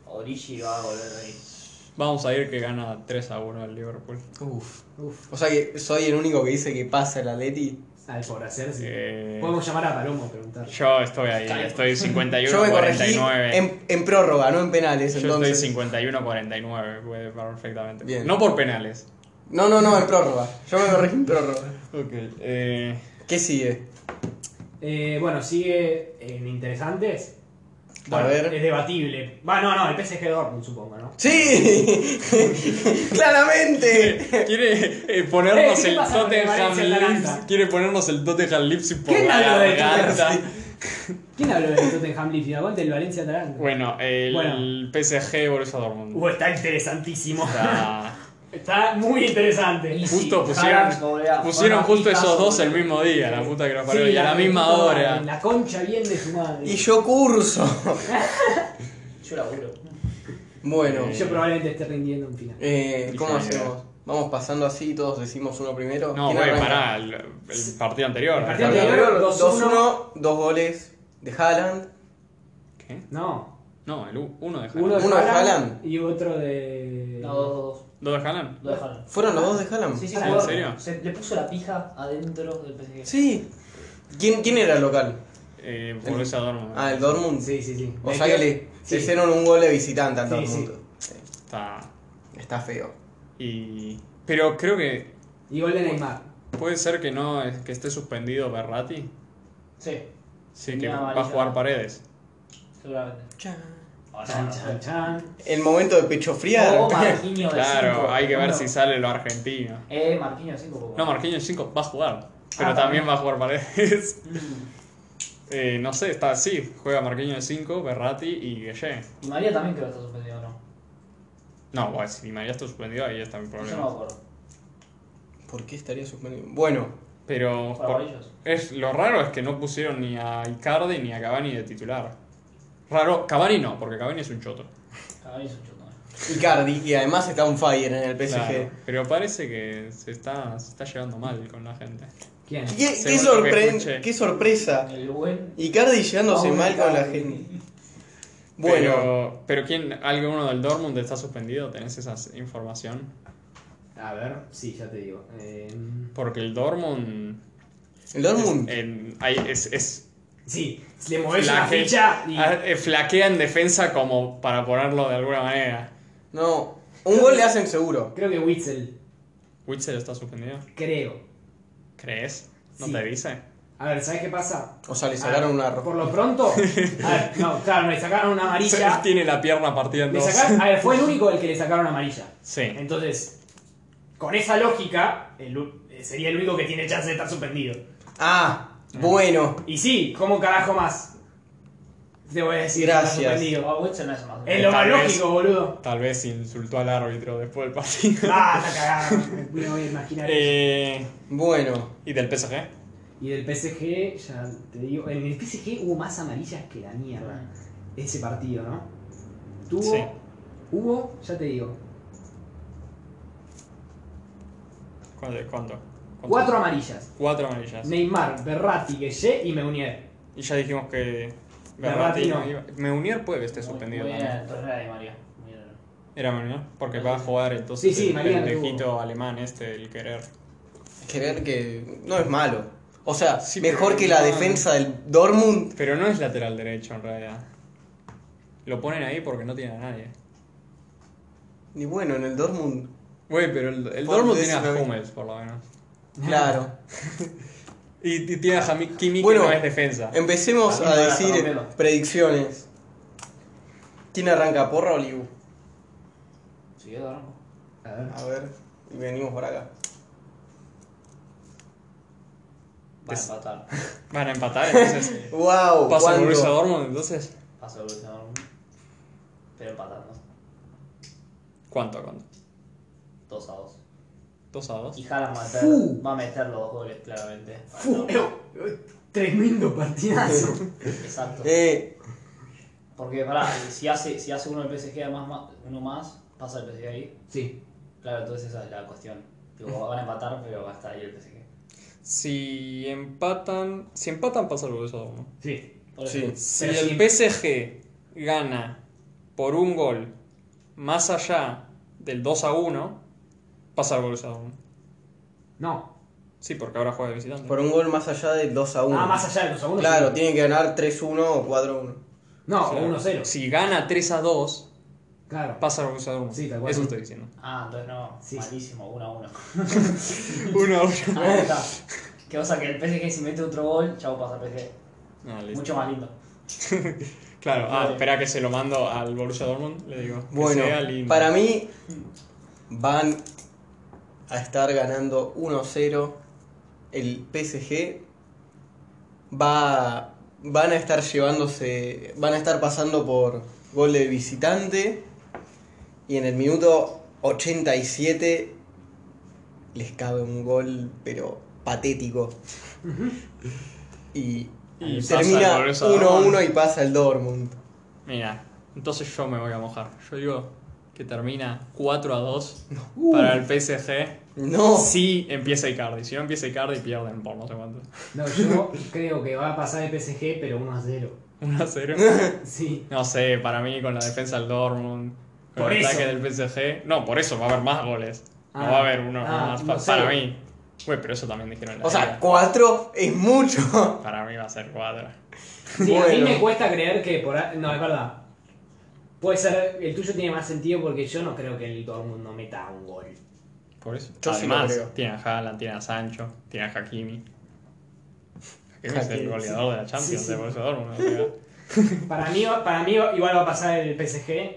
S3: Origi va a volver ahí.
S4: *laughs* Vamos a ir que gana 3 a 1 el Liverpool.
S2: uf.
S1: Uf.
S2: O sea que soy el único que dice que pasa el Atleti.
S1: Al Ah, por hacerse.
S4: Eh,
S1: Podemos llamar a Palomo a preguntar.
S4: yo estoy ahí, estoy 51
S2: Yo me corregí
S4: 49.
S2: en, en prórroga, no en penales.
S4: Yo
S2: entonces.
S4: estoy 51-49, puede perfectamente.
S2: Bien.
S4: No por penales.
S2: No, no, no, en prórroga. Yo me corregí en prórroga.
S4: Ok. Eh,
S2: ¿Qué sigue?
S1: Eh, bueno, sigue en interesantes.
S2: A
S1: Bueno,
S2: ver.
S1: Es debatible. Va, no, no, el PSG Dortmund, supongo, ¿no?
S2: ¡Sí! *laughs* ¡Claramente!
S4: *laughs* Quiere eh, ponernos
S1: Eh, ¿qué
S4: el
S1: pasa con el
S4: Tottenham
S1: Valencia
S4: Lips.
S1: Atalanta?
S4: Quiere ponernos el Tottenham Lips por
S1: ¿Quién
S4: la
S1: habló de
S4: garganta.
S1: ¿Quién habló del Tottenham Leeds? Aguante el Valencia Atalanta.
S4: Bueno, el
S1: Bueno.
S4: PSG Borussia Dortmund.
S1: Uh, está interesantísimo.
S4: Está-
S1: Está muy interesante.
S4: Justo pusieron,
S3: Haaland, goleado.
S4: pusieron
S3: Con
S4: justo esos
S3: Rafitas,
S4: dos el
S3: goleado.
S4: mismo día, la puta que lo parió,
S1: Sí,
S4: y a la misma
S1: puta
S4: hora.
S1: madre, La concha bien de su madre.
S2: Y yo curso.
S3: Yo laburo.
S2: Bueno,
S4: Eh.
S1: Yo probablemente esté rindiendo en final.
S2: eh, ¿cómo
S4: Hija de
S2: hacemos? ¿Vamos pasando así? ¿Todos decimos uno primero?
S4: No,
S2: ¿Quién
S4: güey,
S2: arranca?
S4: pará, el, el partido anterior.
S1: El partido
S2: Partido
S1: anterior.
S2: anterior,
S1: 2-1.
S2: 2-1, dos goles de Haaland.
S4: ¿Qué?
S1: No,
S4: No, el u- uno
S1: uno
S4: de Haaland.
S1: de
S2: Uno de
S1: Haaland
S2: Haaland.
S1: y otro de.
S3: No, dos, dos,
S4: ¿Dos de Haaland?
S3: dos. Lo dejaron.
S2: ¿Fueron los dos de Haaland?
S3: Sí, sí,
S1: ¿En
S3: jugaron.
S4: serio?
S3: Se, le puso la pija adentro del PSG.
S2: Sí. ¿Quién, ¿Quién era el local?
S4: Eh, Borussia Dortmund.
S2: Ah, el Dortmund.
S1: Sí, sí, sí.
S2: O
S1: Es
S2: sea que le,
S1: sí.
S2: le hicieron un gol de visitante al
S1: Sí,
S2: Dortmund.
S4: Está.
S2: Está feo.
S4: Y... Pero creo que
S1: Y gol de Neymar.
S4: puede ser que no es- que esté suspendido Berrati.
S3: Sí,
S4: Sí, que
S3: Tenía
S4: va a
S3: amarilla.
S4: jugar paredes.
S3: seguramente.
S1: Chan, chan, chan.
S2: El momento de pecho friar.
S3: O Oh, Marquinhos de cinco,
S4: Claro, hay que ver
S3: uno.
S4: si sale lo argentino.
S3: Eh, Marquinhos 5.
S4: No, Marquinhos 5 va a jugar, pero
S3: Ah,
S4: también va a jugar paredes. *laughs*
S3: Y
S4: Eh, no sé, está así. Juega Marquinhos 5, Berrati y Gueye.
S3: María también creo que está suspendido, ¿no?
S4: No, bueno, si Di María está suspendido, ahí está mi
S3: Yo no me
S4: problema.
S3: acuerdo.
S2: *laughs* ¿Por qué estaría suspendido? Bueno,
S4: Pero
S3: Por
S4: por-
S3: amarillos.
S4: es, lo raro es que no pusieron ni a Icardi ni a Cavani de titular. Raro, Cavani no, porque Cavani es un choto.
S3: Cavani es un ¿eh? choto, ¿no?
S2: Icardi, que además está on fire en el PSG.
S4: Claro, pero parece que se está, se está llevando mal con la gente.
S1: ¿Quién?
S2: ¿Qué, qué
S4: Según lo que
S2: sorpre-
S4: escuché.
S2: qué sorpresa.
S3: El buen.
S2: Icardi llevándose
S3: Paul
S2: mal con la
S3: Icardi.
S2: gente. Bueno,
S4: Pero, pero ¿quién, alguno del Dortmund está suspendido? ¿Tenés esa información?
S1: A ver, sí, ya te digo. Eh,
S4: Porque el Dortmund...
S2: el Dortmund.
S4: en- hay- es- es
S1: sí, le mueves la,
S4: Flaque-
S1: ficha y.
S4: Ah, eh, flaquea en defensa como para ponerlo de alguna manera.
S2: No, un gol le hacen seguro.
S1: Creo que Witzel,
S4: ¿Witzel está suspendido?
S1: creo.
S4: ¿Crees? ¿No
S1: Sí.
S4: te dice?
S1: A ver, ¿sabes qué pasa?
S2: O sea, le sacaron
S1: Ah,
S2: una
S1: Por
S2: roja.
S1: lo pronto. A ver, no, claro, le sacaron una
S4: *laughs*
S1: amarilla.
S4: Tiene la pierna partida en
S1: Le
S4: dos.
S1: sacaron, a ver, fue el único el que le sacaron amarilla.
S4: Sí.
S1: Entonces, con esa lógica, el u- eh, sería el único que tiene chance de estar suspendido.
S2: Ah, bueno.
S1: Y sí, ¿cómo carajo más? Te voy a decir,
S2: Gracias.
S1: está suspendido.
S3: Ah, Wilson no es más.
S1: Es lo más
S4: Tal vez.
S1: lógico,
S4: *laughs*
S1: boludo.
S4: Tal vez insultó al árbitro después
S1: *laughs*
S4: del partido.
S1: Ah, la cagaron. No voy a imaginar. eso.
S4: Eh,
S2: Bueno,
S4: ¿Y del PSG?
S1: Y del PSG, ya te digo, en el PSG hubo más amarillas que la mierda. Ese partido, ¿no? Tuvo,
S4: Sí.
S1: hubo, ya te digo,
S4: ¿Cuánto? ¿Cuánto? ¿Cuánto?
S1: cuatro amarillas.
S4: Cuatro amarillas.
S1: Neymar, Berratti, Gueye y Meunier.
S4: Y ya dijimos que...
S1: Berratti no.
S4: iba- Meunier puede que esté suspendido
S3: Muy bien,
S4: también.
S3: entonces era de María. Muy bien.
S4: Era Meunier, porque va a jugar entonces
S1: Sí, sí,
S4: el
S1: Mariano
S4: pendejito alemán este, el querer.
S2: querer que no es malo. O sea,
S4: Sí,
S2: mejor
S4: pero
S2: que la
S4: no.
S2: defensa del Dortmund.
S4: Pero no es lateral derecho en realidad. Lo ponen ahí porque no tienen a nadie.
S2: Y bueno, en el Dortmund,
S4: Güey, pero el, el
S2: Por
S4: Dortmund tiene a
S2: decirlo bien.
S4: Hummels, por lo menos.
S2: claro.
S4: Y, y tiene a Jami- Kimi,
S2: Bueno,
S4: que no es defensa.
S2: Empecemos
S3: Para
S2: a
S3: mí no era
S2: decir
S3: tan malo.
S2: predicciones. ¿Quién arranca, porra o Liu?
S3: Sí, yo duermo.
S1: A ver.
S2: A ver, y venimos por acá.
S3: Va a
S4: Es-
S3: empatar.
S4: Van a empatar, *laughs* entonces.
S2: ¡Wow!
S4: Pasa el Borussia
S2: ¿Cuánto?
S4: Dortmund, entonces.
S3: Pasa el Wilson. Pero empatando.
S4: ¿Cuánto, cuánto?
S3: 2 a 2.
S4: ¿Dos a dos?
S3: Y Haaland va a meter,
S1: Fu.
S3: va a meter los dos goles, claramente.
S1: Fu, eh, Tremendo
S2: *laughs*
S1: partidazo.
S3: Exacto.
S2: Eh,
S3: Porque, pará, si hace, si hace uno el PSG, además ma- uno más, pasa el PSG ahí.
S1: Sí.
S3: Claro, entonces esa es la cuestión. Digo, *laughs* van a empatar, pero va a estar ahí el PSG.
S4: Si empatan. Si empatan, pasa el Borussia Dortmund.
S1: Sí.
S3: Por
S2: Sí.
S3: eso,
S4: Si
S1: Pero
S4: el
S1: si-
S4: PSG gana por un gol más allá del 2 a 1, pasa el Borussia Dortmund.
S1: No.
S4: Sí, porque ahora juega de visitante.
S2: por un gol más allá del 2 a 1.
S1: Ah, más allá de los segundos.
S2: Claro,
S1: sí.
S2: tiene que ganar 3-1 o 4-1.
S1: No,
S4: Claro.
S1: o 1-0.
S4: Si gana 3 a 2,
S1: Claro.
S4: pasa el Borussia Dortmund.
S1: Sí, tal cual.
S4: Eso estoy diciendo.
S3: *laughs* Ah, entonces no,
S1: Sí.
S3: malísimo, 1 a 1. *laughs*
S4: 1 a 1.
S3: Ah, Ahí está. Que o sea que el PSG si mete otro gol, chao pasa PSG.
S4: Ah, listo.
S3: Mucho más lindo.
S4: Claro, ah, espera que se lo mando al Borussia Dortmund, le digo. que
S2: Bueno,
S4: sea lindo.
S2: para mí van a estar ganando 1-0 el PSG. Va, van a estar llevándose, van a estar pasando por gol de visitante. Y en el minuto 87 les cabe un gol, pero patético. Y,
S4: Y pasa el
S2: termina
S4: Borussia
S2: 1-1 y
S4: Dortmund.
S2: pasa el Dortmund.
S4: Mira, entonces yo me voy a mojar. Yo digo que termina 4 a 2 para el PSG.
S2: No.
S4: Si empieza Icardi, si no empieza Icardi pierden por no sé cuánto.
S1: No, yo *laughs* creo que va a pasar el PSG, pero 1 a 0.
S4: 1
S2: *laughs*
S4: a 0.
S1: Sí.
S4: No sé, para mí con la defensa del Dortmund, con
S1: Por
S4: el
S1: eso.
S4: ataque del PSG. No, por eso va a haber más goles.
S1: Ah.
S4: no va a haber uno
S1: Ah,
S4: más
S1: no
S4: pa-
S1: sé.
S4: para mí. Güey, pero eso también dijeron en la
S2: O sea,
S4: liga.
S2: 4 es mucho.
S4: para mí va a ser 4.
S1: Sí, a mí
S2: Bueno.
S1: me cuesta creer que por... a- No, es verdad. Puede ser, el tuyo tiene más sentido porque yo no creo que el Dortmund no meta un gol.
S4: Por eso.
S2: Yo sí lo
S4: Además,
S2: creo.
S4: tiene a Haaland, tiene a Sancho, tiene a Hakimi. Hakimi es
S2: Hakimi,
S4: el goleador de la Champions
S1: Sí, sí.
S4: de Borussia Dortmund.
S2: *laughs*
S4: o sea.
S1: Para mí, va- para mí igual va a pasar el PSG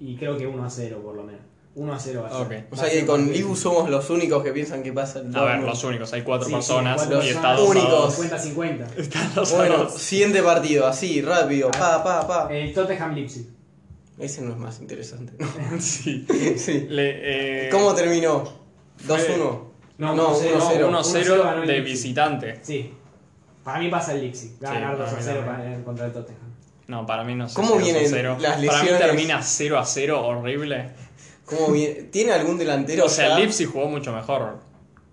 S1: y creo que 1 a 0 por lo menos. 1 a 0 va a ser.
S4: Ok.
S2: *laughs* O sea que con Libu somos los únicos que piensan que pasa el
S4: A ver,
S2: Dortmund.
S4: los únicos, hay cuatro
S1: Sí, sí,
S4: personas
S1: cuatro
S4: y
S1: personas,
S4: está dos a
S2: únicos.
S4: dos.
S1: 50-50.
S4: Está *laughs* dos a
S2: Bueno,
S4: dos.
S2: siguiente partido, así, rápido. Pa, pa, pa.
S1: El Tottenham Leipzig.
S2: Ese no es más interesante.
S4: *laughs* Sí.
S2: *laughs* sí.
S4: Le, eh,
S2: ¿Cómo terminó?
S4: fue-
S2: 2-1.
S4: Eh.
S1: No,
S2: No,
S1: 1-0.
S2: 1-0.
S1: 1-0 ganó
S4: 1-0
S1: el
S4: de
S1: Leipzig.
S4: visitante.
S1: Sí. Para mí pasa el Leipzig. Va a
S4: Sí,
S1: ganar 2 a
S4: para mí
S1: 0
S4: también.
S1: para- contra el Tottenham.
S4: No, para mí no sé.
S2: ¿Cómo
S4: si
S2: vienen las
S4: 2-0. Para mí
S2: lesiones?
S4: termina 0 a 0, horrible.
S2: ¿Cómo viene? ¿Tiene algún delantero?
S4: o sea,
S2: ya?
S4: el Leipzig jugó mucho mejor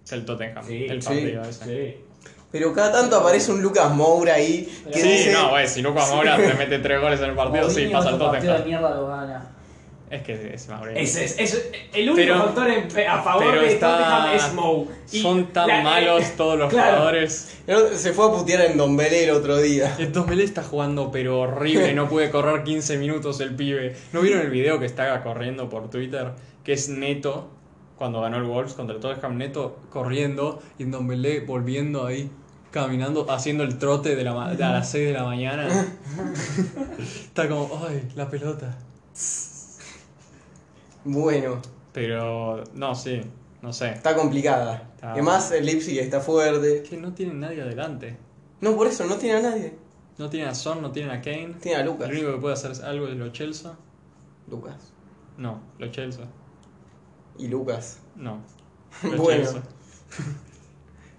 S4: que el Tottenham.
S1: Sí,
S4: el
S2: sí,
S4: partido ese.
S1: Sí.
S2: Pero cada tanto aparece un Lucas Moura ahí. Que
S4: Sí,
S2: dice,
S4: no, güey, si Lucas Moura te mete tres goles en el partido, sí,
S3: Mourinho,
S4: pasa el
S3: otro partido de
S4: Tottenham.
S3: mierda lo gana.
S4: Es que es más horrible.
S1: Ese es, es- el único
S4: Pero-
S1: factor en- a favor
S4: pero
S1: de
S4: está-
S1: Tottenham es Mou. Y
S4: Son tan
S1: la- eh,
S4: malos todos los
S1: Claro.
S4: jugadores.
S2: el otro- Se fue a putear en Don Belé el otro día.
S4: El 2000 está jugando, pero horrible. No puede correr 15 minutos el pibe. ¿No vieron el video que estaba corriendo por Twitter? Que es Neto, cuando ganó el Wolves contra el Tottenham, Neto corriendo y Ndombele volviendo ahí, caminando, haciendo el trote de la ma- de a las 6 de la
S2: *laughs*
S4: mañana. está como, ¡ay, la pelota!
S2: Bueno,
S4: Pero, no, sí, no sé.
S2: está complicada.
S4: Está-
S2: Además, el Leipzig está fuerte.
S4: Que no tienen nadie adelante.
S2: No, por eso, no tiene a nadie.
S4: No tienen a Son, no tienen a Kane.
S2: Tiene a Lucas.
S4: El único que puede hacer es algo es lo Chelsea.
S2: Lucas.
S4: No, lo Chelsea.
S2: Y Lucas. *laughs*
S4: No. Lo
S2: Bueno.
S4: Chelsea.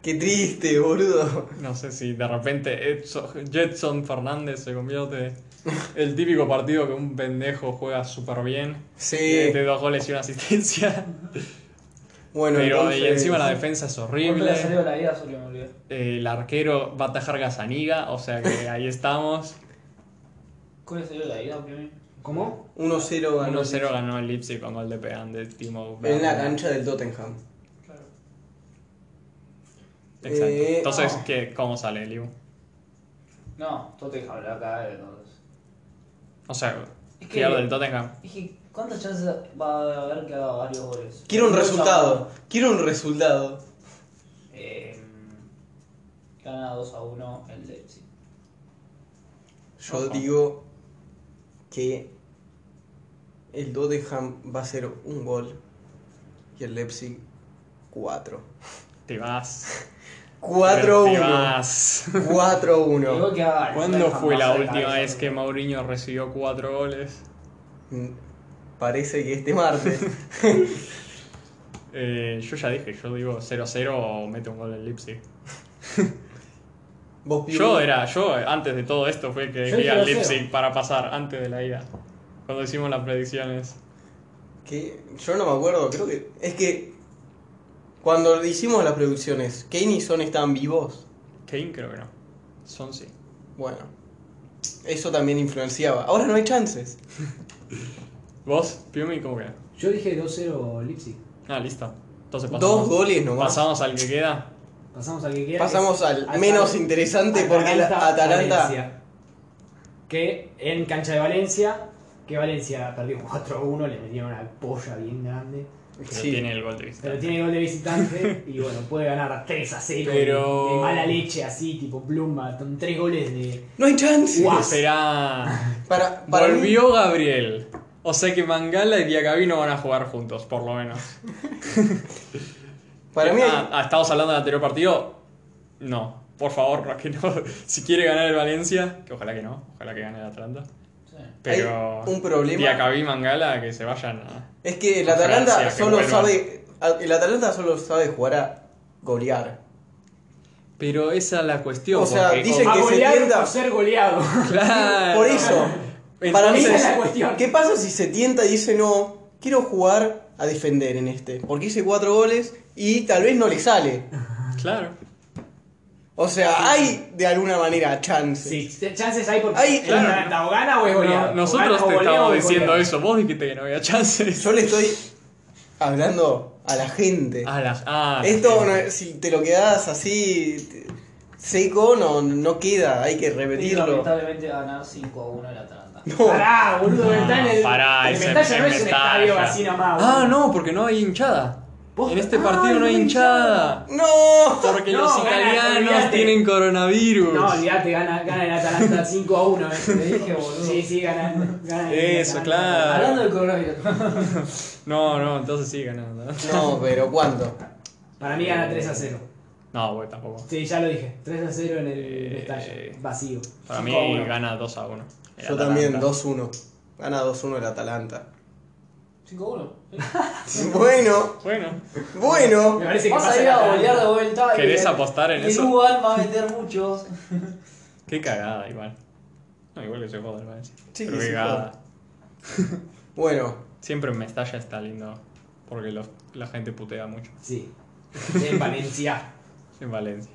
S2: Qué triste, boludo.
S4: No sé si de repente Edson- Jetson Fernández se convierte el típico partido que un pendejo juega súper bien.
S2: Sí.
S4: De dos goles y una asistencia.
S2: *laughs* Bueno,
S4: Pero
S2: entonces-
S4: y encima la defensa es
S3: Horrible.
S4: horrible.
S3: de la vida, solo me olvidé.
S4: El arquero va a atajar Gazaniga, o sea que
S2: *laughs*
S4: ahí estamos.
S3: ¿Cuál es el de la vida, Piumi?
S1: ¿Cómo?
S2: 1-0 ganó.
S4: 1-0 ganó el Leipzig con gol de Pean de Timo Werner.
S2: En la cancha del Tottenham.
S3: Claro.
S4: Exacto.
S2: Eh,
S4: Entonces,
S2: ah.
S4: ¿qué, ¿cómo sale, Liu?
S3: No, Tottenham hablar acá de todos.
S4: O sea,
S3: Es que-
S4: pierde el Tottenham.
S3: Dije, ¿cuántas chances va a haber que haga varios goles?
S2: Quiero un
S3: Mucho.
S2: resultado. Quiero un resultado.
S3: Eh, gana 2 a 1 el Leipzig.
S2: Yo
S4: Ojo.
S2: digo que el Tottenham va a ser un gol y el Leipzig 4.
S4: Te vas. Te
S2: 4-1.
S4: vas.
S2: 4-1.
S3: *laughs* Digo que haga el
S4: ¿Cuándo
S3: Tottenham
S4: fue
S3: más
S4: la
S3: cerca
S4: última
S3: de
S4: vez
S3: eso.
S4: que Mourinho recibió cuatro goles?
S2: Mm, Parece que este
S4: *laughs*
S2: martes.
S4: Eh, yo ya dije, yo digo 0-0 o mete un gol el Leipzig.
S2: Vos Piu,
S4: Yo era, yo eh, antes de todo esto fue que
S1: Yo
S4: dije al
S1: 0-0.
S4: Leipzig para pasar antes de la ida. Cuando hicimos las predicciones.
S2: que yo no me acuerdo, creo que es que cuando hicimos las producciones, Kane y Son estaban vivos.
S4: Kane creo que no. Son sí.
S2: Bueno, eso también influenciaba. Ahora no hay chances.
S4: ¿Vos, Piumi, cómo queda?
S1: Yo dije 2-0 Leipzig.
S4: Ah, listo. Entonces pasamos.
S2: Dos goles nomás.
S4: Pasamos al que queda.
S1: Pasamos al que quiera.
S2: Pasamos
S1: Es
S2: al menos interesante porque la- Atalanta-
S1: Valencia. Que en cancha de Valencia, que Valencia perdió 4-1, le metieron una polla bien grande.
S4: Pero
S2: Sí.
S4: tiene el gol de visitante.
S1: Pero tiene gol de
S2: *laughs*
S1: visitante y bueno, puede ganar 3 a 0
S4: Pero-
S1: de, de mala leche así, tipo plumba, con 3 goles de...
S2: No hay chance.
S1: Guau.
S4: Será.
S2: Para, *laughs* para mí-
S4: Volvió Gabriel. O sea que Mangala y Diacabino van a jugar juntos, por lo menos.
S2: para mí,
S4: Ah, ah, ¿Estamos hablando del anterior partido? No, por favor, *laughs* no, que no. Si quiere ganar el Valencia, que ojalá que no, ojalá que gane el Atlanta.
S3: Sí.
S4: Pero.
S2: Hay un problema.
S4: Diacabí y Mangala, que se vayan a.
S2: es que el
S4: a
S2: Atalanta
S4: Francia, que
S2: solo
S4: vuelva.
S2: sabe. El Atalanta solo sabe jugar a golear.
S4: Pero esa es la cuestión.
S2: O sea,
S4: porque-
S2: dicen
S1: A
S2: que se
S1: golear
S2: tienta.
S1: por ser
S2: *laughs*
S1: goleado.
S4: *laughs* Claro.
S2: Por eso. para mí,
S1: Esa es la cuestión.
S2: ¿qué pasa si se tienta y dice no? Quiero jugar a defender en este. Porque hice cuatro goles y tal vez no le sale.
S4: Claro.
S2: O sea, hay de alguna manera chance.
S1: Sí, chances hay porque
S2: Ay,
S1: es
S2: claro.
S1: Atlanta, o
S4: Ah,
S1: gana o es goleado.
S4: No, nosotros
S1: O gana
S4: te
S1: o golea o
S4: estábamos
S1: es
S4: diciendo
S1: goleado.
S4: eso. Vos dijiste que no había chances.
S2: Yo le estoy hablando a la gente.
S4: Ah, la- ah, la
S2: Esto,
S4: gente.
S2: no- si te lo quedas así te- seco, no, no queda, hay que
S3: Y
S2: repetirlo.
S3: lamentablemente va a ganar 5 a 1 el
S4: *laughs*
S3: Atalanta.
S1: Pará, boludo, está en el.
S4: Ah, pará,
S1: el Mestalla
S4: ese-
S1: no
S4: ese
S1: es un
S4: Mestalla.
S1: estadio así nomás.
S4: Ah,
S1: boludo.
S4: no, porque no hay hinchada.
S1: Vos-
S4: En
S2: Ah,
S4: este
S1: Ay,
S4: partido no hay hinchada.
S2: ¡No!
S4: Porque
S1: No,
S4: los
S1: gana,
S4: italianos
S1: olvídate.
S4: tienen coronavirus.
S1: No, olvídate, gana, gana el
S4: *laughs*
S1: Atalanta 5 a 1. eh.
S3: Te dije, boludo.
S1: Sí, sí, gana. gana el
S4: Eso,
S1: Atalanta.
S4: claro.
S3: Hablando del coronavirus. *laughs*
S4: No, no, entonces sí ganando.
S2: No,
S1: *laughs*
S2: pero ¿cuánto?
S1: Para mí gana
S4: Eh.
S1: 3 a 0.
S4: No, güey, tampoco.
S1: Sí, ya lo dije. 3 a 0 en el
S4: Eh,
S1: Mestalla, vacío.
S4: Para
S1: 5 a
S4: mí
S1: 1.
S4: gana 2 a 1.
S2: Yo también, 2-1. Gana 2-1 el Atalanta.
S3: 5 a 1.
S2: Bueno,
S4: Bueno,
S2: bueno.
S1: *laughs* Me parece que
S3: Vas
S1: pasa
S3: a ir
S1: el
S3: a
S1: Atalanta.
S3: golear de vuelta. y-
S4: ¿querés apostar en
S3: y
S4: eso?
S3: Lugan va a meter muchos.
S4: *laughs* Qué cagada, igual. No, igual que se joda el Valencia.
S2: Sí,
S4: Pero
S2: que
S4: qué
S2: se
S4: cagada.
S2: Bueno,
S4: Siempre en Mestalla está lindo. Porque los- la gente putea mucho.
S1: Sí. En Valencia.
S4: En Valencia.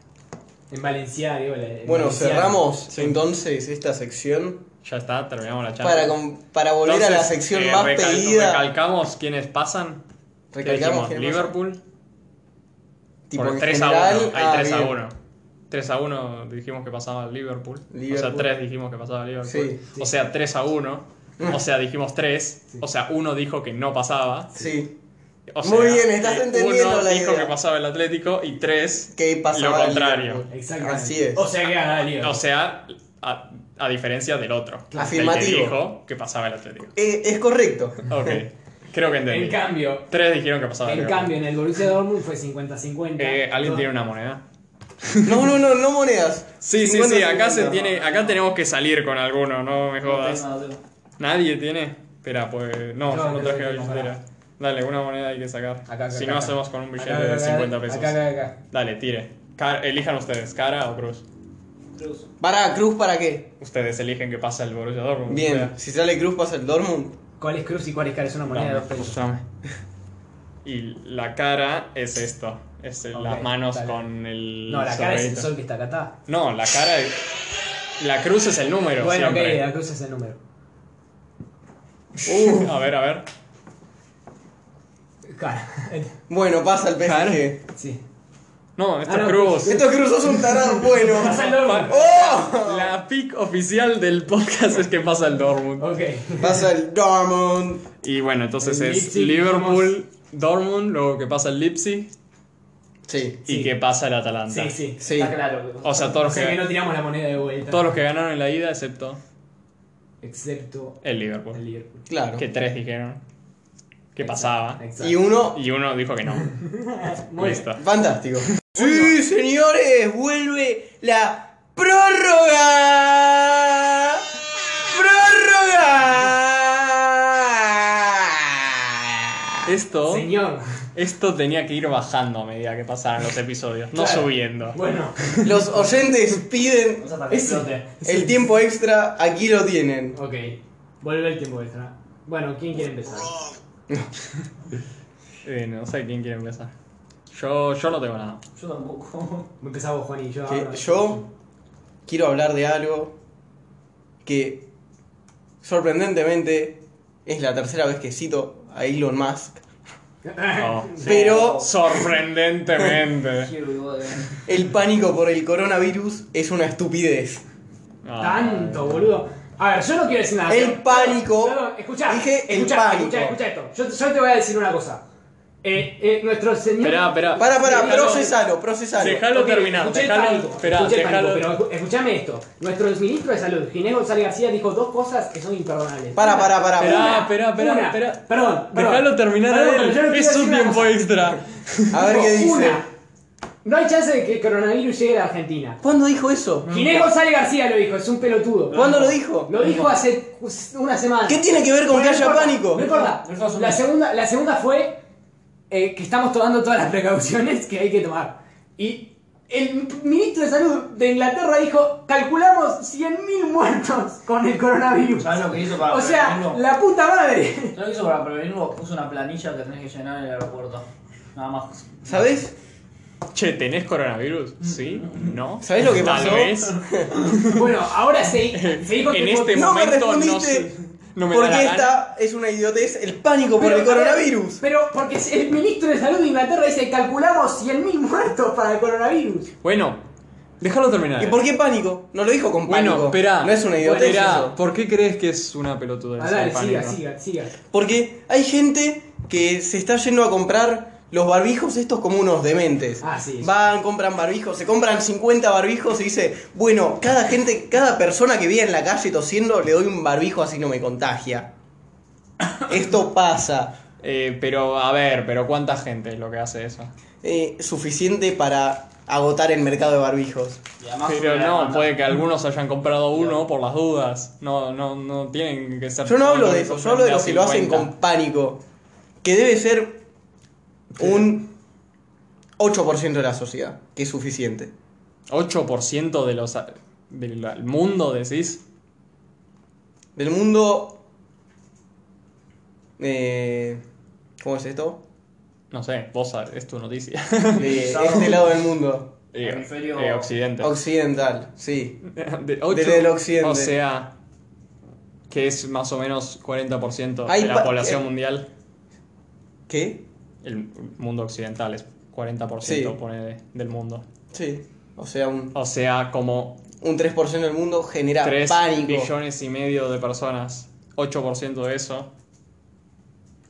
S1: En Valencia, digo. la- en
S2: bueno,
S1: Valencia.
S2: cerramos
S4: Sí.
S2: entonces esta sección
S4: Ya está, terminamos la charla.
S2: para, con- para volver a la
S4: Entonces,
S2: sección
S4: eh,
S2: más
S4: recal-
S2: pedida.
S4: Recalcamos quiénes pasan. ¿Qué
S2: Recalcamos
S4: dijimos?
S2: que no-
S4: Liverpool.
S2: tipo,
S4: por
S2: en
S4: 3 a
S2: general,
S4: 1. Hay
S2: ah,
S4: 3 a
S2: bien.
S4: 1. 3 a 1 dijimos que pasaba el Liverpool. O sea,
S2: Liverpool.
S4: 3 dijimos que pasaba el Liverpool.
S2: Sí,
S4: O sea, 3 a 1.
S2: *laughs*
S4: O sea, dijimos 3. O sea, 1 dijo que no pasaba.
S2: Sí,
S4: O
S2: Muy
S4: sea,
S2: bien, estás entendiendo
S4: 1
S2: la
S4: dijo
S2: idea.
S4: que pasaba el Atlético y 3.
S2: que pasaba
S4: Lo
S2: el
S4: contrario.
S2: Liverpool.
S1: Exactamente.
S2: Así es.
S1: O sea que gana el
S4: O
S1: Liverpool.
S4: sea, a, a diferencia del otro. del
S2: Afirmativo.
S4: que dijo que pasaba el Atlético.
S2: Eh, es correcto. *laughs*
S4: Ok. Creo que
S1: En
S4: entendí.
S1: cambio,
S4: 3 dijeron que pasaba el
S1: En
S4: Liverpool.
S1: cambio, en el Borussia Dortmund fue 50-50.
S4: Eh, ¿Alguien
S1: No.
S4: tiene una moneda?
S2: No, no, no, no monedas.
S4: Sí, sí,
S2: 50,
S4: sí, acá se
S2: 50.
S4: tiene, acá tenemos que salir con alguno, no me jodas.
S3: No, no, no.
S4: Nadie tiene. Espera, pues.
S1: No,
S4: No, yo no
S1: creo
S4: traje
S1: que
S4: la
S1: no,
S4: billetera. Dale, una moneda hay que sacar.
S1: acá,
S4: si
S1: acá,
S4: no
S1: acá.
S4: hacemos con un billete
S1: Acá,
S4: de
S1: acá,
S4: 50
S1: acá,
S4: pesos.
S1: Acá, acá, acá.
S4: Dale, tire. Ca- elijan ustedes, cara o cruz.
S3: Cruz.
S2: Para, Cruz, ¿para qué?
S4: Ustedes eligen que pasa el Borussia Dortmund.
S2: Bien,
S4: O sea,
S2: si sale Cruz pasa el Dortmund.
S1: ¿Cuál es Cruz y cuál es Cara? Es una moneda de
S4: dame,
S1: dos pesos.
S4: dame. Y la cara es esto. Es el-
S1: Ok,
S4: las manos
S1: dale.
S4: con el.
S1: No, la cara es el
S4: sorbedito.
S1: sol que está acá. está.
S4: No, la cara es. La cruz es el número.
S1: Bueno, ok,
S4: siempre.
S1: la cruz es el número.
S4: A ver, a ver.
S1: *laughs* Cara.
S2: Bueno, pasa el PSG.
S1: Sí.
S4: No, esto
S1: Ah, no,
S4: es cruz.
S2: Estos Cruz sos un tarado
S4: *laughs*
S2: bueno.
S1: Pasa el Dortmund.
S2: ¡Oh!
S4: La pick oficial del podcast es que pasa el Dortmund.
S1: Ok.
S2: Pasa el Dortmund.
S4: Y bueno, entonces
S1: El
S4: es
S1: Leipzig,
S4: Liverpool, Dortmund, luego que pasa el Leipzig
S2: Sí,
S4: y
S1: Sí.
S4: que pasa el Atalanta.
S1: Sí, sí.
S2: sí.
S3: Está claro. que-
S4: O sea, todos
S1: O
S4: los,
S1: sea que
S4: que,
S1: no tiramos la moneda de vuelta.
S4: todos los que ganaron en la ida, excepto
S1: Excepto
S4: el
S1: el
S4: Liverpool.
S1: Liverpool.
S2: Claro.
S4: Que tres dijeron que
S1: Exacto,
S4: pasaba.
S1: Exacto.
S2: Y uno.
S4: Y uno dijo que no.
S1: *laughs* Muy bien.
S4: Listo.
S2: Fantástico. Sí, señores, vuelve la prórroga. ¡Prórroga!
S4: Esto,
S1: Señor.
S4: esto tenía que ir bajando a medida que pasaran los episodios, no
S1: Claro.
S4: subiendo.
S1: *laughs* Bueno.
S2: Los oyentes piden
S3: O sea, también
S1: Ese-
S3: explote.
S2: el tiempo extra, aquí lo tienen.
S1: Ok. Vuelve el tiempo extra. Bueno, ¿quién quiere empezar?
S4: Eh, no sé quién quiere empezar. Yo, yo no
S1: *laughs*
S4: tengo nada.
S3: Yo tampoco.
S4: *laughs*
S1: Empezamos Juan y yo.
S2: Que
S1: ahora. *laughs*
S2: yo quiero hablar de algo que sorprendentemente es la tercera vez que cito a Elon Musk.
S1: Ah.
S4: No, sí.
S3: *laughs*
S2: Pero
S1: *laughs*
S4: Oh. Sorprendentemente.
S3: Here we go again.
S2: el pánico por el coronavirus es una estupidez.
S4: Ay. Ah.
S1: Tanto, boludo. A ver, yo no quiero decir nada.
S2: El pánico.
S1: Perdón, escuchá.
S2: Dije el
S1: escuchá,
S2: pánico.
S1: Escuchá, escuchá esto. Yo, yo te voy a decir una cosa. Eh, eh, nuestro señor.
S4: Esperá, esperá.
S2: Para, para,
S4: Dejalo-
S2: procesalo, procesalo.
S4: Dejalo
S1: Ok,
S4: terminar.
S1: escuché el
S4: Dejalo.
S1: pánico,
S4: Esperá,
S1: escuché el
S4: dejalo.
S1: pánico, pero escu- escuchame esto. Nuestro ministro de Salud, Ginés González García, dijo dos cosas que son imperdonables.
S2: Para, para, para,
S4: Esperá,
S2: para.
S4: Ah, esperá, esperá,
S1: Una.
S4: esperá.
S1: Perdón, perdón.
S4: Dejalo terminar
S1: Perdón,
S4: a
S1: pero yo no
S4: él.
S1: quiero
S4: Es
S1: decir
S4: un
S1: una
S4: tiempo
S1: cosa.
S4: extra.
S2: A ver qué
S1: Dijo,
S2: dice.
S1: una, No hay chance de que el coronavirus llegue a la Argentina.
S2: ¿Cuándo dijo eso?
S1: Ginés González García lo dijo, es un pelotudo.
S2: ¿Cuándo lo dijo?
S1: Lo dijo hace una semana.
S2: ¿Qué tiene que ver con
S1: No
S2: que haya
S1: importa,
S2: pánico?
S1: No importa. La segunda, la segunda fue eh, que estamos tomando todas las precauciones que hay que tomar. Y el ministro de Salud de Inglaterra dijo, calculamos 100.000 muertos con el coronavirus.
S3: ¿Sabes lo que hizo para
S1: O sea,
S3: prevenirlo?
S1: la puta madre.
S2: *laughs*
S3: ¿Sabes lo que hizo para prevenirlo? Puso una planilla que tenés que llenar en el aeropuerto. Nada más.
S2: ¿Sabes?
S4: Che, ¿tenés coronavirus? ¿Sí? ¿No?
S2: Mm. ¿Sabés lo que pasó?
S4: Tal vez.
S1: Bueno, ahora se, se dijo
S4: En
S1: que...
S4: este
S2: No me
S4: momento no
S2: respondiste.
S4: sé. No me da la
S2: Porque
S4: gana.
S2: esta es una idiotez, el pánico por el
S1: a ver,
S2: coronavirus.
S1: Pero porque el ministro de Salud de Inglaterra dice, calculamos 100.000 muertos para el coronavirus.
S4: Bueno, déjalo terminar.
S2: ¿Y por qué pánico? No lo dijo con pánico.
S4: Bueno, espera.
S2: No es una idiotez eso.
S4: ¿por qué crees que es una pelotuda?
S1: Ah,
S4: esa de
S1: dale, siga,
S4: pánico?
S1: siga, siga.
S2: Porque hay gente que se está yendo a comprar los barbijos estos como unos dementes.
S1: Ah, sí.
S2: Van, compran barbijos, se compran 50 barbijos y dice, bueno, cada gente, cada persona que vive en la calle tosiendo le doy un barbijo así no
S1: *coughs*
S2: me contagia. Esto pasa.
S4: Eh, pero, a ver, pero ¿cuánta gente es lo que hace eso?
S2: Eh, suficiente para agotar el mercado de barbijos.
S3: Y además
S4: Pero
S3: sube la
S4: no,
S3: demanda.
S4: puede que algunos hayan comprado uno por las dudas. No, no, no tienen que ser.
S2: Yo no hablo
S4: todos
S2: de eso,
S4: los
S2: yo hablo de los que lo
S4: 50.
S2: hacen con pánico. Que debe ser un 8% de la sociedad, que es suficiente.
S4: 8% de los. del mundo, decís.
S2: Del mundo... eh, ¿Cómo es esto?
S4: *laughs* No sé, vos sabés, es tu
S2: *laughs*
S4: noticia.
S2: De este lado del
S4: *laughs*
S2: mundo.
S4: Eh,
S3: Hemisferio-
S4: eh, occidente.
S2: Occidental, sí.
S4: *laughs* De ocho-
S2: Desde el occidente.
S4: O sea, que es más o menos 40%
S2: Hay
S4: de la
S2: pa-
S4: población
S2: eh.
S4: mundial.
S2: ¿Qué?
S4: El mundo occidental es 40%
S2: Sí.
S4: ponele, del mundo.
S2: Sí. O sea, un,
S4: O sea, como
S2: un 3% del mundo genera
S4: 3
S2: pánico.
S4: billones y medio de personas, 8% de eso.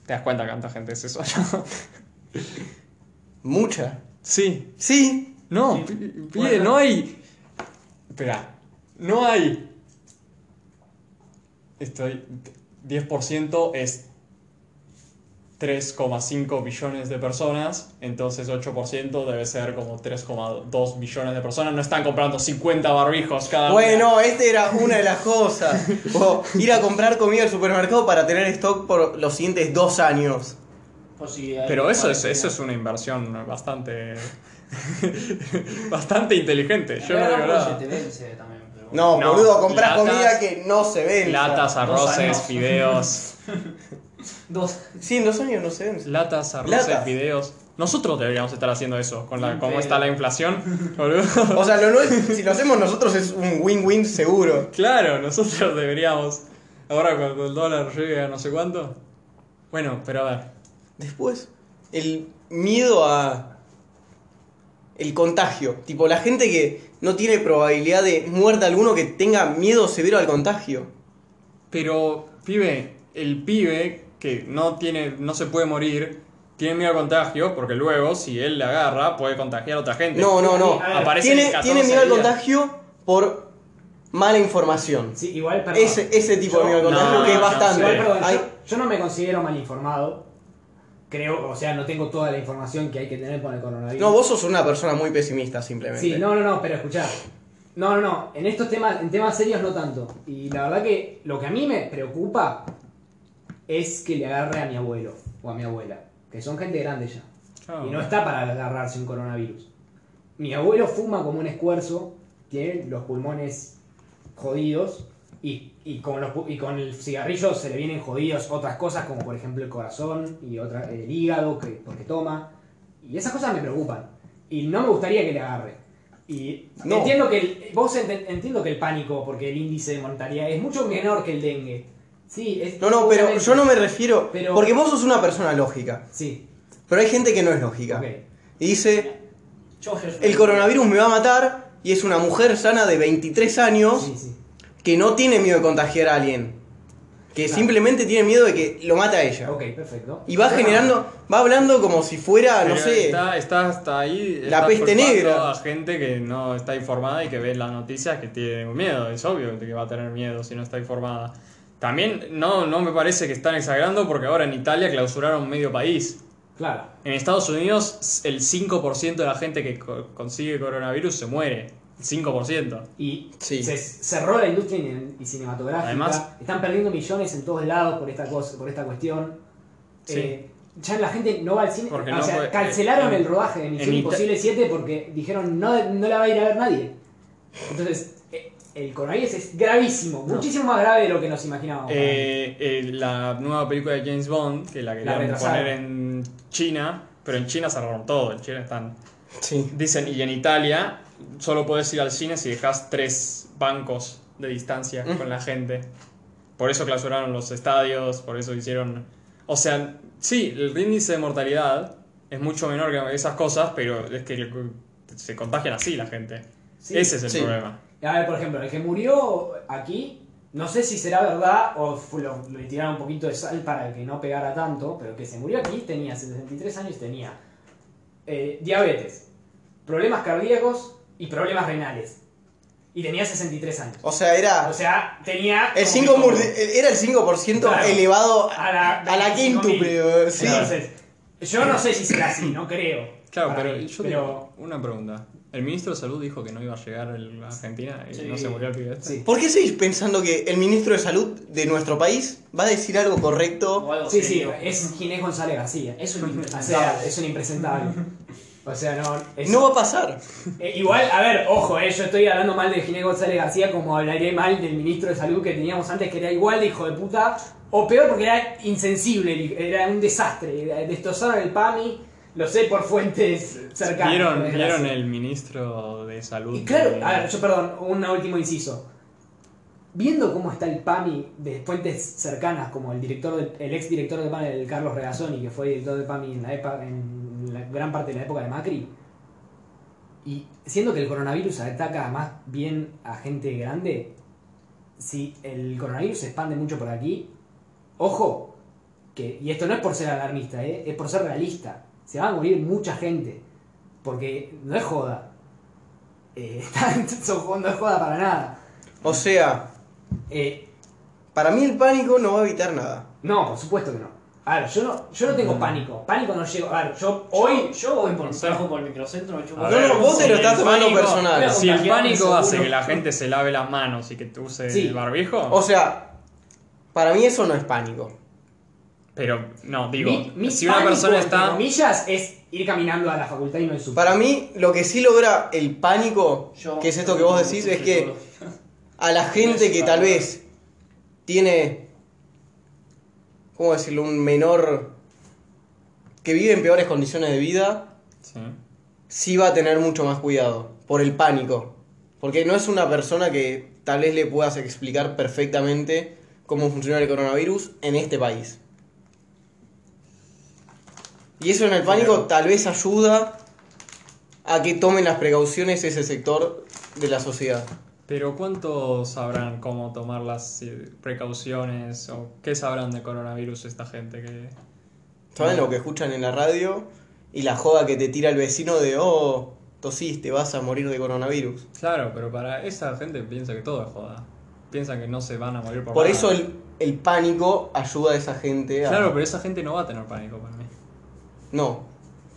S4: ¿Te das cuenta cuánta gente es eso? *laughs*
S2: Mucha.
S4: sí,
S2: Sí.
S4: no,
S3: Sí.
S4: pi- pide,
S3: Bueno.
S4: no hay. Espera, no hay. Estoy. 10% es 3,5 billones de personas, entonces 8% debe ser como 3,2 billones de personas. No están comprando 50 barbijos cada uno.
S2: Bueno, esta era una
S4: *laughs*
S2: de las cosas. O ir a comprar comida al supermercado para tener stock por los siguientes dos años.
S3: O si hay-
S4: Pero eso es,
S3: cuarentena.
S4: eso es una inversión bastante. *laughs* bastante inteligente. Yo
S3: Pero
S4: no digo
S3: no,
S4: nada.
S3: porque te vence también, pero bueno.
S2: No,
S4: No,
S2: boludo, compras
S4: latas,
S2: comida que no se vende.
S4: Latas, arroces,
S3: años. *laughs*
S4: fideos.
S3: Dos.
S2: Sí, en dos años no se vende.
S4: Latas, arroces,
S2: Latas.
S4: fideos. Nosotros deberíamos estar haciendo eso, con la,
S3: Ni
S4: cómo
S3: pedo.
S4: está la inflación, boludo. *laughs*
S2: O sea, lo nuestro- si lo hacemos nosotros es un win-win seguro.
S4: Claro, nosotros deberíamos. Ahora cuando el dólar llegue a no sé cuánto. Bueno, pero a ver.
S2: Después, el miedo a. el contagio. Tipo, la gente que no tiene probabilidad de muerte alguno que tenga miedo severo al contagio.
S4: Pero, pibe, el pibe que no tiene, no se puede morir, tiene miedo a contagio, porque luego, si él la agarra, puede contagiar a otra gente.
S2: No, no, no.
S1: A ver,
S4: Aparecen
S2: Tiene,
S4: 14
S2: tiene miedo al
S4: días.
S2: contagio por mala información.
S1: Sí, igual, perdón.
S2: Ese, ese tipo de miedo al
S4: Ah. no,
S2: contagio que es
S4: no,
S2: bastante.
S4: sí,
S1: Igual, perdón,
S2: Hay-
S1: yo, yo no me considero mal informado. Creo, o sea, no tengo toda la información que hay que tener con el coronavirus.
S2: No, vos sos una persona muy pesimista simplemente.
S1: Sí, no, no, no, pero escuchá. No, no, no, en estos temas, en temas serios no tanto. Y la verdad que lo que a mí me preocupa es que le agarre a mi abuelo o a mi abuela, que son gente grande ya.
S4: Claro.
S1: Y no está para agarrarse un coronavirus. Mi abuelo fuma como un esfuerzo, tiene los pulmones jodidos y, y con los, pu- y con el cigarrillo se le vienen jodidos otras cosas como por ejemplo el corazón y otra, el hígado que, porque toma. Y esas cosas me preocupan. Y no me gustaría que le agarre. Y
S2: No.
S1: entiendo que el, vos enten- entiendo que el pánico, porque el índice de mortalidad es mucho menor que el dengue. Sí, es-
S2: No, no, pero yo no me refiero.
S1: Pero-
S2: Porque vos sos una persona lógica.
S1: Sí,
S2: Pero hay gente que no es lógica.
S1: ok.
S2: Y dice,
S3: Yo, Jesús.
S2: el coronavirus me va a matar y es una mujer sana de 23 años
S1: Sí, sí.
S2: que no tiene miedo de contagiar a alguien. que simplemente tiene miedo de que lo mate a ella.
S1: Ok, perfecto.
S2: Y va generando, va hablando como si fuera, Ah, no
S4: Pero
S2: sé.
S4: Está, está hasta ahí.
S2: La
S4: está
S2: peste
S4: culpando
S2: negra.
S4: A gente que no está informada y que ve las noticias que tiene miedo. Es obvio que va a tener miedo si no está informada. También no, no me parece que están exagerando porque ahora en Italia clausuraron medio país.
S1: Claro.
S4: En Estados Unidos el 5% de la gente que co- consigue coronavirus se muere. El 5%.
S1: Y
S2: Sí.
S1: se cerró la industria y- y cinematográfica.
S4: Además-
S1: Están perdiendo millones en todos lados por esta cosa, por esta cuestión.
S4: Sí.
S1: Eh, ya la gente no va al cine.
S4: Porque
S1: Ah,
S4: no
S1: o sea,
S4: puede-
S1: cancelaron
S4: en-
S1: el rodaje de Misión
S4: en Ita-
S1: Imposible 7 porque dijeron no, no la va a ir a ver nadie. Entonces, eh, el coronavirus es gravísimo, muchísimo más grave de lo que nos imaginábamos.
S4: Eh, eh, la nueva película de James Bond, que la querían
S1: retrasaron.
S4: poner en China, pero en China cerraron todo. En China están
S2: Sí.
S4: Dicen, y en Italia solo puedes ir al cine si dejas tres bancos de distancia con la gente. Por eso clausuraron los estadios, por eso hicieron... O sea, sí, el índice de mortalidad es mucho menor que esas cosas, pero es que se contagian así la gente.
S1: Sí.
S4: Ese es el
S2: sí.
S4: problema.
S1: A ver, por ejemplo, el que murió aquí, no sé si será verdad o fu- lo, le tiraron un poquito de sal para que no pegara tanto, pero que se murió aquí tenía 63 años y tenía eh, diabetes, problemas cardíacos y problemas renales. Y tenía 63 años.
S2: O sea, era.
S1: O sea, tenía...
S2: el
S1: como
S2: 5
S1: que todo.
S2: mur- era el 5%
S1: Claro.
S2: elevado
S1: A la,
S2: a la
S1: 25.000.
S2: quíntuple. Sí.
S1: Entonces, yo no sé si será así, no creo.
S4: Claro,
S1: Para
S4: pero
S1: mí,
S4: yo
S1: pero-
S4: tengo una pregunta. El ministro de Salud dijo que no iba a llegar el- a Argentina y no se murió el pibe este.
S1: Sí.
S2: ¿Por qué seguís pensando que el ministro de salud de nuestro país va a decir algo correcto?
S3: O algo
S1: Sí, sí,
S3: serio.
S1: es Ginés González García. *laughs*
S3: Es un
S1: O
S3: impresentable.
S1: sea, es un impresentable. O sea, no. es- *laughs*
S2: No va a pasar.
S1: Eh, igual, a ver, ojo, eh, yo estoy hablando mal de Ginés González García como hablaré mal del ministro de salud que teníamos antes, que era igual de hijo de puta, o peor porque era insensible, era un desastre. era- Destrozaron el PAMI, lo sé por fuentes cercanas.
S4: ¿Vieron,
S1: por desgracia.
S4: ¿Vieron el ministro de Salud?
S1: Y claro,
S4: de-
S1: a ver, yo perdón, un último inciso. Viendo cómo está el PAMI de fuentes cercanas, como el director del- el ex director del PAMI, el Carlos Regazzoni, que fue director del PAMI en la, epa- en la gran parte de la época de Macri, y siendo que el coronavirus ataca más bien a gente grande, si el coronavirus se expande mucho por aquí, ojo, que, y esto no es por ser alarmista, ¿eh? es por ser realista, se va a morir mucha gente, porque no es joda. Eh, *laughs* tanto, no es joda para nada.
S2: O sea,
S1: Eh,
S2: para mí el pánico no va a evitar nada.
S1: no, por supuesto que no. A ver, yo no, yo no tengo pánico. Pánico no llego. A ver, yo hoy.
S3: Yo voy por
S4: No sé.
S3: trabajo por el microcentro, me chupo.
S4: A
S2: No,
S4: ver,
S2: no, vos te
S4: si
S2: lo
S4: el
S2: estás tomando
S4: pánico-
S2: personal.
S4: Si el pánico
S3: Seguro.
S4: hace que la gente se lave las manos y que use
S1: Sí.
S4: el barbijo,
S2: O sea, para mí eso no es pánico.
S4: pero no, digo,
S1: mi, mi
S4: si una
S1: pánico,
S4: persona
S1: entre
S4: está
S1: comillas, es ir caminando a la facultad y no en su.
S2: Para mí, lo que sí logra el pánico,
S3: Yo-
S2: que es esto que vos decís, es que a la gente que tal vez tiene, ¿cómo decirlo?, un menor que vive en peores condiciones de vida,
S4: Sí.
S2: sí va a tener mucho más cuidado por el pánico. Porque no es una persona que tal vez le puedas explicar perfectamente cómo funciona el coronavirus en este país. Y eso en el pánico tal vez ayuda a que tomen las precauciones ese sector de la sociedad.
S4: Pero ¿cuántos sabrán cómo tomar las eh, precauciones o qué sabrán de coronavirus esta gente que
S2: ¿Saben lo que escuchan en la radio? Y la joda que te tira el vecino de, oh, tosiste, vas a morir de coronavirus.
S4: Claro, pero para esa gente piensa que todo es joda. Piensa que no se van a morir por
S2: Por
S4: nada.
S2: eso el, el pánico ayuda a esa gente a...
S4: Claro, pero esa gente no va a tener pánico para mí.
S2: No,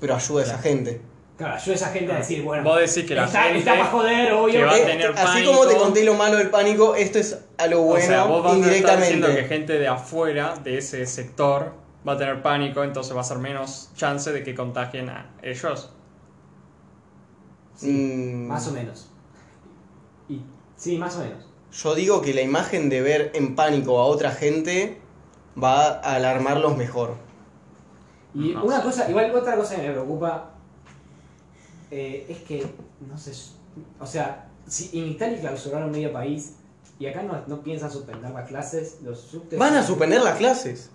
S2: pero ayuda a esa gente.
S1: Claro, yo a esa gente a decir, bueno.
S4: Ah, Vos decís que la
S1: está,
S4: gente
S1: Está para joder,
S4: que
S1: obvio.
S4: va a
S2: Eh,
S4: tener
S2: así
S4: pánico.
S2: como te conté lo malo del pánico, esto es a lo bueno
S4: o sea, vos vas a estar diciendo que
S2: indirectamente.
S4: gente de afuera, de ese sector, va a tener pánico, entonces va a ser menos chance de que contagien a ellos.
S2: Mm,
S1: Más o menos. Y, sí, más o menos.
S2: yo digo que la imagen de ver en pánico a otra gente va a alarmarlos mejor.
S1: Y
S4: Ajá.
S1: una cosa, igual otra cosa que me preocupa eh, es que, no sé, o sea, si en Italia clausuraron medio país y acá no, no piensan suspender las clases, los subtes...
S2: Van a suspender las clases.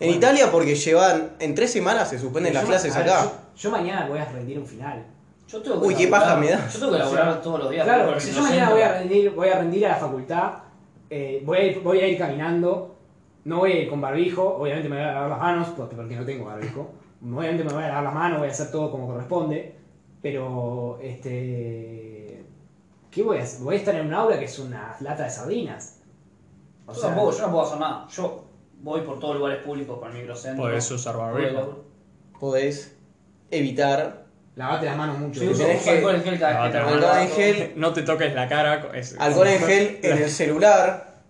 S2: En
S1: Bueno.
S2: Italia porque llevan... En tres semanas se suspenden las
S1: Yo-
S2: clases
S1: a ver,
S2: acá.
S1: Yo, yo mañana voy a rendir un final.
S3: Yo tengo que
S2: Uy, qué
S3: laburar-
S2: paja me da.
S3: Yo tengo que
S1: O
S3: laburar
S1: sea,
S3: todos los días. voy por
S1: Claro,
S3: el
S1: si yo mañana voy a
S3: microcentro.
S1: rendir, voy a rendir a la facultad, eh, voy, a ir, voy a ir caminando, No voy a ir con barbijo, obviamente me voy a lavar las manos, porque, porque no tengo barbijo. Obviamente me voy a lavar las manos, voy a hacer todo como corresponde. Pero, este. ¿Qué voy a hacer? Voy a estar en un aula que es una lata de sardinas. O
S3: yo tampoco, yo no puedo hacer nada. Yo voy por todos lugares públicos, por el microcentro.
S4: Podés usar barbijo.
S2: Podés evitar.
S1: lavate las manos mucho.
S3: Yo
S2: Sí,
S3: uso
S2: tenés que- Ah,
S3: alcohol en gel cada vez que
S4: Lavate las
S3: me
S2: manos.
S3: levanto.
S2: Ángel.
S4: No te toques la cara. es-
S2: Alcohol en
S4: *laughs*
S2: gel en el celular.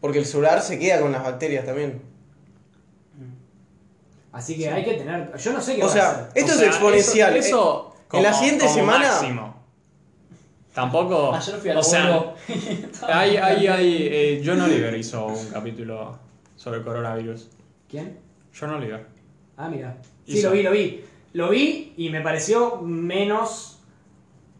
S2: Porque el celular se queda con las bacterias también.
S1: Así que hay que tener. Yo no sé qué
S2: O
S1: voy a
S2: sea,
S1: hacer.
S2: esto
S4: O
S2: es
S4: sea,
S2: exponencial. eh.
S4: Eso, eso
S2: En la
S4: como-
S2: siguiente
S4: como
S2: semana-
S4: máximo. Tampoco.
S1: Ah,
S3: Ayer fui al
S4: o sea,
S3: bolo.
S4: hay, hay, hay, eh, John Oliver hizo un capítulo sobre el coronavirus.
S1: ¿Quién?
S4: John Oliver.
S1: Ah, mira. Sí,
S4: Hizo.
S1: lo vi, lo vi. Lo vi y me pareció menos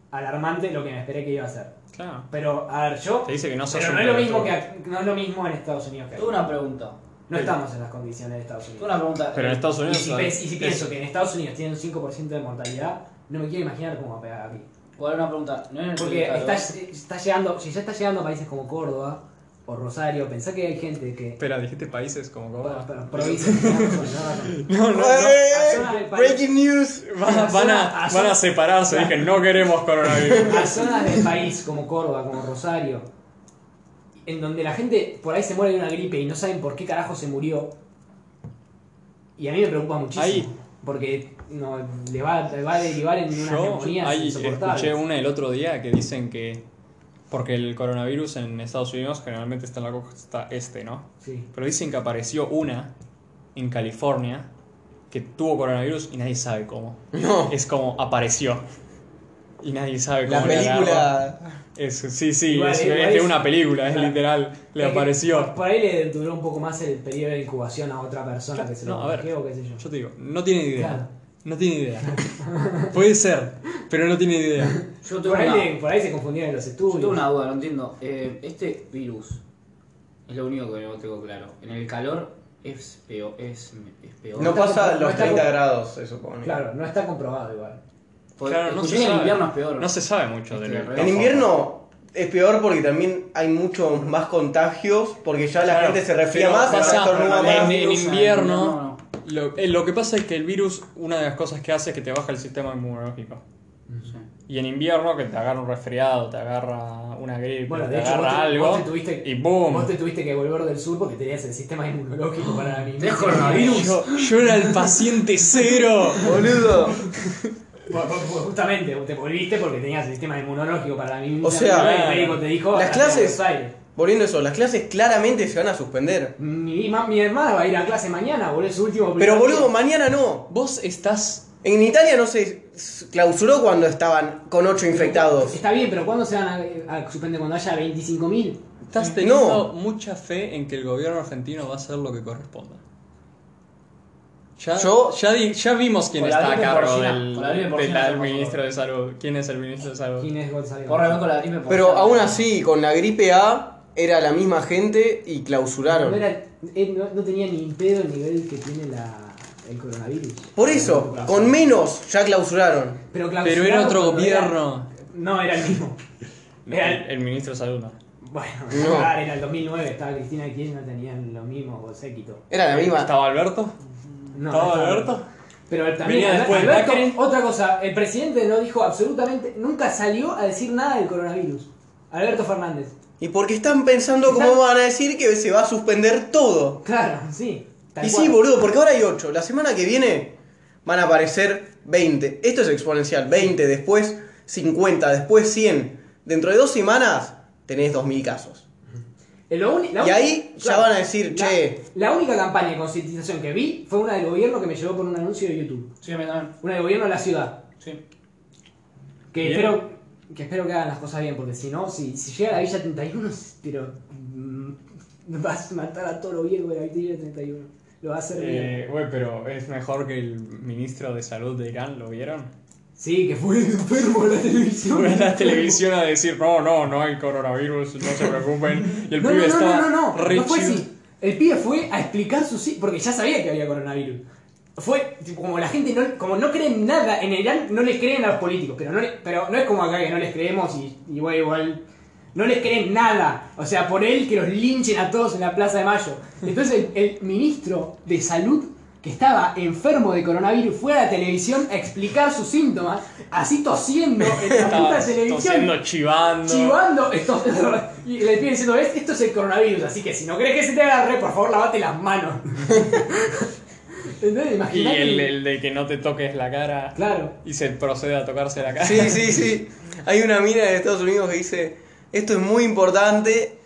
S1: alarmante lo que me esperé que iba a ser.
S4: Claro.
S1: Pero, a ver, yo.
S4: Te dice que no sos
S1: Pero
S4: un
S1: no es lo mismo
S4: pelotudo.
S1: que ac- no es lo mismo en Estados Unidos que acá.
S3: Tuve una pregunta.
S1: No estamos en las condiciones de Estados
S3: Tuve
S1: Unidos.
S3: una pregunta.
S4: Pero en Estados
S1: Y
S4: Unidos.
S1: si, pe- y si pienso que en Estados Unidos tienen un 5% de mortalidad, no me quiero imaginar cómo va a pegar aquí.
S3: Voy a dar una pregunta. No en el
S1: Porque
S3: Twitter,
S1: está, está llegando, si ya está llegando a países como Córdoba o Rosario, pensá que hay gente que.
S4: Espera, dijiste países como
S1: pa-
S4: Córdoba.
S1: pa- Provincias.
S4: *laughs*
S1: no,
S4: No, no, no.
S1: A
S2: ¡Eh!
S1: zona del país.
S2: Breaking news.
S4: Van, a- van a, van a separarse. Dije, no queremos coronavirus.
S1: a zonas del país como Córdoba, como Rosario, en donde la gente por ahí se muere de una gripe y no saben por qué carajo se murió. Y a mí me preocupa muchísimo.
S4: Ahí.
S1: Porque no, le, va, le va a derivar en unas
S4: Yo
S1: neumonías
S4: ahí
S1: insoportables.
S4: escuché una el otro día que dicen que. Porque el coronavirus en Estados Unidos generalmente está en la costa este, ¿no?
S1: Sí.
S4: Pero dicen que apareció una en California que tuvo coronavirus y nadie sabe cómo.
S2: No.
S4: Es como apareció. Y nadie sabe cómo.
S2: La
S4: le agarró.
S2: película.
S4: Es, sí, sí,
S1: Igual,
S4: es,
S1: igual
S4: es de
S1: es-
S4: una película, es
S1: claro.
S4: literal. Le
S1: Es que
S4: apareció.
S1: Por ahí le duró un poco más el periodo de incubación a otra persona que se lo
S4: No, a ver.
S1: contagió o qué sé yo.
S4: Yo te digo, no tiene idea.
S1: Claro.
S4: No tiene idea. Puede ser, pero no tiene idea.
S3: Yo tuve
S1: Por ahí,
S3: una,
S1: le- por ahí se confundieron los
S3: yo
S1: estudios.
S3: tuve una duda, no entiendo. Eh, este virus es lo único que no tengo claro. En el calor es peor. Es, es peor.
S2: No pasa
S1: No
S2: los
S1: está
S2: 30
S1: como-
S2: grados, se supone.
S1: Claro, no está comprobado igual.
S3: Porque-
S4: Claro, no se
S3: escuché que en
S4: sabe.
S3: invierno es peor.
S4: No se sabe mucho
S3: Este,
S4: del
S3: en
S2: En
S4: del-
S2: invierno es peor porque también hay muchos más contagios porque ya la
S4: Claro,
S2: gente se resfría
S4: pero
S3: Ah,
S2: más,
S4: pasa-
S2: estornuda
S4: en-
S2: más.
S4: en
S3: virus,
S4: invierno-
S3: no, no.
S4: Lo, eh, lo que pasa es que el virus, una de las cosas que hace es que te baja el sistema inmunológico.
S3: Sí.
S4: Y en invierno, que te agarra un resfriado, te agarra una gripe,
S1: Bueno,
S4: te
S1: de hecho, vos
S4: agarra
S1: te,
S4: algo.
S1: vos te tuviste,
S4: y boom.
S1: Vos te tuviste que volver del sur porque tenías el sistema inmunológico
S4: *gasps*
S1: para la misma.
S3: Tenés coronavirus.
S4: Yo, yo era el paciente cero.
S2: Boludo.
S1: Por- por- por- Pues, Justamente, te volviste porque tenías el sistema inmunológico para la misma.
S2: O sea,
S1: el médico te dijo.
S2: las
S1: "Andá a
S2: clases-
S1: Buenos Aires".
S2: Volviendo a eso, las clases claramente se van a suspender.
S1: Mi, ma- mi hermana va a ir a clase mañana, boludo, es su último.
S2: Pero
S1: primer
S2: boludo,
S1: día.
S2: mañana no.
S4: Vos estás.
S2: En Italia no se s- clausuró cuando estaban con 8 infectados.
S1: Está bien, pero ¿cuándo se van a, a suspender cuando haya 25.000?
S4: Estás teniendo
S2: Mm. No.
S4: mucha fe en que el gobierno argentino va a hacer lo que corresponda. Ya,
S2: Yo-
S4: ya, di- ya vimos quién
S3: Con la
S4: está a
S3: gripe
S4: cargo
S3: porcina,
S4: del,
S3: con la gripe
S4: del
S3: porcina hacemos
S4: ministro
S3: todo.
S4: de salud. ¿Quién es el ministro de salud?
S1: ¿Quién es González?
S3: Corre, ve con la gripe. por
S2: Pero
S3: favor.
S2: aún así, con la gripe A era la misma gente y
S1: No,
S2: clausuraron.
S1: era- eh, no- no tenía ni pedo el nivel que tiene la, el coronavirus.
S2: Por eso, con menos ya clausuraron.
S1: Pero,
S4: Pero
S1: clausurado
S4: era otro
S1: cuando era-
S4: gobierno.
S1: No, era el mismo. Era el-
S4: El, el ministro de salud no.
S1: Bueno, *laughs*
S2: No.
S1: claro, era el 2009, estaba Cristina y Kirchner, tenían lo mismo, o séquito.
S2: Era la misma.
S4: ¿Estaba Alberto?
S1: No,
S4: ¿Estaba
S1: no,
S4: Alberto?
S1: Pero también
S4: Venía después de
S1: Alberto,
S4: Macri.
S1: otra cosa, el presidente no dijo absolutamente, nunca salió a decir nada del coronavirus. Alberto Fernández.
S2: Y porque están pensando cómo
S1: Están-
S2: van a decir que se va a suspender todo.
S1: Claro, sí. tal
S2: Y
S1: cual.
S2: sí, boludo, porque ahora hay 8. La semana que viene van a aparecer 20. Esto es exponencial. 20, después 50, después 100. Dentro de dos semanas tenés 2.000 casos.
S1: Eh, Lo uni- la
S2: Y
S1: uni-
S2: ahí ya van a decir,
S1: la-
S2: "Che".
S1: La única campaña de concientización que vi fue una del gobierno que me llegó por un anuncio de YouTube.
S3: Sí, a mí también.
S1: Una del gobierno de la ciudad.
S3: Sí.
S1: Que
S4: Bien.
S1: espero, que espero que hagan las cosas bien, porque si no, si, si llega la Villa 31, *laughs* pero mm, *laughs* vas a matar a todo lo viejo de la Villa 31. Lo va a hacer bien.
S4: Eh, güey, pero es mejor que el ministro de salud de Irán,
S1: *laughs*
S4: ¿lo vieron?
S1: Sí, que fue *laughs* enfermo en la televisión.
S4: Fue a la televisión a decir, no, no, no hay coronavirus, no se preocupen. Y el
S1: no,
S4: pibe
S1: no, no,
S4: estaba
S1: no, no, no,
S4: re
S1: no fue
S4: chill.
S1: así. El pibe fue a explicar su sí, porque ya sabía que había coronavirus. Fue tipo, como la gente no, como no cree en nada, en Irán no les creen a los políticos, pero no, le- pero no es como acá que no les creemos y, y igual igual No les creen nada. O sea, por él que los linchen a todos en la Plaza de Mayo. Entonces el, el ministro de Salud, que estaba enfermo de coronavirus, fue a la televisión a explicar sus síntomas, así tosiendo en la puta televisión.
S4: Tosiendo, chivando.
S1: Chivando, esto, *laughs* y le piden diciendo, "Ves, esto es el coronavirus, así que si no crees que se te agarre, por favor lavate las manos. *laughs* Entonces,
S4: Y
S1: imagínate.
S4: el, el de que no te toques la cara.
S1: Claro.
S4: Y se procede a tocarse la cara.
S2: *laughs* Sí, sí, sí. Hay una mina de Estados Unidos que dice, esto es muy importante,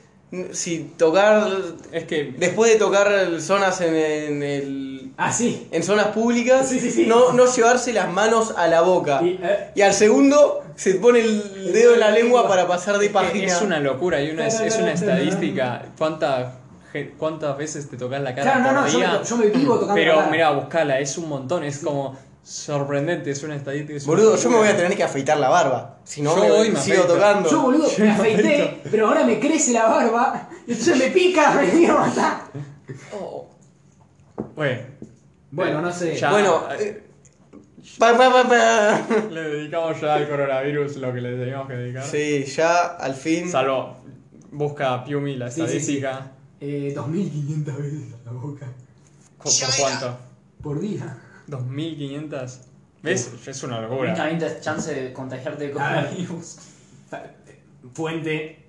S2: si tocar,
S4: Es que
S2: después de tocar zonas en, en el-
S1: Así.
S2: en zonas públicas,
S1: Sí, sí, sí.
S2: No, no llevarse las manos a la boca.
S1: Y, eh,
S2: Y al segundo se pone el dedo en la lengua para pasar de página.
S4: es una locura y una, es, es una estadística. ¿Cuánta ge- ¿Cuántas veces te tocas la cara
S1: Claro, no, no,
S4: por
S1: yo
S4: día?
S1: me, yo me vivo tocando la
S4: Pero
S1: cara.
S4: mira, buscala, es un montón, es como sorprendente, es una estadística. es una
S2: Boludo, yo me
S4: locura.
S2: voy a tener que afeitar la barba. Si no,
S4: Yo
S2: me
S4: hoy me
S2: sigo
S4: afeito.
S2: tocando.
S1: Yo, boludo, me afeité, pero ahora me crece la barba y entonces me pica, *laughs* me quiero matar.
S2: Oh.
S4: Bueno,
S1: Bueno, no sé.
S4: Ya.
S2: Bueno, eh, pa, pa, pa, pa.
S4: le dedicamos ya al coronavirus lo que le teníamos que dedicar.
S2: Sí, ya al fin.
S4: Salvo, busca a Piumi la
S1: Sí, sí, sí.
S4: estadística.
S1: Eh, 2500 veces a la boca
S4: Co- ¿Por cuánto?
S1: por día.
S4: 2500. ¿Ves? Es una locura.
S3: Únicamente chance de contagiarte de coronavirus.
S1: Fuente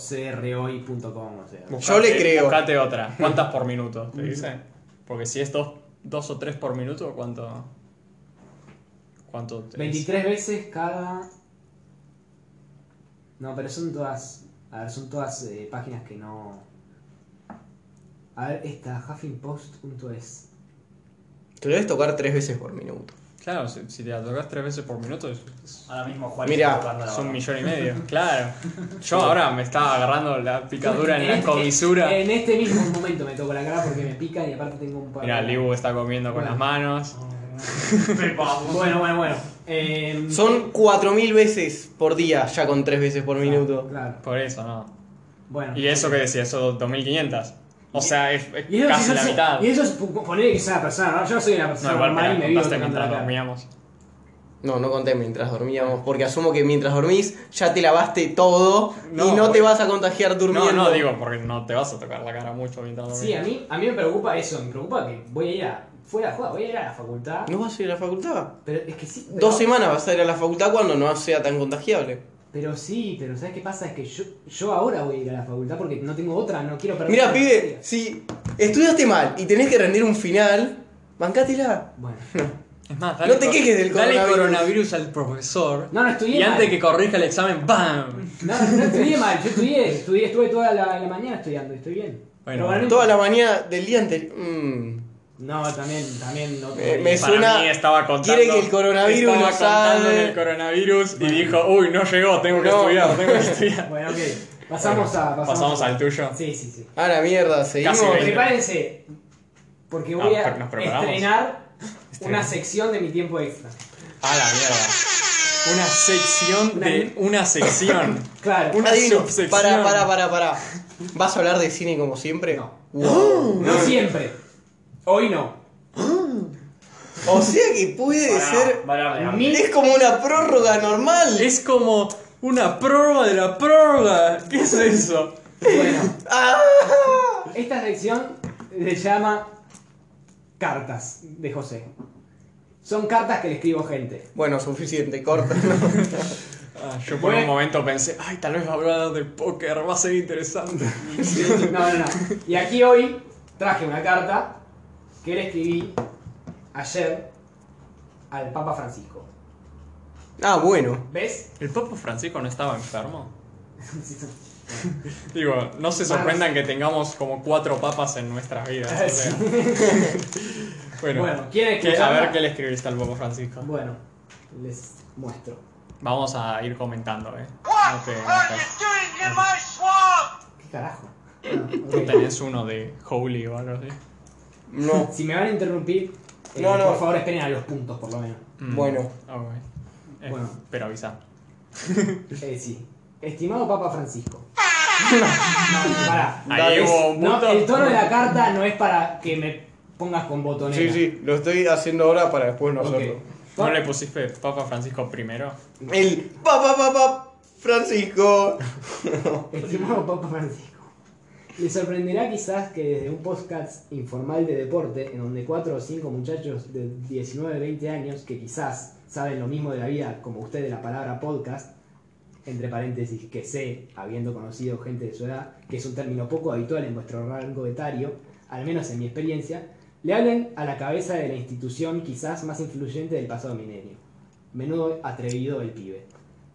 S1: archivo.croy.com. O sea,
S4: Buscate-
S2: Yo le creo.
S4: Buscate otra. ¿Cuántas por minuto? ¿Te dicen? Porque si es dos, dos o tres por minuto, ¿cuánto? ¿Cuánto? es?
S1: 23 veces cada. No, pero son todas. A ver, son todas eh, páginas que no. A ver, esta, huffingpost.es.
S2: Te lo debes tocar tres veces por minuto.
S4: Claro, si, si te la tocas tres veces por minuto es, es
S3: Ahora mismo Juan
S2: Mirá,
S3: está tocando la
S4: un
S3: barba.
S4: millón y medio.
S1: *laughs*
S4: Claro. Yo ahora me estaba agarrando la picadura en la
S1: este-
S4: comisura.
S1: En este mismo momento me toco la cara porque me pica y aparte tengo un par.
S4: Mira, Libu está comiendo con las manos.
S1: *laughs* Bueno, bueno, bueno. Eh,
S2: Son 4000 veces por día, ya con tres veces
S4: Ah.
S2: por minuto.
S1: Claro.
S4: Por eso, ¿no?
S1: Bueno.
S4: Y eso que decía, eso 2500. O sea, es, es
S1: Y eso,
S4: casi
S1: si
S4: la
S1: sos-
S4: mitad.
S1: Y eso es pu- poner que sea una persona, ¿no? Yo soy una
S4: No,
S1: persona
S4: igual me
S1: normal
S4: la
S1: y me vivo
S4: contaste
S1: tocando la
S4: mientras
S1: cara.
S4: dormíamos.
S2: No, no conté mientras dormíamos, porque asumo que mientras dormís ya te lavaste todo y
S4: No,
S2: no te
S4: bueno.
S2: vas a contagiar durmiendo.
S4: No, no, digo, porque no te vas a tocar la cara mucho mientras dormís.
S1: Sí, a mí, a mí me preocupa eso. Me preocupa que voy a ir a. Fuera de joda, voy a ir a la facultad.
S2: ¿No vas a ir a la facultad?
S1: Pero es que sí. pero-
S2: Dos semanas vas a ir a la facultad cuando no sea tan contagiable.
S1: Pero sí, pero ¿sabes qué pasa? Es que yo, yo ahora voy a ir a la facultad porque no tengo otra, no quiero perder.
S2: Mira,
S1: la
S2: pibe,
S1: materia.
S2: si estudiaste mal y tenés que rendir un final, bancátela.
S1: Bueno.
S4: Es más,
S2: No te
S4: cor-
S2: quejes del
S4: Dale
S2: coronavirus.
S4: coronavirus al profesor.
S1: No, no estudié
S4: Y antes
S1: mal.
S4: que corrija el examen, ¡bam!
S1: No, no estudié mal, yo estudié, estudié, estuve toda la, la mañana estudiando, y estoy bien. Pero no
S2: Toda la mañana del día anterior. mm.
S1: No, también, también no.
S2: Eh, me-
S4: Para
S2: suena-
S4: mí estaba contando.
S2: quiere que el coronavirus
S4: estaba
S2: lo
S4: contando
S2: sabe.
S4: del coronavirus y dijo, uy, no llegó, tengo que
S2: No.
S4: estudiar, tengo
S2: *laughs*
S4: que estudiar.
S1: Bueno, ok. Pasamos a. Pasamos,
S4: Pasamos
S1: a-
S4: al tuyo.
S1: Sí, sí, sí.
S2: A la mierda, seguimos.
S4: Casi veinte.
S1: Prepárense, porque voy
S4: Ah,
S1: a
S4: pero nos preparamos.
S1: estrenar una sección de mi tiempo extra.
S4: A la mierda. Una sección
S1: Una-
S4: de.
S2: *laughs*
S4: Una sección.
S1: Claro.
S4: Una
S2: Adivino,
S4: subsección.
S2: para, para, para, para. ¿Vas a hablar de cine como siempre?
S1: No.
S2: Wow.
S1: No siempre. Hoy no.
S2: O sea que puede ser.
S3: Pará,
S1: Mi-
S2: Es como una prórroga normal.
S4: Es como una prórroga de la prórroga. ¿Qué es eso?
S2: *laughs*
S1: Bueno,
S2: Ah.
S1: esta sección se llama Cartas de José. Son cartas que le escribo gente.
S2: *laughs* Bueno, suficiente, corta. *laughs*
S4: Ah, yo por un momento pensé, ay, tal vez hablar de póker, va a ser interesante.
S1: No, no, no. Y aquí hoy traje una carta que le escribí ayer al Papa Francisco.
S2: Ah, bueno.
S1: ¿Ves? *laughs*
S4: ¿El Papa Francisco no estaba enfermo? Digo, no se sorprendan que tengamos como cuatro papas en nuestras vidas. o sea. bueno,
S1: Bueno, ¿quieren
S4: ¿qué- a
S1: escucharla?
S4: ver qué le escribiste al Papa Francisco.
S1: Bueno, les muestro.
S4: Vamos a ir comentando, ¿eh? No te- no
S1: ¿Qué carajo?
S4: te- ¿Tú tenés uno de Holy o algo así?
S2: No.
S1: Si me van a interrumpir, eh,
S2: No, no.
S1: por favor esperen a los puntos por lo menos.
S4: Mm,
S2: Bueno.
S4: ok. Eh,
S1: Bueno.
S4: Pero avisa.
S1: Eh, sí. Estimado Papa Francisco. No, no, pará.
S4: Ahí
S2: Dale.
S4: hubo un
S1: No,
S4: punto.
S1: el tono de la carta no es para que me pongas con botonera.
S2: Sí, sí, lo estoy haciendo ahora para después no
S1: Ok.
S2: hacerlo.
S4: ¿No le pusiste Papa Francisco primero?
S2: El pa pa pa pa Francisco.
S1: *laughs* Estimado Papa Francisco, le sorprenderá quizás que desde un podcast informal de deporte, en donde cuatro o cinco muchachos de 19, 20 años, que quizás saben lo mismo de la vida como usted de la palabra podcast, entre paréntesis, que sé, habiendo conocido gente de su edad, que es un término poco habitual en vuestro rango etario, al menos en mi experiencia, le hablen a la cabeza de la institución quizás más influyente del pasado milenio. Menudo atrevido el pibe.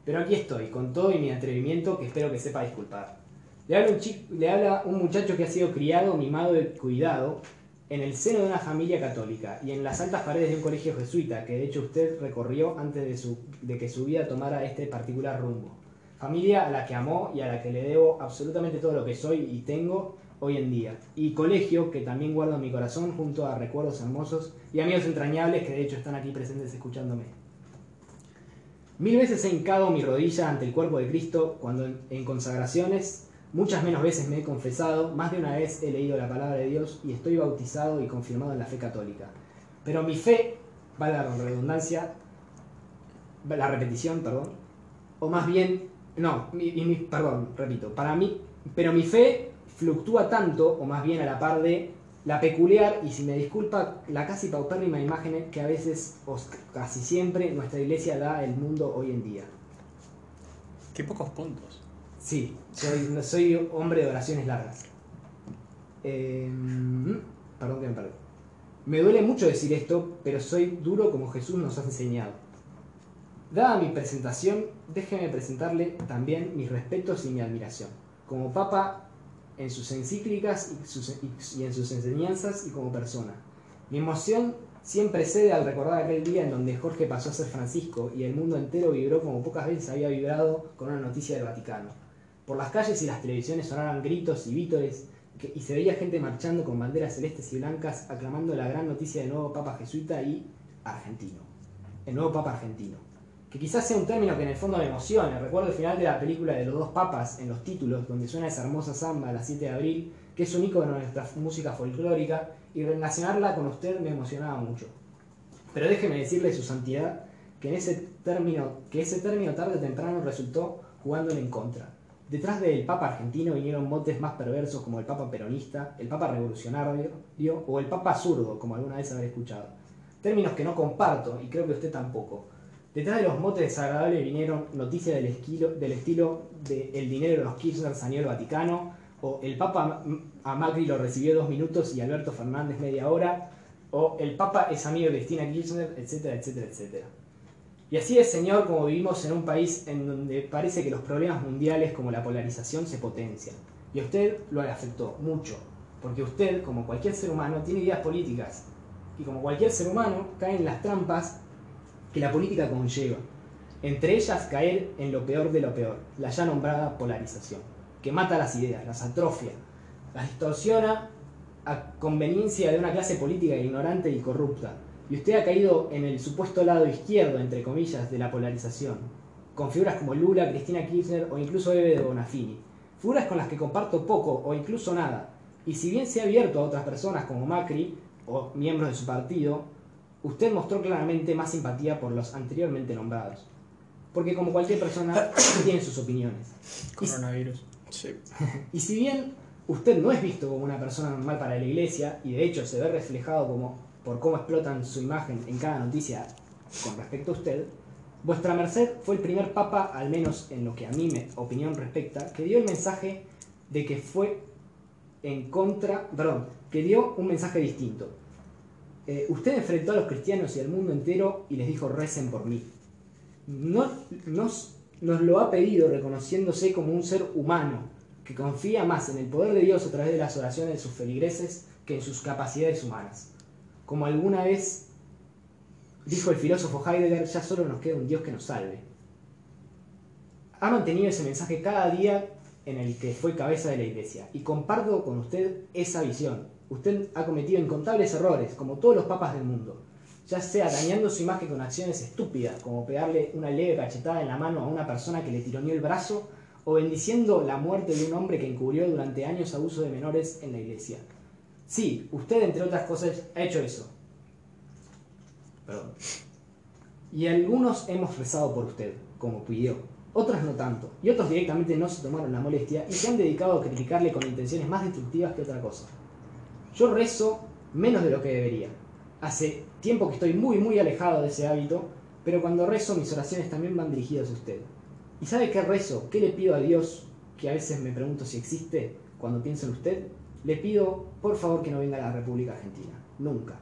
S1: Pero aquí estoy, con todo y mi atrevimiento que espero que sepa disculpar. Le habla un, chi- le habla un muchacho que ha sido criado, mimado y cuidado en el seno de una familia católica y en las altas paredes de un colegio jesuita que de hecho usted recorrió antes de, su- de que su vida tomara este particular rumbo. Familia a la que amó y a la que le debo absolutamente todo lo que soy y tengo hoy en día. Y colegio que también guardo en mi corazón junto a recuerdos hermosos y amigos entrañables que de hecho están aquí presentes escuchándome. Mil veces he hincado mi rodilla ante el cuerpo de Cristo cuando en, en consagraciones, muchas menos veces me he confesado, más de una vez he leído la palabra de Dios y estoy bautizado y confirmado en la fe católica. Pero mi fe, valga la redundancia, la repetición, perdón, o más bien, no, mi- y mi- perdón, repito, para mí, pero mi fe fluctúa tanto, o más bien a la par de la peculiar y si me disculpa la casi paupérrima imagen que a veces, o casi siempre, nuestra iglesia da al mundo hoy en día.
S4: Qué pocos puntos.
S1: Sí, soy, no- soy hombre de oraciones largas. Eh, perdón que me perdí. Me duele mucho decir esto, pero soy duro como Jesús nos ha enseñado. Dada mi presentación, déjeme presentarle también mis respetos y mi admiración. Como Papa, en sus encíclicas y, sus- y- y en sus enseñanzas y como persona. Mi emoción siempre cede al recordar aquel día en donde Jorge pasó a ser Francisco y el mundo entero vibró como pocas veces había vibrado con una noticia del Vaticano. Por las calles y las televisiones sonaban gritos y vítores que- y se veía gente marchando con banderas celestes y blancas aclamando la gran noticia del nuevo Papa jesuita y argentino. El nuevo Papa argentino. Que quizás sea un término que en el fondo me emociona. Recuerdo el final de la película de los dos papas en los títulos, donde suena esa hermosa samba a las 7 de abril, que es un icono de nuestra música folclórica, y relacionarla con usted me emocionaba mucho. Pero déjeme decirle su santidad que, en ese término, que ese término tarde o temprano resultó jugándole en contra. Detrás del Papa argentino vinieron motes más perversos como el Papa peronista, el Papa revolucionario o el Papa zurdo, como alguna vez habré escuchado. Términos que no comparto y creo que usted tampoco. Detrás de los motes desagradables vinieron noticias del estilo, del estilo de el dinero de los Kirchner salió del Vaticano, o el Papa a Macri lo recibió dos minutos y Alberto Fernández media hora, o el Papa es amigo de Cristina Kirchner, etcétera, etcétera, etcétera. Y así es, señor, como vivimos en un país en donde parece que los problemas mundiales como la polarización se potencian. Y a usted lo afectó mucho, porque usted, como cualquier ser humano, tiene ideas políticas. Y como cualquier ser humano, cae en las trampas que la política conlleva. Entre ellas caer en lo peor de lo peor, la ya nombrada polarización, que mata las ideas, las atrofia, las distorsiona a conveniencia de una clase política ignorante y corrupta. Y usted ha caído en el supuesto lado izquierdo, entre comillas, de la polarización, con figuras como Lula, Cristina Kirchner o incluso Eve de Bonafini. Figuras con las que comparto poco o incluso nada. Y si bien se ha abierto a otras personas como Macri o miembros de su partido, usted mostró claramente más simpatía por los anteriormente nombrados. Porque como cualquier persona, *coughs* tiene sus opiniones. Y-
S4: Coronavirus.
S2: Sí.
S1: y si bien usted no es visto como una persona normal para la iglesia, y de hecho se ve reflejado como, por cómo explotan su imagen en cada noticia con respecto a usted, vuestra merced fue el primer papa, al menos en lo que a mi me- opinión respecta, que dio el mensaje de que fue en contra, perdón, que dio un mensaje distinto. Eh, usted enfrentó a los cristianos y al mundo entero y les dijo recen por mí. No, nos, nos lo ha pedido reconociéndose como un ser humano que confía más en el poder de Dios a través de las oraciones de sus feligreses que en sus capacidades humanas. Como alguna vez dijo el filósofo Heidegger, ya solo nos queda un Dios que nos salve. Ha mantenido ese mensaje cada día en el que fue cabeza de la iglesia y comparto con usted esa visión. Usted ha cometido incontables errores, como todos los papas del mundo, ya sea dañando su imagen con acciones estúpidas, como pegarle una leve cachetada en la mano a una persona que le tironeó el brazo, o bendiciendo la muerte de un hombre que encubrió durante años abuso de menores en la iglesia. Sí, usted, entre otras cosas, ha hecho eso. Perdón. Y algunos hemos rezado por usted, como pidió. otras no tanto, y otros directamente no se tomaron la molestia y se han dedicado a criticarle con intenciones más destructivas que otra cosa. Yo rezo menos de lo que debería. Hace tiempo que estoy muy muy alejado de ese hábito, pero cuando rezo mis oraciones también van dirigidas a usted. ¿Y sabe qué rezo? ¿Qué le pido a Dios? Que a veces me pregunto si existe cuando pienso en usted. Le pido, por favor, que no venga a la República Argentina. Nunca.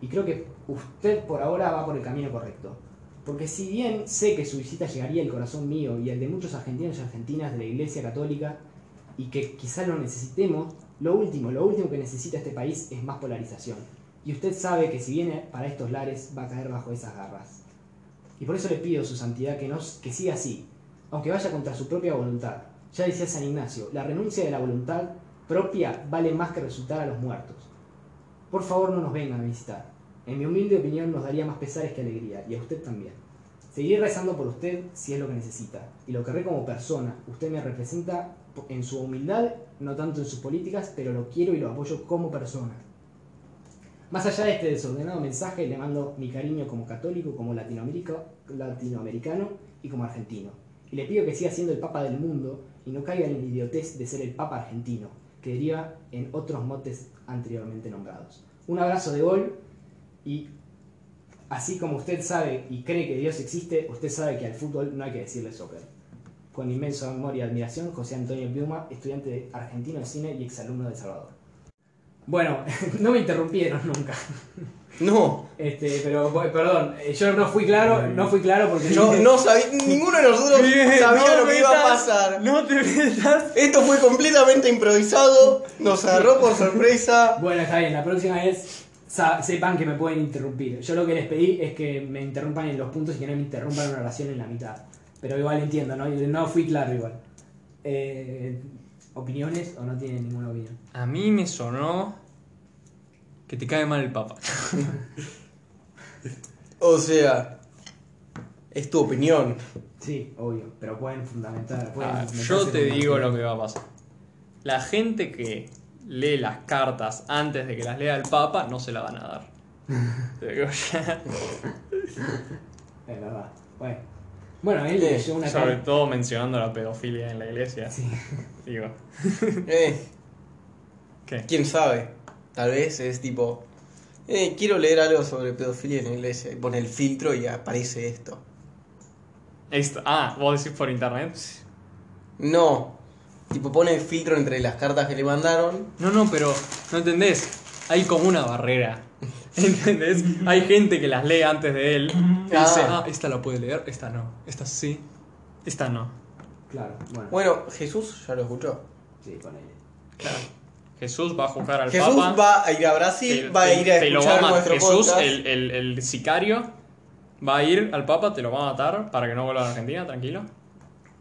S1: Y creo que usted por ahora va por el camino correcto. Porque si bien sé que su visita llegaría al corazón mío y al de muchos argentinos y argentinas de la Iglesia Católica, y que quizá lo necesitemos, lo último, lo último que necesita este país es más polarización. Y usted sabe que si viene para estos lares va a caer bajo esas garras. Y por eso le pido, su santidad, que, nos, que siga así, aunque vaya contra su propia voluntad. Ya decía San Ignacio, la renuncia de la voluntad propia vale más que resultar a los muertos. Por favor no nos vengan a visitar. En mi humilde opinión nos daría más pesares que alegría, y a usted también. Seguiré rezando por usted si es lo que necesita, y lo querré como persona. Usted me representa en su humildad, no tanto en sus políticas, pero lo quiero y lo apoyo como persona. Más allá de este desordenado mensaje, le mando mi cariño como católico, como latinoamerica- latinoamericano y como argentino. Y le pido que siga siendo el Papa del mundo y no caiga en la idiotez de ser el Papa argentino, que deriva en otros motes anteriormente nombrados. Un abrazo de gol y así como usted sabe y cree que Dios existe, usted sabe que al fútbol no hay que decirle soccer. Con inmenso amor y admiración, José Antonio Piuma, estudiante argentino de cine y exalumno de El Salvador. Bueno, *laughs* no me interrumpieron nunca.
S2: No,
S1: Este, pero bo- perdón, eh, yo no fui claro, no fui claro porque
S2: *laughs* yo no sabía, ninguno de nosotros
S4: Bien,
S2: sabía
S4: no
S2: lo que iba a
S4: metas,
S2: pasar.
S4: No te metas.
S2: Esto fue completamente improvisado, nos agarró por sorpresa.
S1: Bueno, está bien, la próxima vez sa- sepan que me pueden interrumpir. Yo lo que les pedí es que me interrumpan en los puntos y que no me interrumpan una oración en la mitad. Pero igual entiendo, ¿no? No fui claro igual. Eh, ¿Opiniones o no tienen ninguna opinión?
S4: A mí me sonó
S6: Que te cae mal el papa.
S2: O sea, es tu opinión.
S1: Sí, obvio, pero pueden fundamentar. Pueden
S4: Ah,
S1: fundamentarse
S4: yo te
S1: con
S4: digo
S1: más-
S4: lo que va a pasar. La gente que lee las cartas antes de que las lea el Papa no se la van a dar. *laughs* Te digo, ya.
S1: Es verdad. Bueno, bueno él leyó una
S4: Sobre
S1: carta.
S4: todo mencionando la pedofilia en la iglesia.
S1: Sí.
S4: Digo,
S2: Eh,
S4: ¿qué?
S2: quién sabe, tal vez es tipo, eh, quiero leer algo sobre pedofilia en la iglesia. Y pone el filtro y aparece esto.
S4: Esto- ah, vos decís por internet.
S2: No, tipo pone el filtro entre las cartas que le mandaron
S4: No, no, pero no entendés. Hay como una *laughs* barrera. ¿Entendés? Hay gente que las lee antes de él. Y
S2: Ah.
S4: dice, ah, esta la puede leer, esta no. Esta sí, esta no.
S1: Claro, bueno.
S2: Bueno, Jesús ya lo escuchó.
S1: Sí, ponele.
S4: Jesús va a juzgar al
S2: Jesús
S4: Papa.
S2: va a ir a Brasil,
S4: te-
S2: va a
S4: te-
S2: ir a
S4: te lo
S2: escuchar
S4: va a ma-
S2: nuestro
S4: Jesús,
S2: podcast.
S4: el, el- el sicario, va a ir al Papa, te lo va a matar para que no vuelva a la Argentina, tranquilo.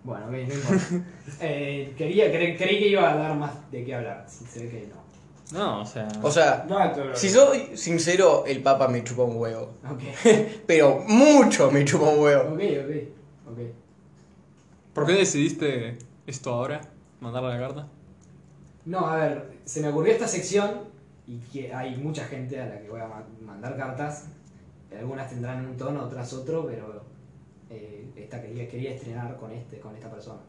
S1: Bueno, ok, no importa.
S4: *laughs*
S1: Eh, quería, cre- creí que iba a dar más de qué hablar. Si se ve que no.
S4: No, o sea.
S2: O sea, si soy sincero, el Papa me chupa un huevo.
S1: Ok,
S2: Pero mucho me chupa un huevo.
S1: ok, ok. ok.
S4: ¿Por qué decidiste esto ahora? ¿Mandarle la carta?
S1: No, a ver, se me ocurrió esta sección y que hay mucha gente a la que voy a ma- mandar cartas. Algunas tendrán un tono, otras otro, pero eh, esta quería, quería estrenar con este, con esta persona.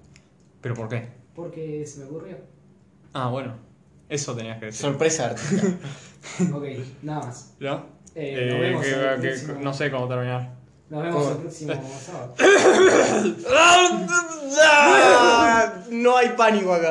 S4: ¿Pero por qué?
S1: Porque se me ocurrió.
S4: Ah, bueno. Eso tenías que decir.
S2: Sorpresa artística.
S4: *laughs*
S2: *laughs*
S1: Ok, nada más.
S4: ¿No?
S1: Eh,
S4: Eh,
S1: nos vemos
S4: que-
S1: en el
S4: que-
S1: próximo-
S4: no sé cómo terminar.
S1: Nos vemos el
S2: ¿Cómo?
S1: próximo sábado.
S2: Ah, No hay pánico acá.